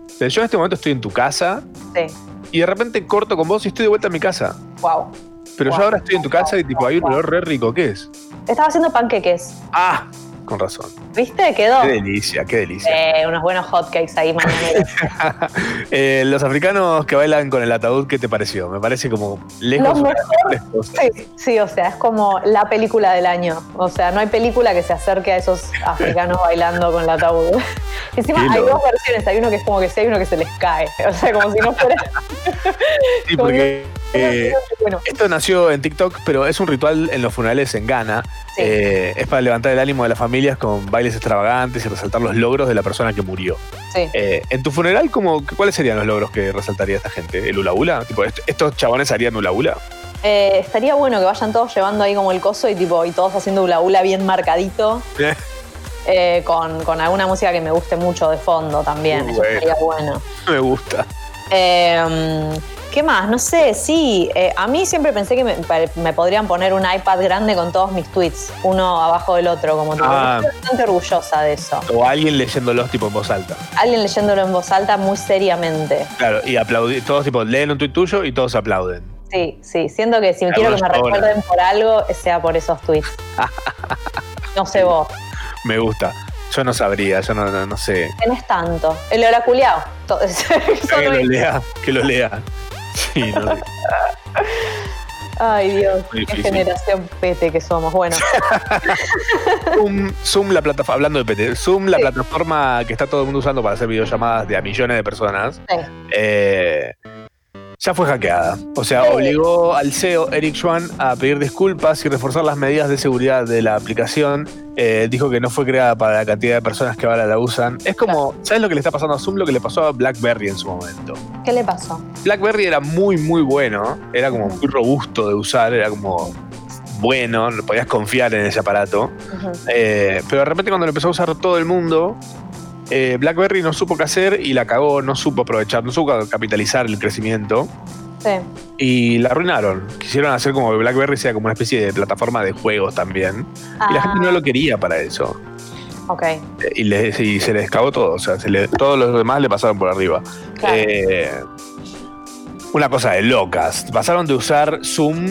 S4: O sea, yo en este momento estoy en tu casa
S5: Sí.
S4: y de repente corto con vos y estoy de vuelta a mi casa.
S5: Wow.
S4: Pero yo ahora estoy en tu casa y tipo hay un olor re rico, ¿qué es?
S5: Estaba haciendo panqueques.
S4: Ah, con razón.
S5: ¿Viste? Quedó.
S4: Qué delicia, qué delicia.
S5: Eh, unos buenos hotcakes ahí mañana.
S4: Eh, los africanos que bailan con el ataúd, ¿qué te pareció? Me parece como lejos
S5: Lo
S4: de las
S5: mejor.
S4: mejores cosas.
S5: Sí, sí, o sea, es como la película del año. O sea, no hay película que se acerque a esos africanos bailando con la ataúd. Encima
S4: Qué
S5: hay
S4: loco.
S5: dos versiones, hay uno que es como que sí, hay uno que se les cae. O sea, como si no fuera.
S4: Sí,
S5: como
S4: porque eh,
S5: bueno.
S4: esto nació en TikTok, pero es un ritual en los funerales en Ghana. Eh, es para levantar el ánimo de las familias con bailes extravagantes y resaltar los logros de la persona que murió.
S5: Sí.
S4: Eh, en tu funeral, ¿cómo, ¿cuáles serían los logros que resaltaría esta gente? ¿El hula hula? Tipo, est- ¿Estos chabones harían hula hula?
S5: Eh, estaría bueno que vayan todos llevando ahí como el coso y tipo, y todos haciendo hula hula bien marcadito, eh, con, con alguna música que me guste mucho de fondo también.
S4: Muy
S5: Eso
S4: Uh, bueno.
S5: estaría bueno.
S4: Me gusta.
S5: Eh, ¿Qué más? No sé, sí. eh, a mí siempre pensé que me, pa- me podrían poner un iPad grande con todos mis tweets, uno abajo del otro, como tipo.
S4: Ah.
S5: Estoy bastante orgullosa de eso.
S4: O alguien leyéndolos tipo en voz alta.
S5: Alguien leyéndolo en voz alta muy seriamente.
S4: Claro, y aplaudir. Todos tipo leen un tuit tuyo y todos aplauden.
S5: Sí, sí. Siento que si
S4: Algunos
S5: quiero que me
S4: ahora.
S5: recuerden por algo, sea por esos tweets. No sé vos.
S4: Me gusta. Yo no sabría, yo no, no, no sé.
S5: Tenés tanto. El oraculeado. To-
S4: Que lo lea, que lo lea. Sí, no sé.
S5: Ay, Dios.
S4: Muy
S5: Qué
S4: difícil.
S5: generación pete que somos. Bueno.
S4: Zoom, Zoom, la plataforma, hablando de PT, Zoom, la plataforma que está todo el mundo usando para hacer videollamadas de a millones de personas,
S5: Sí.
S4: eh, ya fue hackeada. O sea, obligó al CEO Eric Schwan a pedir disculpas y reforzar las medidas de seguridad de la aplicación. Eh, dijo que no fue creada para la cantidad de personas que ahora la usan. Es como, ¿sabes lo que le está pasando a Zoom? Lo que le pasó a BlackBerry en su momento.
S5: ¿Qué le pasó?
S4: BlackBerry era muy, muy bueno. Era como muy robusto de usar. Era como bueno. no Podías confiar en ese aparato. Eh, pero de repente cuando lo empezó a usar todo el mundo, eh, BlackBerry no supo qué hacer y la cagó. No supo aprovechar. No supo capitalizar el crecimiento.
S5: Sí.
S4: Y la arruinaron. Quisieron hacer como que BlackBerry sea como una especie de plataforma de juegos también. Y la
S5: Ah.
S4: gente no lo quería para eso.
S5: Ok.
S4: Eh, Y, le- y se les cagó todo. O sea, se le- todos los demás le pasaron por arriba.
S5: Claro.
S4: Eh, una cosa de locas. Pasaron de usar Zoom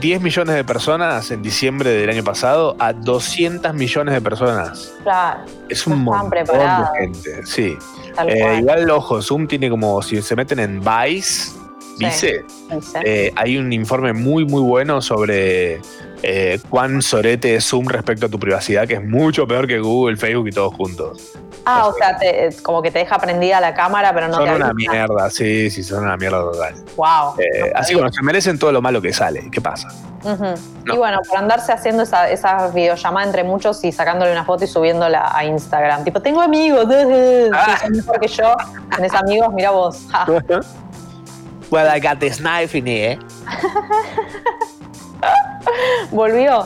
S4: 10 millones de personas en diciembre del año pasado a 200 millones de personas.
S5: Claro.
S4: Es un montón
S5: preparados.
S4: de gente. Sí.
S5: Tal
S4: Eh,
S5: cual.
S4: igual, ojo, Zoom tiene como, si se meten en Vice, Vice,
S5: Vice.
S4: eh, hay un informe muy, muy bueno sobre eh, cuán sorete es Zoom respecto a tu privacidad, que es mucho peor que Google, Facebook y todos juntos.
S5: Ah, o sea, te- eh, como que te deja prendida la cámara, pero no
S4: son
S5: te
S4: una
S5: avisa.
S4: mierda, sí, sí, son una mierda total.
S5: Wow.
S4: Eh, así que bueno, se merecen todo lo malo que sale. ¿Qué pasa?
S5: Ujú.
S4: No.
S5: Y bueno, por andarse haciendo esa, esa videollamada entre muchos y sacándole una foto y subiéndola a Instagram. Tipo, tengo amigos, porque mejor que yo. Tenés amigos, mira vos. Ja.
S7: Well, I got this knife in here.
S5: Volvió.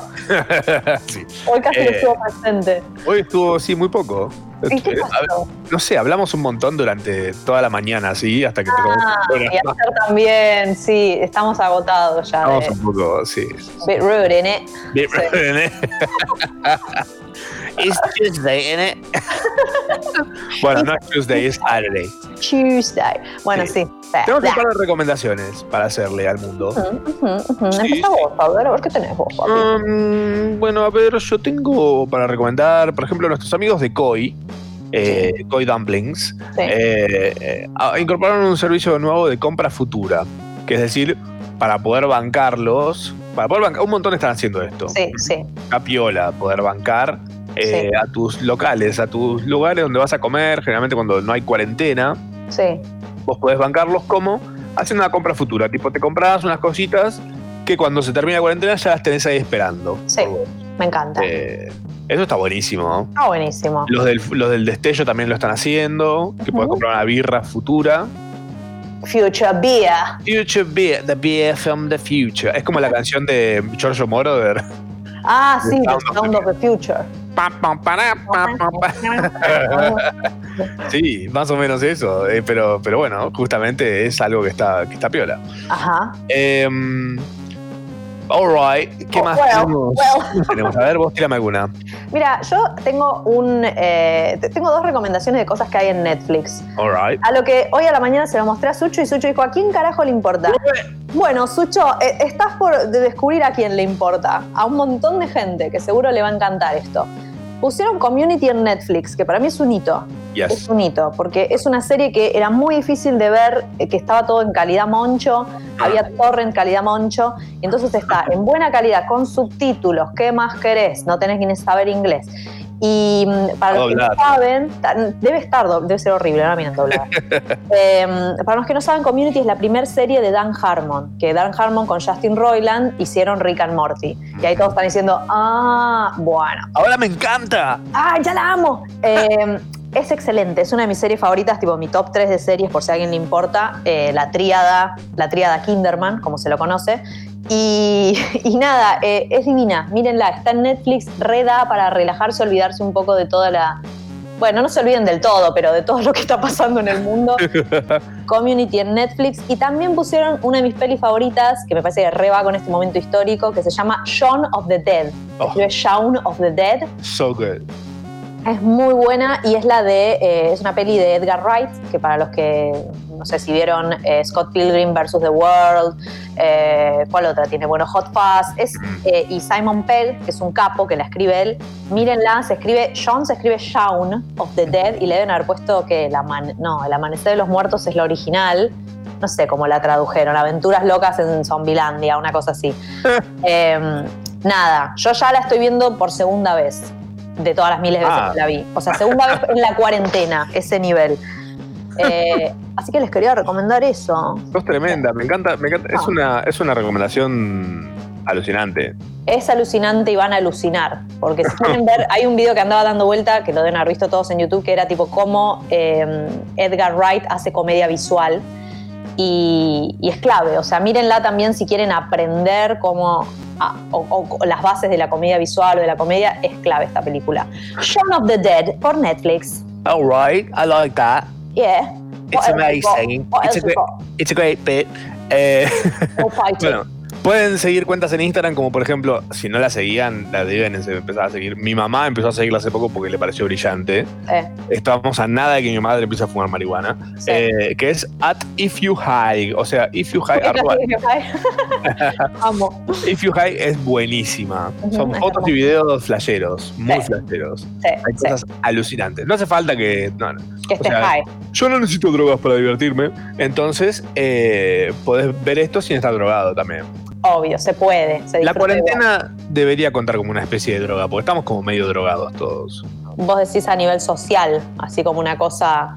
S4: sí.
S5: Hoy casi no
S4: Eh.
S5: estuvo presente.
S4: Hoy estuvo, sí, muy poco.
S5: ¿Y qué
S4: Eh, a ver, No sé, hablamos un montón durante toda la mañana, así, hasta que tocamos.
S5: Ah, y
S4: Bueno,
S5: ayer también, sí, estamos agotados ya.
S4: hablamos
S5: De,
S4: un poco, sí.
S5: bit rude, ¿eh?
S4: Bien, ¿eh?
S7: It's Tuesday, ¿eh?
S4: bueno, no es Tuesday, es Saturday.
S5: Tuesday. Bueno, sí.
S4: Tengo que un par de recomendaciones para hacerle al mundo.
S5: Ujú, ujú. Empezá vos, a ver, a ver qué tenés vos, papi.
S4: Mm, bueno, a ver, yo tengo para recomendar, por ejemplo, nuestros amigos de Koi, eh, Koi Dumplings, eh, eh, ah, incorporaron un servicio nuevo de compra futura, que es decir, para poder bancarlos, para poder bancar, un montón están haciendo esto.
S5: Sí, sí.
S4: Está piola poder bancar eh,
S5: Sí.
S4: a tus locales, a tus lugares donde vas a comer, generalmente cuando no hay cuarentena,
S5: Sí.
S4: vos podés bancarlos como haciendo una compra futura, tipo te compras unas cositas que cuando se termina la cuarentena ya las tenés ahí esperando.
S5: Sí, me encanta.
S4: Eh, eso está buenísimo.
S5: Está buenísimo.
S4: Los del, los del destello también lo están haciendo, que puedes comprar una birra futura.
S5: Future Beer.
S4: Future Beer, the beer from the future. Es como la canción de Giorgio Moro de...
S5: Ah,
S4: The
S5: sí,
S4: Sound
S5: The Sound of the Future.
S4: sí, más o menos eso. eh, pero, pero bueno, justamente es algo que está, que está piola.
S5: Ajá.
S4: Em, alright, ¿qué
S5: Oh,
S4: más
S5: well,
S4: tenemos?
S5: well.
S4: Tenemos, A ver, vos tirame alguna.
S5: Mira, yo tengo un eh, te- tengo dos recomendaciones de cosas que hay en Netflix.
S4: Alright.
S5: A lo que hoy a la mañana se lo mostré a Sucho y Sucho dijo, ¿a quién carajo le importa? Bueno, Sucho, eh, estás por de descubrir a quién le importa. A un montón de gente que seguro le va a encantar esto. Pusieron Community en Netflix, que para mí es un hito.
S3: Yes.
S5: Es un hito, porque es una serie que era muy difícil de ver, eh, que estaba todo en calidad moncho, había torrent calidad moncho, y entonces está en buena calidad, con subtítulos, ¿qué más querés? No tenés que ni saber inglés. Y mm, para los que no
S3: Doblada.
S5: saben, ta- debe estar, do- debe ser horrible, no la miren doblada. Eh, para los que no saben, Community es la primera serie de Dan Harmon, que Dan Harmon con Justin Roiland hicieron Rick and Morty. Y ahí todos están diciendo, ah, bueno.
S4: Ahora me encanta.
S5: ¡Ah, ya la amo! Eh, es excelente, es una de mis series favoritas, tipo mi top 3 de series, por si a alguien le importa. eh, la tríada, la tríada Kinderman, como se lo conoce. Y, y nada, eh, es divina, mírenla, está en Netflix, reda para relajarse, olvidarse un poco de toda la. Bueno, no se olviden del todo, pero de todo lo que está pasando en el mundo. Community en Netflix y también pusieron una de mis pelis favoritas, que me parece que re va con este momento histórico, que se llama Shaun of the Dead.
S4: Oh.
S5: Escribe Shaun of the Dead.
S4: So good.
S5: Es muy buena y es la de. eh, es una peli de Edgar Wright, que para los que no sé si vieron eh, Scott Pilgrim vs. The World, eh, ¿cuál otra tiene? Bueno, Hot Fuzz, es, eh, y Simon Pegg, que es un capo que la escribe él. Mírenla, se escribe. John se escribe Shaun of the Dead y le deben haber puesto que el, aman- no, el Amanecer de los Muertos es la original. No sé cómo la tradujeron, Aventuras Locas en Zombilandia, una cosa así. Em, nada, yo ya la estoy viendo por segunda vez de todas las miles de veces
S3: Ah.
S5: que la vi. O sea, segunda vez en la cuarentena, ese nivel. Eh, así que les quería recomendar eso.
S4: Sos tremenda, me encanta, me encanta. Es
S5: Ah.
S4: una, es una recomendación alucinante.
S5: Es alucinante y van a alucinar. Porque si quieren ver, hay un video que andaba dando vuelta, que lo deben haber visto todos en YouTube, que era tipo cómo eh, Edgar Wright hace comedia visual. Y, y es clave. O sea, mírenla también si quieren aprender cómo. ah, o- o- o las bases de la comedia visual o de la comedia, es clave esta película. Shaun of the Dead por Netflix.
S7: Alright, I like that.
S5: Yeah. What
S7: It's
S5: else we got?
S7: amazing.
S5: What
S7: It's a
S5: else we
S7: great,
S5: got?
S7: it's a great bit. Eh,
S5: Oh, fighting.
S4: Bueno, pueden seguir cuentas en Instagram, como por ejemplo, si no la seguían, la deben empezar a seguir. Mi mamá empezó a seguirla hace poco porque le pareció brillante.
S5: Eh,
S4: Estábamos a nada de que mi madre empiece a fumar marihuana. Eh, que es at if you high. O sea, if you high. arroba-
S5: Amo.
S4: If You High es buenísima.
S5: Ujú,
S4: Son
S5: es
S4: fotos
S5: hermosa.
S4: y videos flasheros, muy flasheros. Hay
S5: sí.
S4: cosas alucinantes. No hace falta que. No, no.
S5: Que estés high.
S4: Yo no necesito drogas para divertirme. Entonces, eh, podés ver esto sin estar drogado también.
S5: Obvio, se puede. se
S4: La
S5: disfruta
S4: cuarentena debería contar como una especie de droga, porque estamos como medio drogados todos.
S5: igual. Vos decís a nivel social, así como una cosa.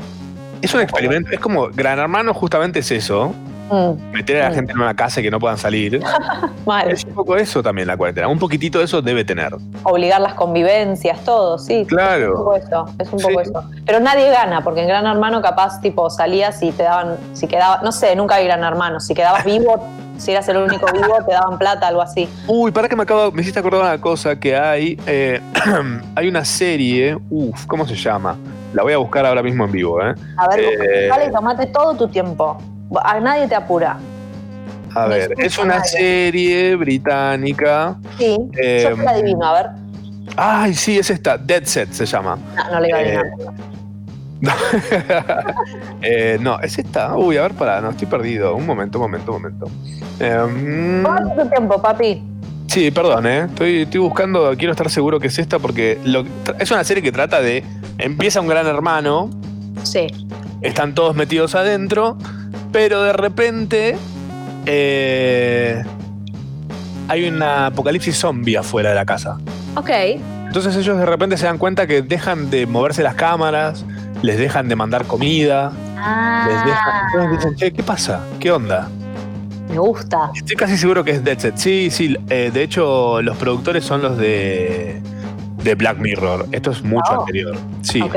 S4: Es un experimento, es como Gran Hermano justamente es eso,
S5: mm,
S4: meter a la gente en una casa y que no puedan salir.
S5: mal.
S4: Es un poco eso también la cuarentena, un poquitito de eso debe tener.
S5: Obligar las convivencias, todo, sí.
S4: Claro.
S5: Es un poco eso, es un poco eso. Pero nadie gana, porque en Gran Hermano capaz, tipo, salías y te daban, si quedabas, no sé, nunca vi Gran Hermano, si quedabas vivo, Si eras el único vivo, te daban plata, algo así.
S4: Uy, para que me acabo, me hiciste acordar una cosa que hay. eh, hay una serie, uff, ¿cómo se llama? La voy a buscar ahora mismo en vivo, ¿eh?
S5: A ver,
S4: Eh,
S5: dale y tomate todo tu tiempo. A nadie te apura.
S4: a ver, es una serie británica.
S5: Sí, yo
S4: Eh,
S5: te la adivino, a ver.
S4: Ay, sí, es esta, Dead Set se llama.
S5: No, no le iba a adivinar.
S4: Eh, no, es esta. Uy, a ver, pará, no, estoy perdido. Un momento, un momento, un momento. Em,
S5: Tomate tu tiempo, papi.
S4: Sí, perdón, ¿eh? estoy, estoy buscando, quiero estar seguro que es esta porque lo- tra- es una serie que trata de, empieza un gran hermano,
S5: Sí.
S4: están todos metidos adentro, pero de repente eh, hay un apocalipsis zombie afuera de la casa.
S5: Ok.
S4: Entonces ellos de repente se dan cuenta que dejan de moverse las cámaras, les dejan de mandar comida,
S5: Ah.
S4: les dejan... Entonces dicen, "Che, ¿qué pasa? ¿Qué onda?
S5: Me gusta.
S4: Estoy casi seguro que es Dead Set. Sí, sí. eh, de hecho, los productores son los de, de Black Mirror. Esto es mucho
S5: Oh.
S4: anterior. Sí.
S5: Ok.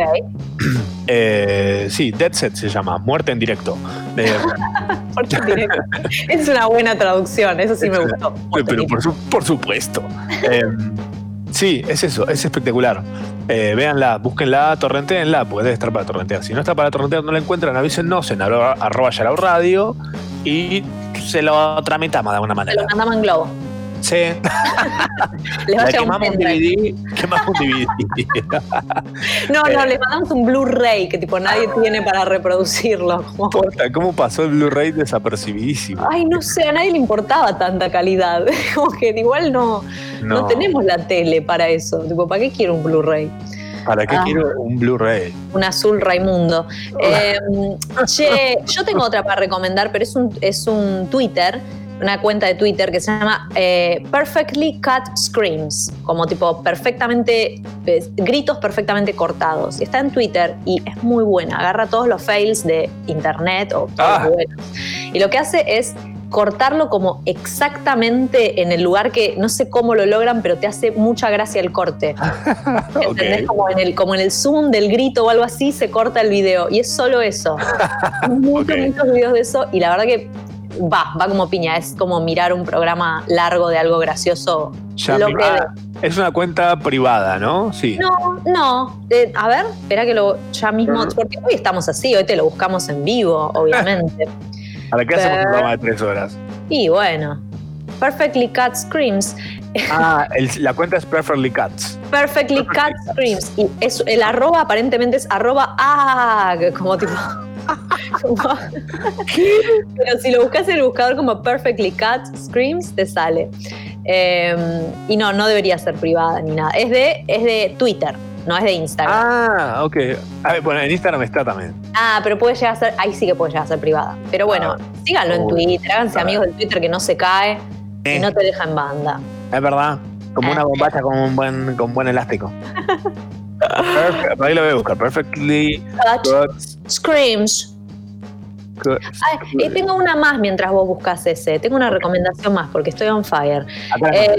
S4: Eh, sí, Dead Set se llama. Muerte en directo. Eh,
S5: Muerte en directo. es una buena traducción, eso sí me gustó.
S4: pero por, su- por supuesto. Eh, sí, es eso. Es espectacular. Eh, véanla, búsquenla, torrenteenla, porque debe estar para torrentear. Si no está para torrentear, no la encuentran, avísennos en arroba, arroba Yarao radio y se lo tramitamos de alguna
S5: Se lo
S4: manera.
S5: mandaban en globo.
S4: Sí.
S5: Les va
S4: La
S5: a llegar un
S4: quemamos un
S5: pendrive.
S4: DVD. Quemamos un DVD.
S5: No, no,
S4: Eh.
S5: les mandamos un Blu-ray que tipo nadie tiene para reproducirlo. Como,
S4: Puta, ¿Cómo pasó el Blu-ray desapercibidísimo?
S5: ay, no sé, a nadie le importaba tanta calidad. Como que igual no, no.
S4: No.
S5: tenemos la tele para eso. Tipo, ¿para qué quiero un Blu-ray?
S4: ¿Para qué
S5: Ah.
S4: quiero un Blu-ray?
S5: Un azul Raimundo. Eh, che, yo tengo otra para recomendar, pero es un, es un Twitter, una cuenta de Twitter que se llama eh, Perfectly Cut Screams, como tipo perfectamente, eh, gritos perfectamente cortados. Y Está en Twitter y es muy buena, agarra todos los fails de internet o
S4: Ah.
S5: buenos. Y lo que hace es cortarlo como exactamente en el lugar que no sé cómo lo logran, pero te hace mucha gracia el corte. ¿Entendés?
S4: Ok.
S5: Como, en el, como en el zoom del grito o algo así, se corta el video. Y es solo eso. muchos, muchos videos de eso. Y la verdad que va, va como piña. Es como mirar un programa largo de algo gracioso.
S4: Ya
S5: Lo
S4: mi-
S5: que-
S4: ah, es una cuenta privada, ¿no? Sí.
S5: No, no. Eh, a ver, espera que lo ya mismo. Porque hoy estamos así, hoy te lo buscamos en vivo, obviamente.
S4: ¿Para qué hacemos un
S5: Pero-
S4: programa de tres horas?
S5: y bueno. Perfectly Cut Screams.
S4: Ah, el- la cuenta es Preferably Cats.
S5: Perfectly Cut Screams. Y es, el arroba aparentemente es arroba ag, como tipo. como- Pero si lo buscas en el buscador como Perfectly Cut Screams, te sale. Eh, y no, no debería ser privada ni nada. Es de, es de Twitter, no es de Instagram.
S4: Ah, ok. A ver, bueno, en Instagram está también.
S5: Ah, pero puede llegar a ser, ahí sí que puede llegar a ser privada. Pero bueno, síganlo en
S4: Ah. uy, Eh.
S5: Twitter, háganse amigos del Twitter que no se cae y no te deja en Ah. banda.
S7: Es verdad. Como una bombacha con un buen, con buen elástico.
S4: Perfect- ahí lo voy a buscar. Perfectly Cats.
S5: Screams. Ay, este, y tengo una más mientras vos buscas ese. Tengo una recomendación más porque estoy on fire.
S4: Acá.
S5: Eh,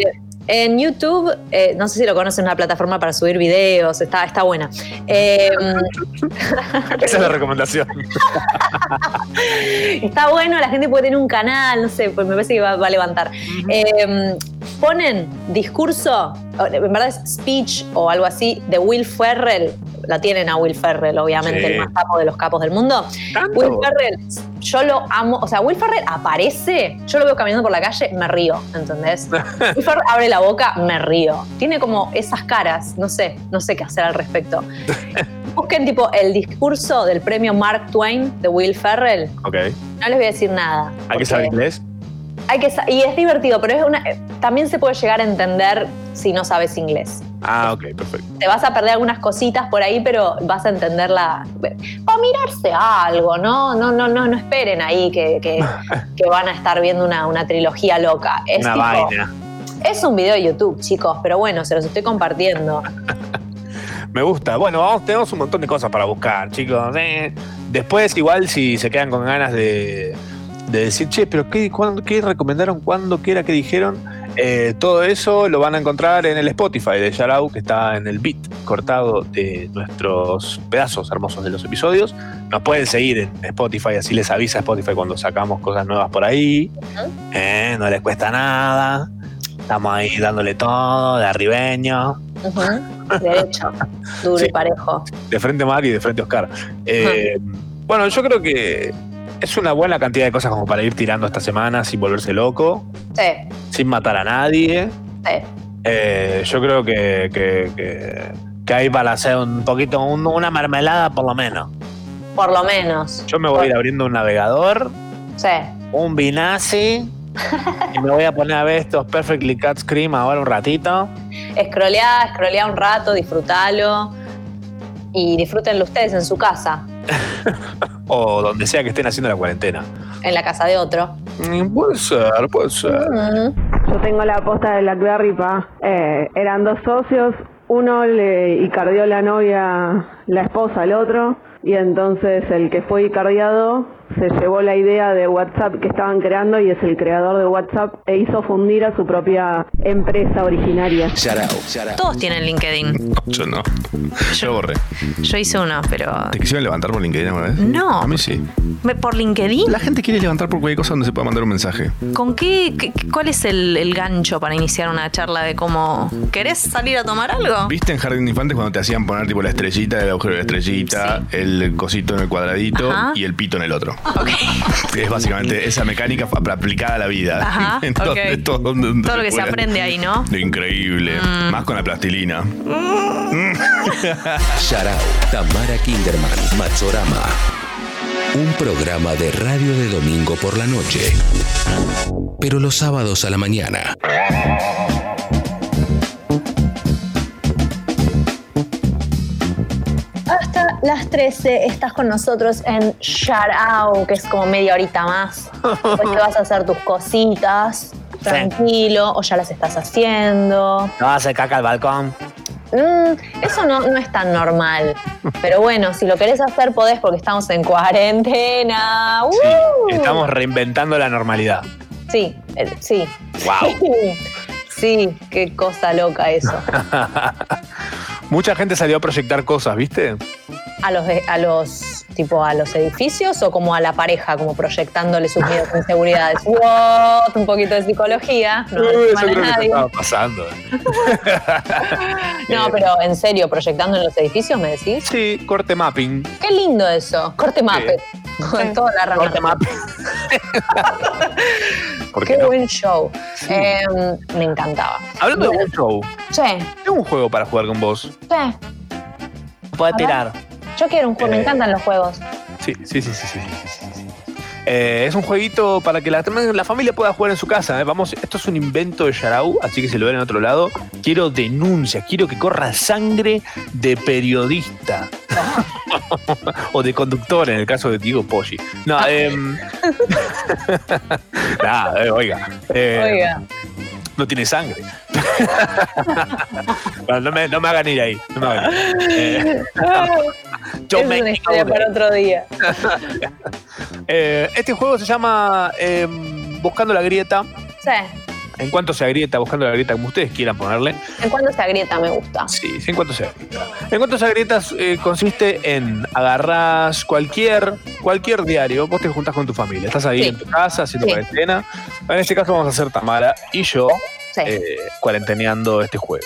S5: en YouTube, eh, no sé si lo conocen, una plataforma para subir videos, está, está buena. Eh,
S4: Esa es la recomendación.
S5: está bueno, la gente puede tener un canal, no sé, pues me parece que va, va a levantar. Eh, ponen discurso, o, en verdad es speech o algo así, de Will Ferrell. La tienen a Will Ferrell, obviamente,
S1: Sí.
S5: el más capo de los capos del mundo. Will Ferrell, yo lo amo. O sea, Will Ferrell aparece, yo lo veo caminando por la calle, me río, ¿entendés? Will Ferrell abre la boca, me río. Tiene como esas caras, no sé, no sé qué hacer al respecto. Busquen tipo el discurso del premio Mark Twain de Will Ferrell.
S4: Ok.
S5: No les voy a decir nada.
S4: ¿Hay que saber inglés?
S5: Hay que sa- y es divertido, pero es una, eh, también se puede llegar a entender si no sabes inglés.
S4: Ah, ok, perfecto.
S5: Te vas a perder algunas cositas por ahí, pero vas a entender la. Para mirarse algo, ¿no? No, no, no, no esperen ahí que, que- que van a estar viendo una, una trilogía loca. Es
S4: una
S5: tipo-
S4: vaina.
S5: Es un video de YouTube, chicos, pero bueno, se los estoy compartiendo.
S4: Me gusta. Bueno, vamos, tenemos un montón de cosas para buscar, chicos. eh. Después, igual, si se quedan con ganas de, de decir, che, pero qué, cuándo- qué recomendaron, cuándo, qué era que dijeron, Eh, todo eso lo van a encontrar en el Spotify de Yarau, que está en el beat cortado de nuestros pedazos hermosos de los episodios. Nos pueden seguir en Spotify, así les avisa Spotify cuando sacamos cosas nuevas por ahí. Eh, no les cuesta nada. Estamos ahí dándole todo, de arribeño.
S5: Ujú. Derecho, duro y parejo.
S4: De frente a Mar y de frente a Oscar. Eh, bueno, yo creo que es una buena cantidad de cosas como para ir tirando esta semana sin volverse loco,
S5: Sí,
S4: sin matar a nadie.
S5: sí.
S4: Eh, yo creo que, que, que- que hay para hacer un poquito, un- una mermelada por lo menos.
S5: Por lo menos.
S4: Yo me voy a ir abriendo un navegador,
S5: Sí.
S4: un Vinasi, y me voy a poner a ver estos Perfectly Cut Scream ahora un ratito.
S5: Escroleá, escroleá un rato, disfrútalo. Y disfrútenlo ustedes en su casa,
S4: O donde sea que estén haciendo la cuarentena.
S5: en la casa de otro.
S4: Mm, Puede ser, puede ser.
S1: Yo tengo la posta de Blackberry, pa. Eh, eran dos socios, uno le icardió la novia, la esposa al otro, y entonces el que fue icardiado se llevó la idea de WhatsApp que estaban creando y es el creador de WhatsApp e hizo fundir a su propia empresa originaria.
S5: Todos tienen LinkedIn.
S4: Yo no. Yo borré.
S5: Yo hice uno, pero.
S4: ¿Te quisieron levantar por LinkedIn alguna vez?
S5: No.
S4: A mí sí.
S5: ¿Me- ¿Por LinkedIn?
S4: La gente quiere levantar por cualquier cosa donde se pueda mandar un mensaje.
S5: ¿Con qué, qué- cuál es el, el gancho para iniciar una charla de cómo querés salir a tomar algo?
S4: ¿Viste en Jardín de Infantes cuando te hacían poner tipo la estrellita, el agujero de la estrellita, el cosito en el cuadradito
S5: Ajá.
S4: y el pito en el otro? Es básicamente esa mecánica fa- aplicada a la vida.
S5: Ajá,
S4: Entonces,
S5: ok.
S4: todo, donde- donde
S5: Todo lo que se
S4: pueda.
S5: aprende ahí, ¿no?
S4: Increíble.
S5: Mm.
S4: Más con la plastilina.
S6: Sharao, Tamara Kinderman, Machorama. Un programa de radio de domingo por la noche, pero los sábados a la mañana.
S5: Hasta las 13 estás con nosotros en Shout Out, que es como media horita más. Después te vas a hacer tus cositas, tranquilo, o ya las estás haciendo.
S7: No hace caca al balcón.
S5: Mm, eso no, no es tan normal. Pero bueno, si lo querés hacer, podés porque estamos en cuarentena. ¡Uh!
S4: Estamos reinventando la normalidad.
S5: Sí, eh, sí.
S4: Wow.
S5: Sí, qué cosa loca eso.
S4: Mucha gente salió a proyectar cosas, ¿viste?
S5: A los, de- a los, tipo, a los edificios o como a la pareja, como proyectándole sus miedos e inseguridades. What? Un poquito de psicología. No,
S4: Eh, yo
S5: hace mal a
S4: creo que eso
S5: nadie.
S4: estaba pasando. ¿eh?
S5: no, pero en serio, proyectando en los edificios, me decís.
S4: Sí, corte mapping.
S5: Qué lindo eso. Corte mape. Con toda la rama. Corte
S4: mape. ¿Por
S5: qué
S4: qué no?
S5: buen show. Eh, me encantaba.
S4: Hablando de un show,
S5: Che,
S4: tengo un juego para jugar con vos.
S5: che,
S7: Puede
S5: A ver.
S7: tirar.
S5: yo quiero un juego, me
S4: Eh.
S5: encantan los juegos.
S4: Sí, sí, sí, sí. sí, sí, sí, sí. Eh, es un jueguito para que la, la familia pueda jugar en su casa. ¿eh? Vamos, esto es un invento de Yarau, así que si lo ven en otro lado, quiero denuncias, quiero que corra sangre de periodista o de conductor, en el caso de Diego Poggi. No,
S5: Ah.
S4: em, nah, eh, oiga, eh,
S5: Oiga.
S4: no tiene sangre. Bueno, no, me, no me hagan ir ahí. No me hagan ir. Eh, yo
S5: es
S4: me
S5: una historia
S4: encargo de-
S5: para otro día.
S4: Eh, este juego se llama eh, Buscando la grieta.
S5: Sí.
S4: En cuanto se agrieta, buscando la grieta, como ustedes quieran ponerle.
S5: En cuanto se agrieta, me gusta.
S4: Sí, en cuanto se agrieta. En cuanto se agrieta, eh, consiste en agarrás cualquier, cualquier diario. Vos te juntás con tu familia. Estás ahí
S5: Sí.
S4: en tu casa haciendo
S5: Sí.
S4: cuarentena. En este caso vamos a hacer Tamara y yo
S5: Sí.
S4: eh, cuarenteneando este juego.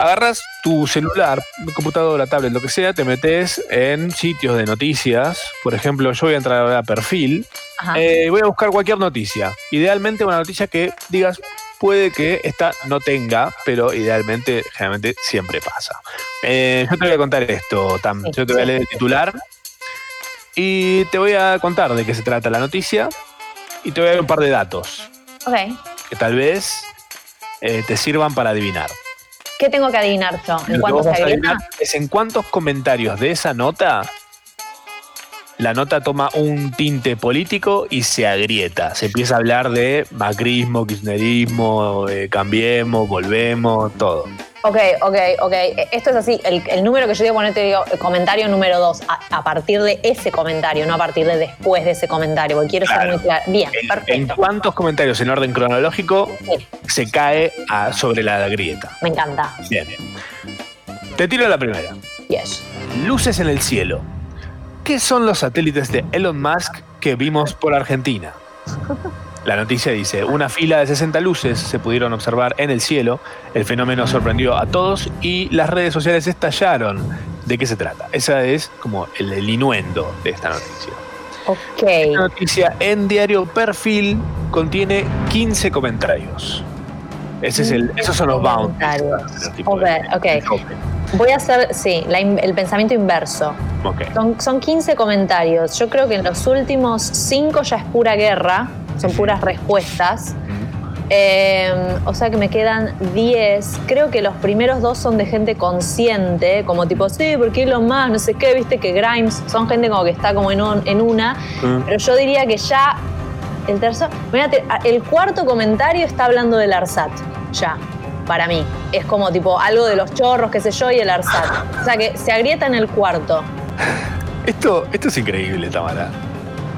S4: Agarras tu celular, computadora, tablet, lo que sea, te metes en sitios de noticias. Por ejemplo, yo voy a entrar ahora a perfil.
S5: Ah.
S4: Eh, voy a buscar cualquier noticia. Idealmente una noticia que digas, puede que esta no tenga, pero idealmente generalmente siempre pasa. Eh, yo te voy a contar esto, Tam. Yo te voy a leer el titular y te voy a contar de qué se trata la noticia y te voy a dar un par de datos
S5: Ok.
S4: que tal vez eh, te sirvan para adivinar.
S5: ¿Qué tengo que adivinar yo?
S4: Lo
S5: ¿En
S4: que
S5: cuanto
S4: vos
S5: se
S4: vas a
S5: agrieta?
S4: adivinar es en cuántos comentarios de esa nota la nota toma un tinte político y se agrieta. Se empieza a hablar de macrismo, kirchnerismo, eh, cambiemos, volvemos, todo.
S5: Ok, ok, ok. Eh, Esto es así. El, el número que yo digo, ponete, digo, eh, comentario número dos. A, a partir de ese comentario, no a partir de después de ese comentario, porque quiero ser
S4: Claro.
S5: muy clara. Bien, perfecto.
S4: ¿En cuántos comentarios en orden cronológico se cae a- sobre la grieta?
S5: Me encanta.
S4: Bien. Te tiro la primera.
S5: Yes.
S4: Luces en el cielo. ¿Qué son los satélites de Elon Musk que vimos por Argentina? La noticia dice, una fila de 60 luces se pudieron observar en el cielo, el fenómeno sorprendió a todos y las redes sociales estallaron. ¿De qué se trata? Esa es como el, el innuendo de esta noticia.
S5: Esta
S4: noticia en diario Perfil contiene 15 comentarios. Ese es el, esos son los bounds.
S5: Ok, ok. Voy a hacer, sí, la in- el pensamiento inverso.
S4: Ok.
S5: Son, son 15 comentarios. Yo creo que en los últimos 5 ya es pura guerra, son puras respuestas. Eh, o sea que me quedan 10. Creo que los primeros dos son de gente consciente, como tipo, sí, porque lo más, no sé qué, viste que Grimes, son gente como que está como en, un- en una.
S3: Mm.
S5: Pero yo diría que ya el tercer, mirá, te- a- el cuarto comentario está hablando del ARSAT, ya, para mí. Es como tipo algo de los chorros, qué sé yo, y el ARSAT. O sea que se agrieta en el cuarto.
S4: Esto, esto es increíble, Tamara.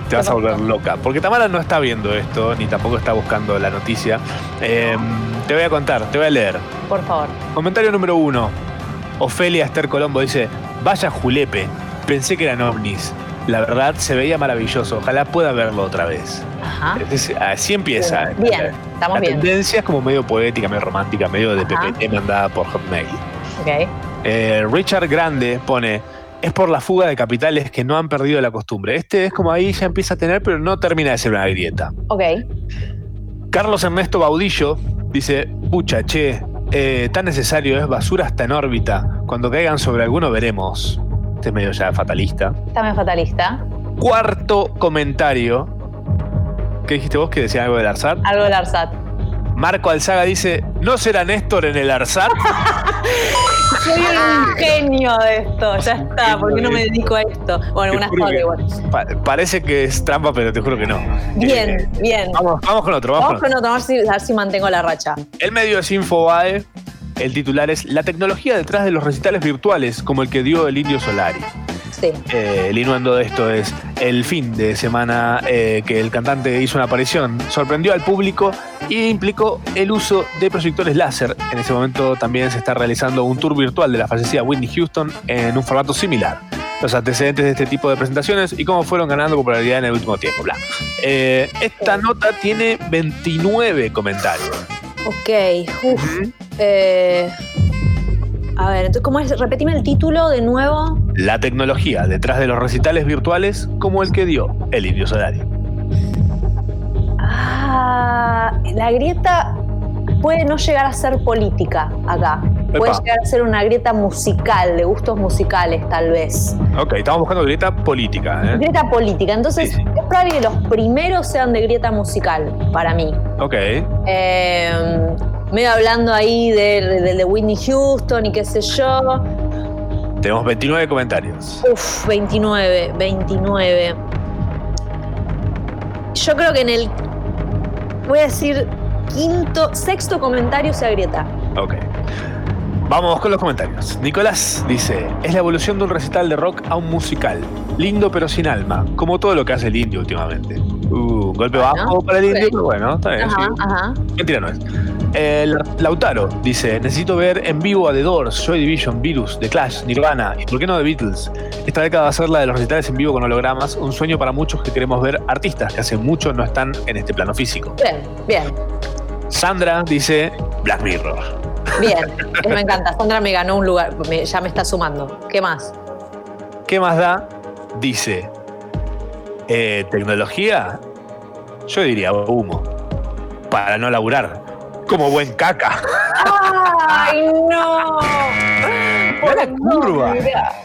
S4: Te vas a volver loca. Porque Tamara no está viendo esto, ni tampoco está buscando la noticia. Eh, te voy a contar, te voy a leer.
S5: Por favor.
S4: Comentario número uno. Ofelia Esther Colombo dice, vaya julepe, pensé que eran ovnis. La verdad, se veía maravilloso. Ojalá pueda verlo otra vez.
S5: Ajá.
S4: Entonces, así empieza.
S5: Ah. Bien,
S4: La-
S5: estamos
S4: la
S5: bien.
S4: tendencia es como medio poética, medio romántica, medio de
S5: Ajá.
S4: PPT mandada por Hotmail.
S5: Ok.
S4: Eh, Richard Grande pone, es por la fuga de capitales que no han perdido la costumbre. Este es como ahí ya empieza a tener, pero no termina de ser una grieta.
S5: Ok.
S4: Carlos Ernesto Baudillo dice, pucha, che, eh, tan necesario es basura hasta en órbita. Cuando caigan sobre alguno veremos. Este es medio ya fatalista.
S5: Está medio fatalista.
S4: Cuarto comentario. ¿Qué dijiste vos que decía algo del Arsat?
S5: Algo del ARSAT.
S4: Marco Alzaga dice, ¿no será Néstor en el Arsat?
S5: Soy un genio de esto, ya está, porque no me dedico a esto. Bueno,
S4: Te
S5: una
S4: juro
S5: historia
S4: que-
S5: igual.
S4: pa- parece que es trampa, pero te juro que no. Eh,
S5: Bien, bien.
S4: vamos, vamos con otro, vamos,
S5: Vamos con otro, a ver si, a ver si mantengo la racha.
S4: El medio es Infobae. El titular es La tecnología detrás de los recitales virtuales, como el que dio el Indio Solari.
S5: Sí.
S4: Eh, el inuendo de esto es el fin de semana eh, que el cantante hizo una aparición, sorprendió al público e implicó el uso de proyectores láser. En ese momento también se está realizando un tour virtual de la fallecida Whitney Houston en un formato similar. Los antecedentes de este tipo de presentaciones y cómo fueron ganando popularidad en el último tiempo. bla. Eh, esta nota tiene 29 comentarios.
S5: Ok, uff. Eh, a ver, entonces, ¿cómo es? Repetime el título de nuevo.
S4: La tecnología detrás de los recitales virtuales como el que dio el Indio Solari.
S5: Ah, la grieta puede no llegar a ser política acá. Puede
S4: Epa.
S5: llegar a ser una grieta musical, de gustos musicales, tal vez.
S4: Ok, estamos buscando grieta política. ¿eh?
S5: Grieta política. Entonces, es probable que los primeros sean de grieta musical, para mí.
S4: Ok.
S5: Eh, medio hablando ahí del de, de Whitney Houston y qué sé yo.
S4: Tenemos 29 comentarios.
S5: Uf, 29, 29. Yo creo que en el. Voy a decir quinto, sexto comentario se agrieta.
S4: Ok. Vamos con los comentarios. Nicolás dice, es la evolución de un recital de rock a un musical. Lindo pero sin alma, como todo lo que hace el indio últimamente. Uh, golpe bajo para el indio, pero bueno, está bien.
S5: Ajá,
S4: sí.
S5: ajá.
S4: Mentira no es. Eh, Lar- Lautaro dice, necesito ver en vivo a The Doors, Joy Division, Virus, The Clash, Nirvana y por qué no The Beatles. Esta década va a ser la de los recitales en vivo con hologramas, un sueño para muchos que queremos ver artistas que hace mucho no están en este plano físico.
S5: Bien, bien,
S4: Sandra dice, Black Mirror.
S5: bien. Me encanta. Sandra me ganó un lugar. me- ya me está sumando. ¿Qué más?
S4: ¿Qué más da? Dice, eh, tecnología, yo diría humo, para no laburar, como buen caca.
S5: ¡Ay, no!
S4: Mirá la curva.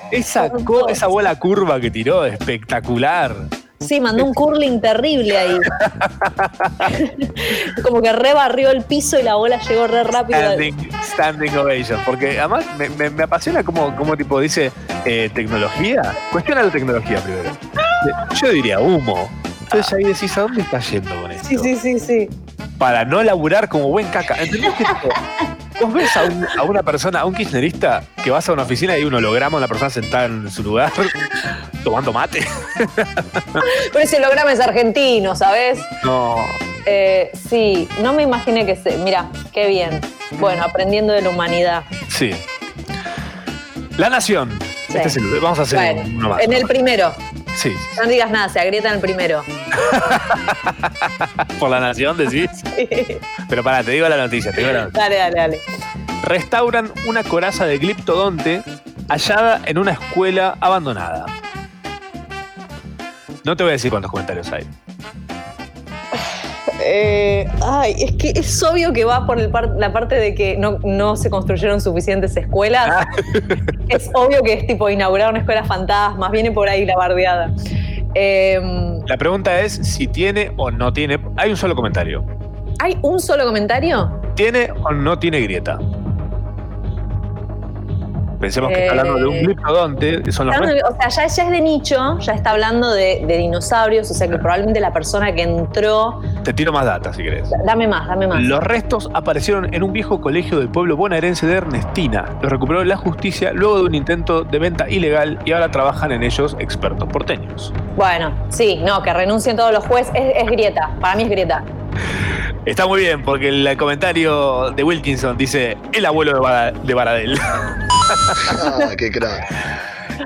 S4: Esa, co- esa bola curva que tiró, espectacular.
S5: Sí, mandó un curling terrible ahí. Como que rebarrió el piso y la bola llegó re rápido.
S4: Standing, standing ovation. Porque además me, me- me apasiona como, como tipo dice, eh, tecnología. Cuestiona la tecnología primero. Yo diría humo. Entonces ahí decís, ¿a dónde estás yendo con esto?
S5: Sí, sí, sí, sí.
S4: Para no laburar como buen caca. ¿Entendés que tipo, ¿Vos ves a, un- a una persona, a un kirchnerista, que vas a una oficina y hay un holograma, una persona sentada en su lugar, tomando mate?
S5: Pero ese holograma es argentino, ¿sabes?
S4: No.
S5: Eh, sí, no me imaginé que se. Mira, qué bien.
S4: Mm.
S5: Bueno, aprendiendo de la humanidad.
S4: Sí. La Nación.
S5: Sí.
S4: Este es el- vamos a hacer
S5: Bueno,
S4: uno más.
S5: En el primero.
S4: Sí.
S5: No digas nada, se agrieta en el primero.
S4: Por la Nación decís. Pero pará, te digo la noticia, te digo la noticia.
S5: dale, dale, dale.
S4: Restauran una coraza de gliptodonte hallada en una escuela abandonada. No te voy a decir cuántos comentarios hay.
S5: Eh, ay, es que es obvio que va por el par- la parte de que no, no se construyeron suficientes escuelas. Es obvio que es tipo inaugurar una escuela fantasmas, viene por ahí la bardeada. Eh,
S4: La pregunta es si tiene o no tiene. Hay un solo comentario.
S5: ¿Hay un solo comentario?
S4: ¿Tiene o no tiene grieta? Pensemos que está
S5: Eh,
S4: hablando de un gliptodonte, son los
S5: Está hablando de- o sea, ya, ya es de nicho, ya está hablando de, de dinosaurios, o sea que probablemente la persona que entró.
S4: restos. Te tiro más data si querés.
S5: Dame más, dame más.
S4: Los restos aparecieron en un viejo colegio del pueblo bonaerense de Ernestina. Los recuperó la justicia luego de un intento de venta ilegal y ahora trabajan en ellos expertos porteños.
S5: Bueno, sí, no, que renuncien todos los jueces. Es, es grieta, para mí es grieta.
S4: Está muy bien, porque el comentario de Wilkinson dice: el abuelo de, Bada- de Baradel.
S2: Ah, qué crack.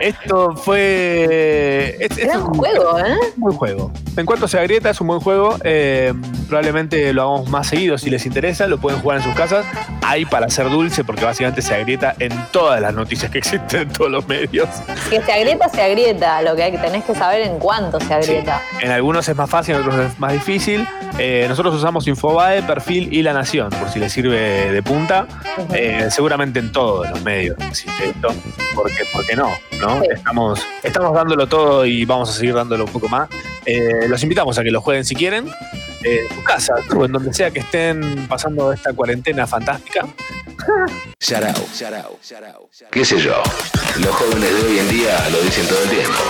S4: Esto fue. Es, es
S5: un juego, ¿eh?
S4: Un buen juego. En cuanto se agrieta, es un buen juego. eh, probablemente lo hagamos más seguido si les interesa. Lo pueden jugar en sus casas. Hay para hacer dulce, porque básicamente se agrieta en todas las noticias que existen en todos los medios.
S5: Que se agrieta, se agrieta. Lo que hay, tenés que saber en cuánto se agrieta.
S4: En algunos es más fácil, en otros es más difícil. Eh, nosotros usamos Infobae, Perfil y La Nación, por si les sirve de punta. Eh, seguramente en todos los medios existe esto, porque, porque no, ¿no? Estamos, estamos dándolo todo y vamos a seguir dándolo un poco más. Eh, los invitamos a que lo jueguen si quieren, eh, en su casa o en donde sea que estén pasando esta cuarentena fantástica.
S10: Sharao. ¿Qué sé yo? Los jóvenes de hoy en día lo dicen todo el tiempo.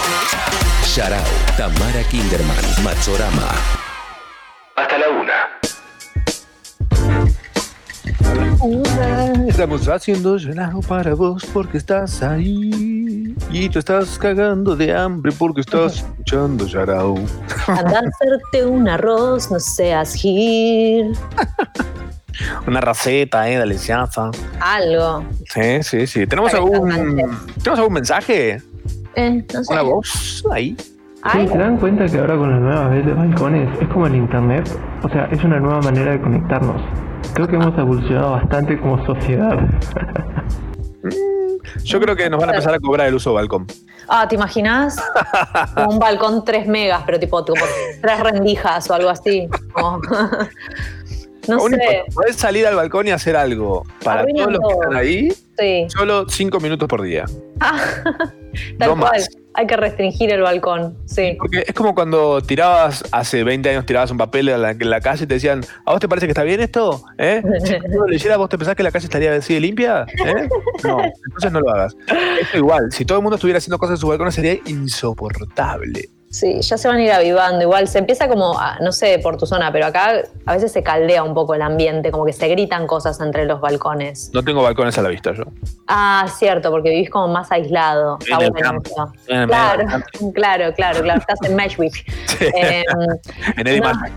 S6: Sharao, Tamara Kinderman, Machorama.
S10: Hasta la una.
S7: Estamos haciendo llenado para vos porque estás ahí. Y te estás cagando de hambre porque estás escuchando Yarao.
S5: Anda a hacerte un arroz, no seas gil.
S7: Una raceta, eh, dale chafa.
S5: Algo.
S4: Sí, sí, sí. ¿Tenemos
S5: Para que
S4: algún, ¿tenemos algún mensaje?
S5: Eh, no sé.
S4: ¿Una voz ahí?
S5: Ay.
S24: ¿Se dan cuenta que ahora con las nuevas redes de balcones es como el internet? O sea, es una nueva manera de conectarnos. Creo que hemos evolucionado bastante como sociedad.
S4: Yo creo que nos van a empezar a cobrar el uso de balcón.
S5: Ah, ¿te imaginas? Como un balcón 3 megas, pero tipo, tipo tres rendijas o algo así. Como- no
S4: Lo único,
S5: sé.
S4: podés salir al balcón y hacer algo. Para
S5: Arruinan
S4: todos los que
S5: todo.
S4: están ahí,
S5: Sí.
S4: solo cinco minutos por día.
S5: Ah, tal
S4: No
S5: cual.
S4: más.
S5: Hay que restringir el balcón. Sí.
S4: Porque es como cuando tirabas, hace 20 años tirabas un papel en la, en la calle y te decían, ¿a vos te parece que está bien esto? ¿Eh? Si no lo leyeras, ¿vos te pensás que la calle estaría así de limpia? ¿Eh? No, entonces no lo hagas. Esto igual, si todo el mundo estuviera haciendo cosas en sus balcones sería insoportable.
S5: Sí, ya se van a ir avivando. Igual se empieza como, a- no sé por tu zona, pero acá a veces se caldea un poco el ambiente, como que se gritan cosas entre los balcones.
S4: No tengo balcones a la vista yo.
S5: Ah, cierto, porque vivís como más aislado.
S4: En
S5: Está
S4: el
S5: bueno
S4: campo,
S5: eso.
S4: en el medio
S5: Claro,
S4: del
S5: claro, claro, claro. Estás en Mashwick. Eh,
S4: En el
S5: no.
S4: imán.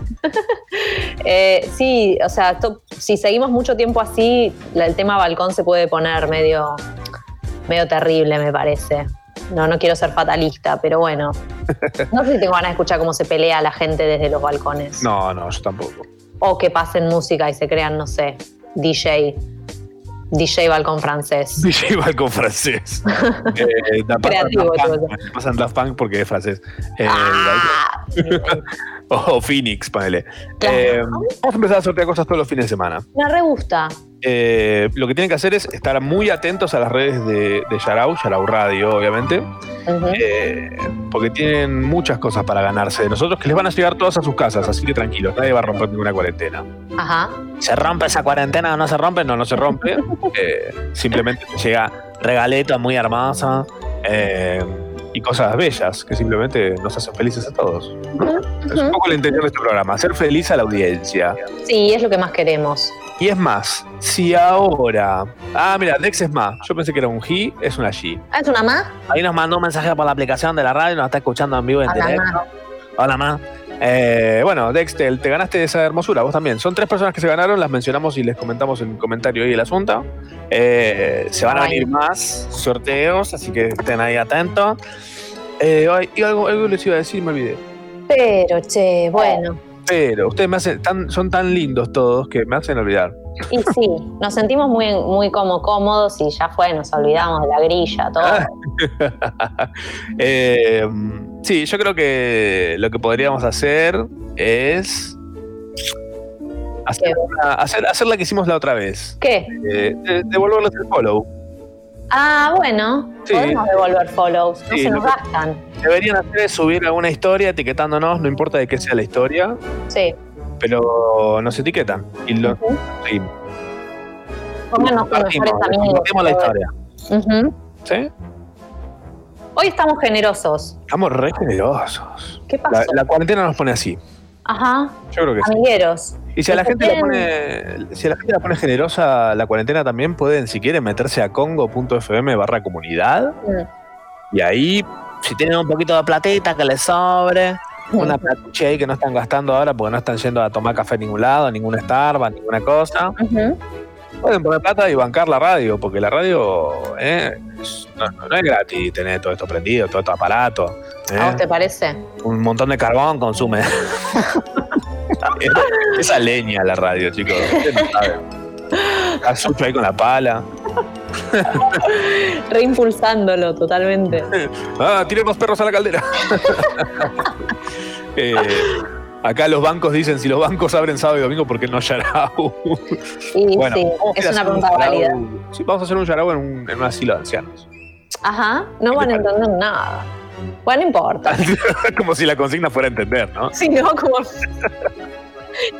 S5: eh, sí, o sea, to- si seguimos mucho tiempo así, la- el tema balcón se puede poner medio, medio terrible, me parece. No, no quiero ser fatalista, pero bueno. No sé si tengo ganas de escuchar cómo se pelea la gente desde los balcones.
S4: No, no, yo tampoco.
S5: O que pasen música y se crean, no sé, DJ. DJ balcón francés.
S4: DJ balcón francés. Eh, da- pasan
S5: Creativo,
S4: Daft Punk,
S5: todo. Ah.
S4: pasan Daft Punk porque es francés. Eh, o Phoenix, ponele. Eh, vamos a empezar a sortear cosas todos los fines de semana.
S5: Me re gusta.
S4: Eh, lo que tienen que hacer es estar muy atentos a las redes de, de Yarau, Yarau Radio, obviamente.
S5: Ah.
S4: Eh, porque tienen muchas cosas para ganarse de nosotros que les van a llegar todas a sus casas, así que tranquilos, nadie va a romper ninguna cuarentena.
S5: Ajá.
S7: ¿Se rompe esa cuarentena o no se rompe? No, no se rompe.
S4: Eh, simplemente te llega regaleta muy hermosa. eh, y cosas bellas que simplemente nos hacen felices a todos. Es un poco la intención de este programa, hacer feliz a la audiencia.
S5: Sí, es lo que más queremos.
S4: Y es más, si ahora. Ah, mira, Dex es más. Yo pensé que era un G, es una G.
S5: Ah, ¿Es una más?
S4: Ahí nos mandó un mensaje por la aplicación de la radio, nos está escuchando en vivo en
S5: Hola,
S4: directo.
S5: ma.
S4: Hola, ma. Eh, bueno, Dextel, te ganaste esa hermosura, vos también. Son tres personas que se ganaron, las mencionamos y les comentamos en el comentario y el asunto. Eh, se van a
S7: Ay.
S4: venir más sorteos, así que estén ahí atentos. Eh, ay, y algo, algo les iba a decir, me olvidé.
S5: Pero, che, bueno.
S4: Pero ustedes me hacen, tan- son tan lindos todos que me hacen olvidar.
S5: Y sí, nos sentimos muy, muy como cómodos y ya fue, nos olvidamos de la grilla, todo.
S4: Ah. Eh, sí, yo creo que lo que podríamos hacer es hacer, una- hacer- hacer la que hicimos la otra vez.
S5: ¿Qué?
S4: Eh, de- devolverles el follow.
S5: Ah, bueno,
S4: Sí.
S5: podemos devolver follows, no
S4: Sí,
S5: se nos
S4: lo que-
S5: gastan.
S4: Deberían hacer es subir alguna historia etiquetándonos, no importa de qué sea la historia,
S5: Sí,
S4: pero nos etiquetan y lo seguimos.
S5: pónganos con
S4: Compartimos,
S5: mejores amigos.
S4: compartimos eh, la historia.
S5: Ujú.
S4: ¿Sí?
S5: Hoy estamos generosos.
S4: Estamos re generosos.
S5: ¿Qué
S4: La,
S5: pasó?
S4: la cuarentena nos pone así.
S5: Ajá,
S4: Yo creo que sí.
S5: amigueros.
S4: Y si a la
S5: Los que
S4: gente la
S5: quieren-
S4: pone, si a la gente la pone generosa la cuarentena también pueden, si quieren, meterse a congo.fm barra comunidad.
S5: Mm.
S4: Y ahí, si tienen un poquito de platita que les sobre,
S5: Mm.
S4: una platucha ahí que no están gastando ahora porque no están yendo a tomar café a ningún lado, a ningún Starbucks, ninguna cosa. Pueden poner plata y bancar la radio, porque la radio eh, es- no, no- no es gratis tener todo esto prendido, todo estos aparatos. eh.
S5: ¿A vos te parece?
S4: Un montón de carbón consume. Es- Esa leña la radio, chicos. Ustedes no saben. Está sucho ahí con la pala.
S5: Reimpulsándolo totalmente.
S4: Ah, tiren más perros a la caldera. Eh, acá los bancos dicen si los bancos abren sábado y domingo, ¿por qué no Yarau?
S5: Y
S4: Bueno,
S5: sí,
S4: vamos a ir
S5: es
S4: a hacer
S5: una
S4: un
S5: pregunta válida.
S4: Yarau. Sí, vamos a hacer un Yarau en un, en un asilo de ancianos.
S5: Ajá, no van a entender nada. Bueno, no importa.
S4: Como si la consigna fuera a entender, ¿no?
S5: Si no, como.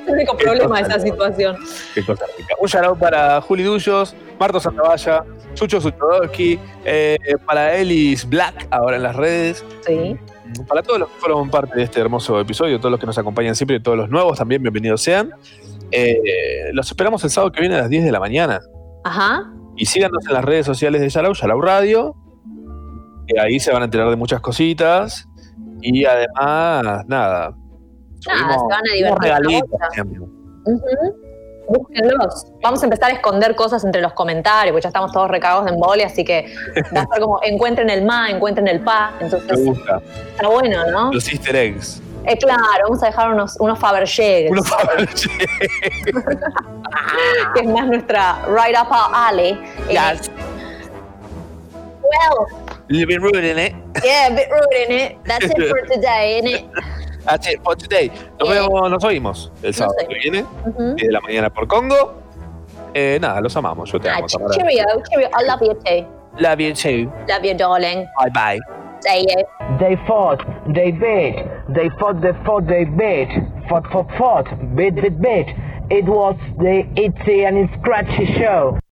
S5: El único problema de esa situación.
S4: Qué cosa rica. Un shout para Juli Dullos, Marto Santavalla, Chucho Suchodolski, eh, para Elis Black, ahora en las redes.
S5: Sí.
S4: Para todos los que fueron parte de este hermoso episodio, todos los que nos acompañan siempre, todos los nuevos también, bienvenidos sean. Eh, los esperamos el sábado que viene a las 10 de la mañana.
S5: Ajá.
S4: Y síganos en las redes sociales de Yarau, Yarau Radio. que ahí se van a enterar de muchas cositas. Y además, nada.
S5: Nada, se van a
S4: unos
S5: divertir.
S4: regalitos
S5: ¿no?
S4: siempre.
S5: Ujú. Búsquenlos. Vamos a empezar a esconder cosas entre los comentarios, porque ya estamos todos recagados de embole, así que va a estar como encuentren el ma, encuentren el pa.
S4: Me
S5: Entonces,
S4: gusta.
S5: está bueno, ¿no?
S4: Los easter eggs.
S5: Eh, claro, vamos a dejar unos, unos Fabergé,
S4: Unos Fabergé.
S5: que es más nuestra right up our alley. Eh, Well,
S4: You've been ruining it.
S5: yeah, a bit rude in it. That's it for today, in it.
S4: That's it Ah, for today. Nos vemos, nos oímos el sábado que viene,
S5: Ujú.
S4: 10 de la mañana por Congo. Eh, nada, los amamos. Yo te
S5: Ah,
S4: amo. Tamara.
S5: Cheerio, cheerio. I love you too.
S4: Love you too.
S5: Love you, darling.
S4: Bye bye.
S5: Say you.
S8: They fought, they beat, they fought, they fought, they beat, fought, fought, fought, beat, beat, beat. It was the Itsy and Scratchy show.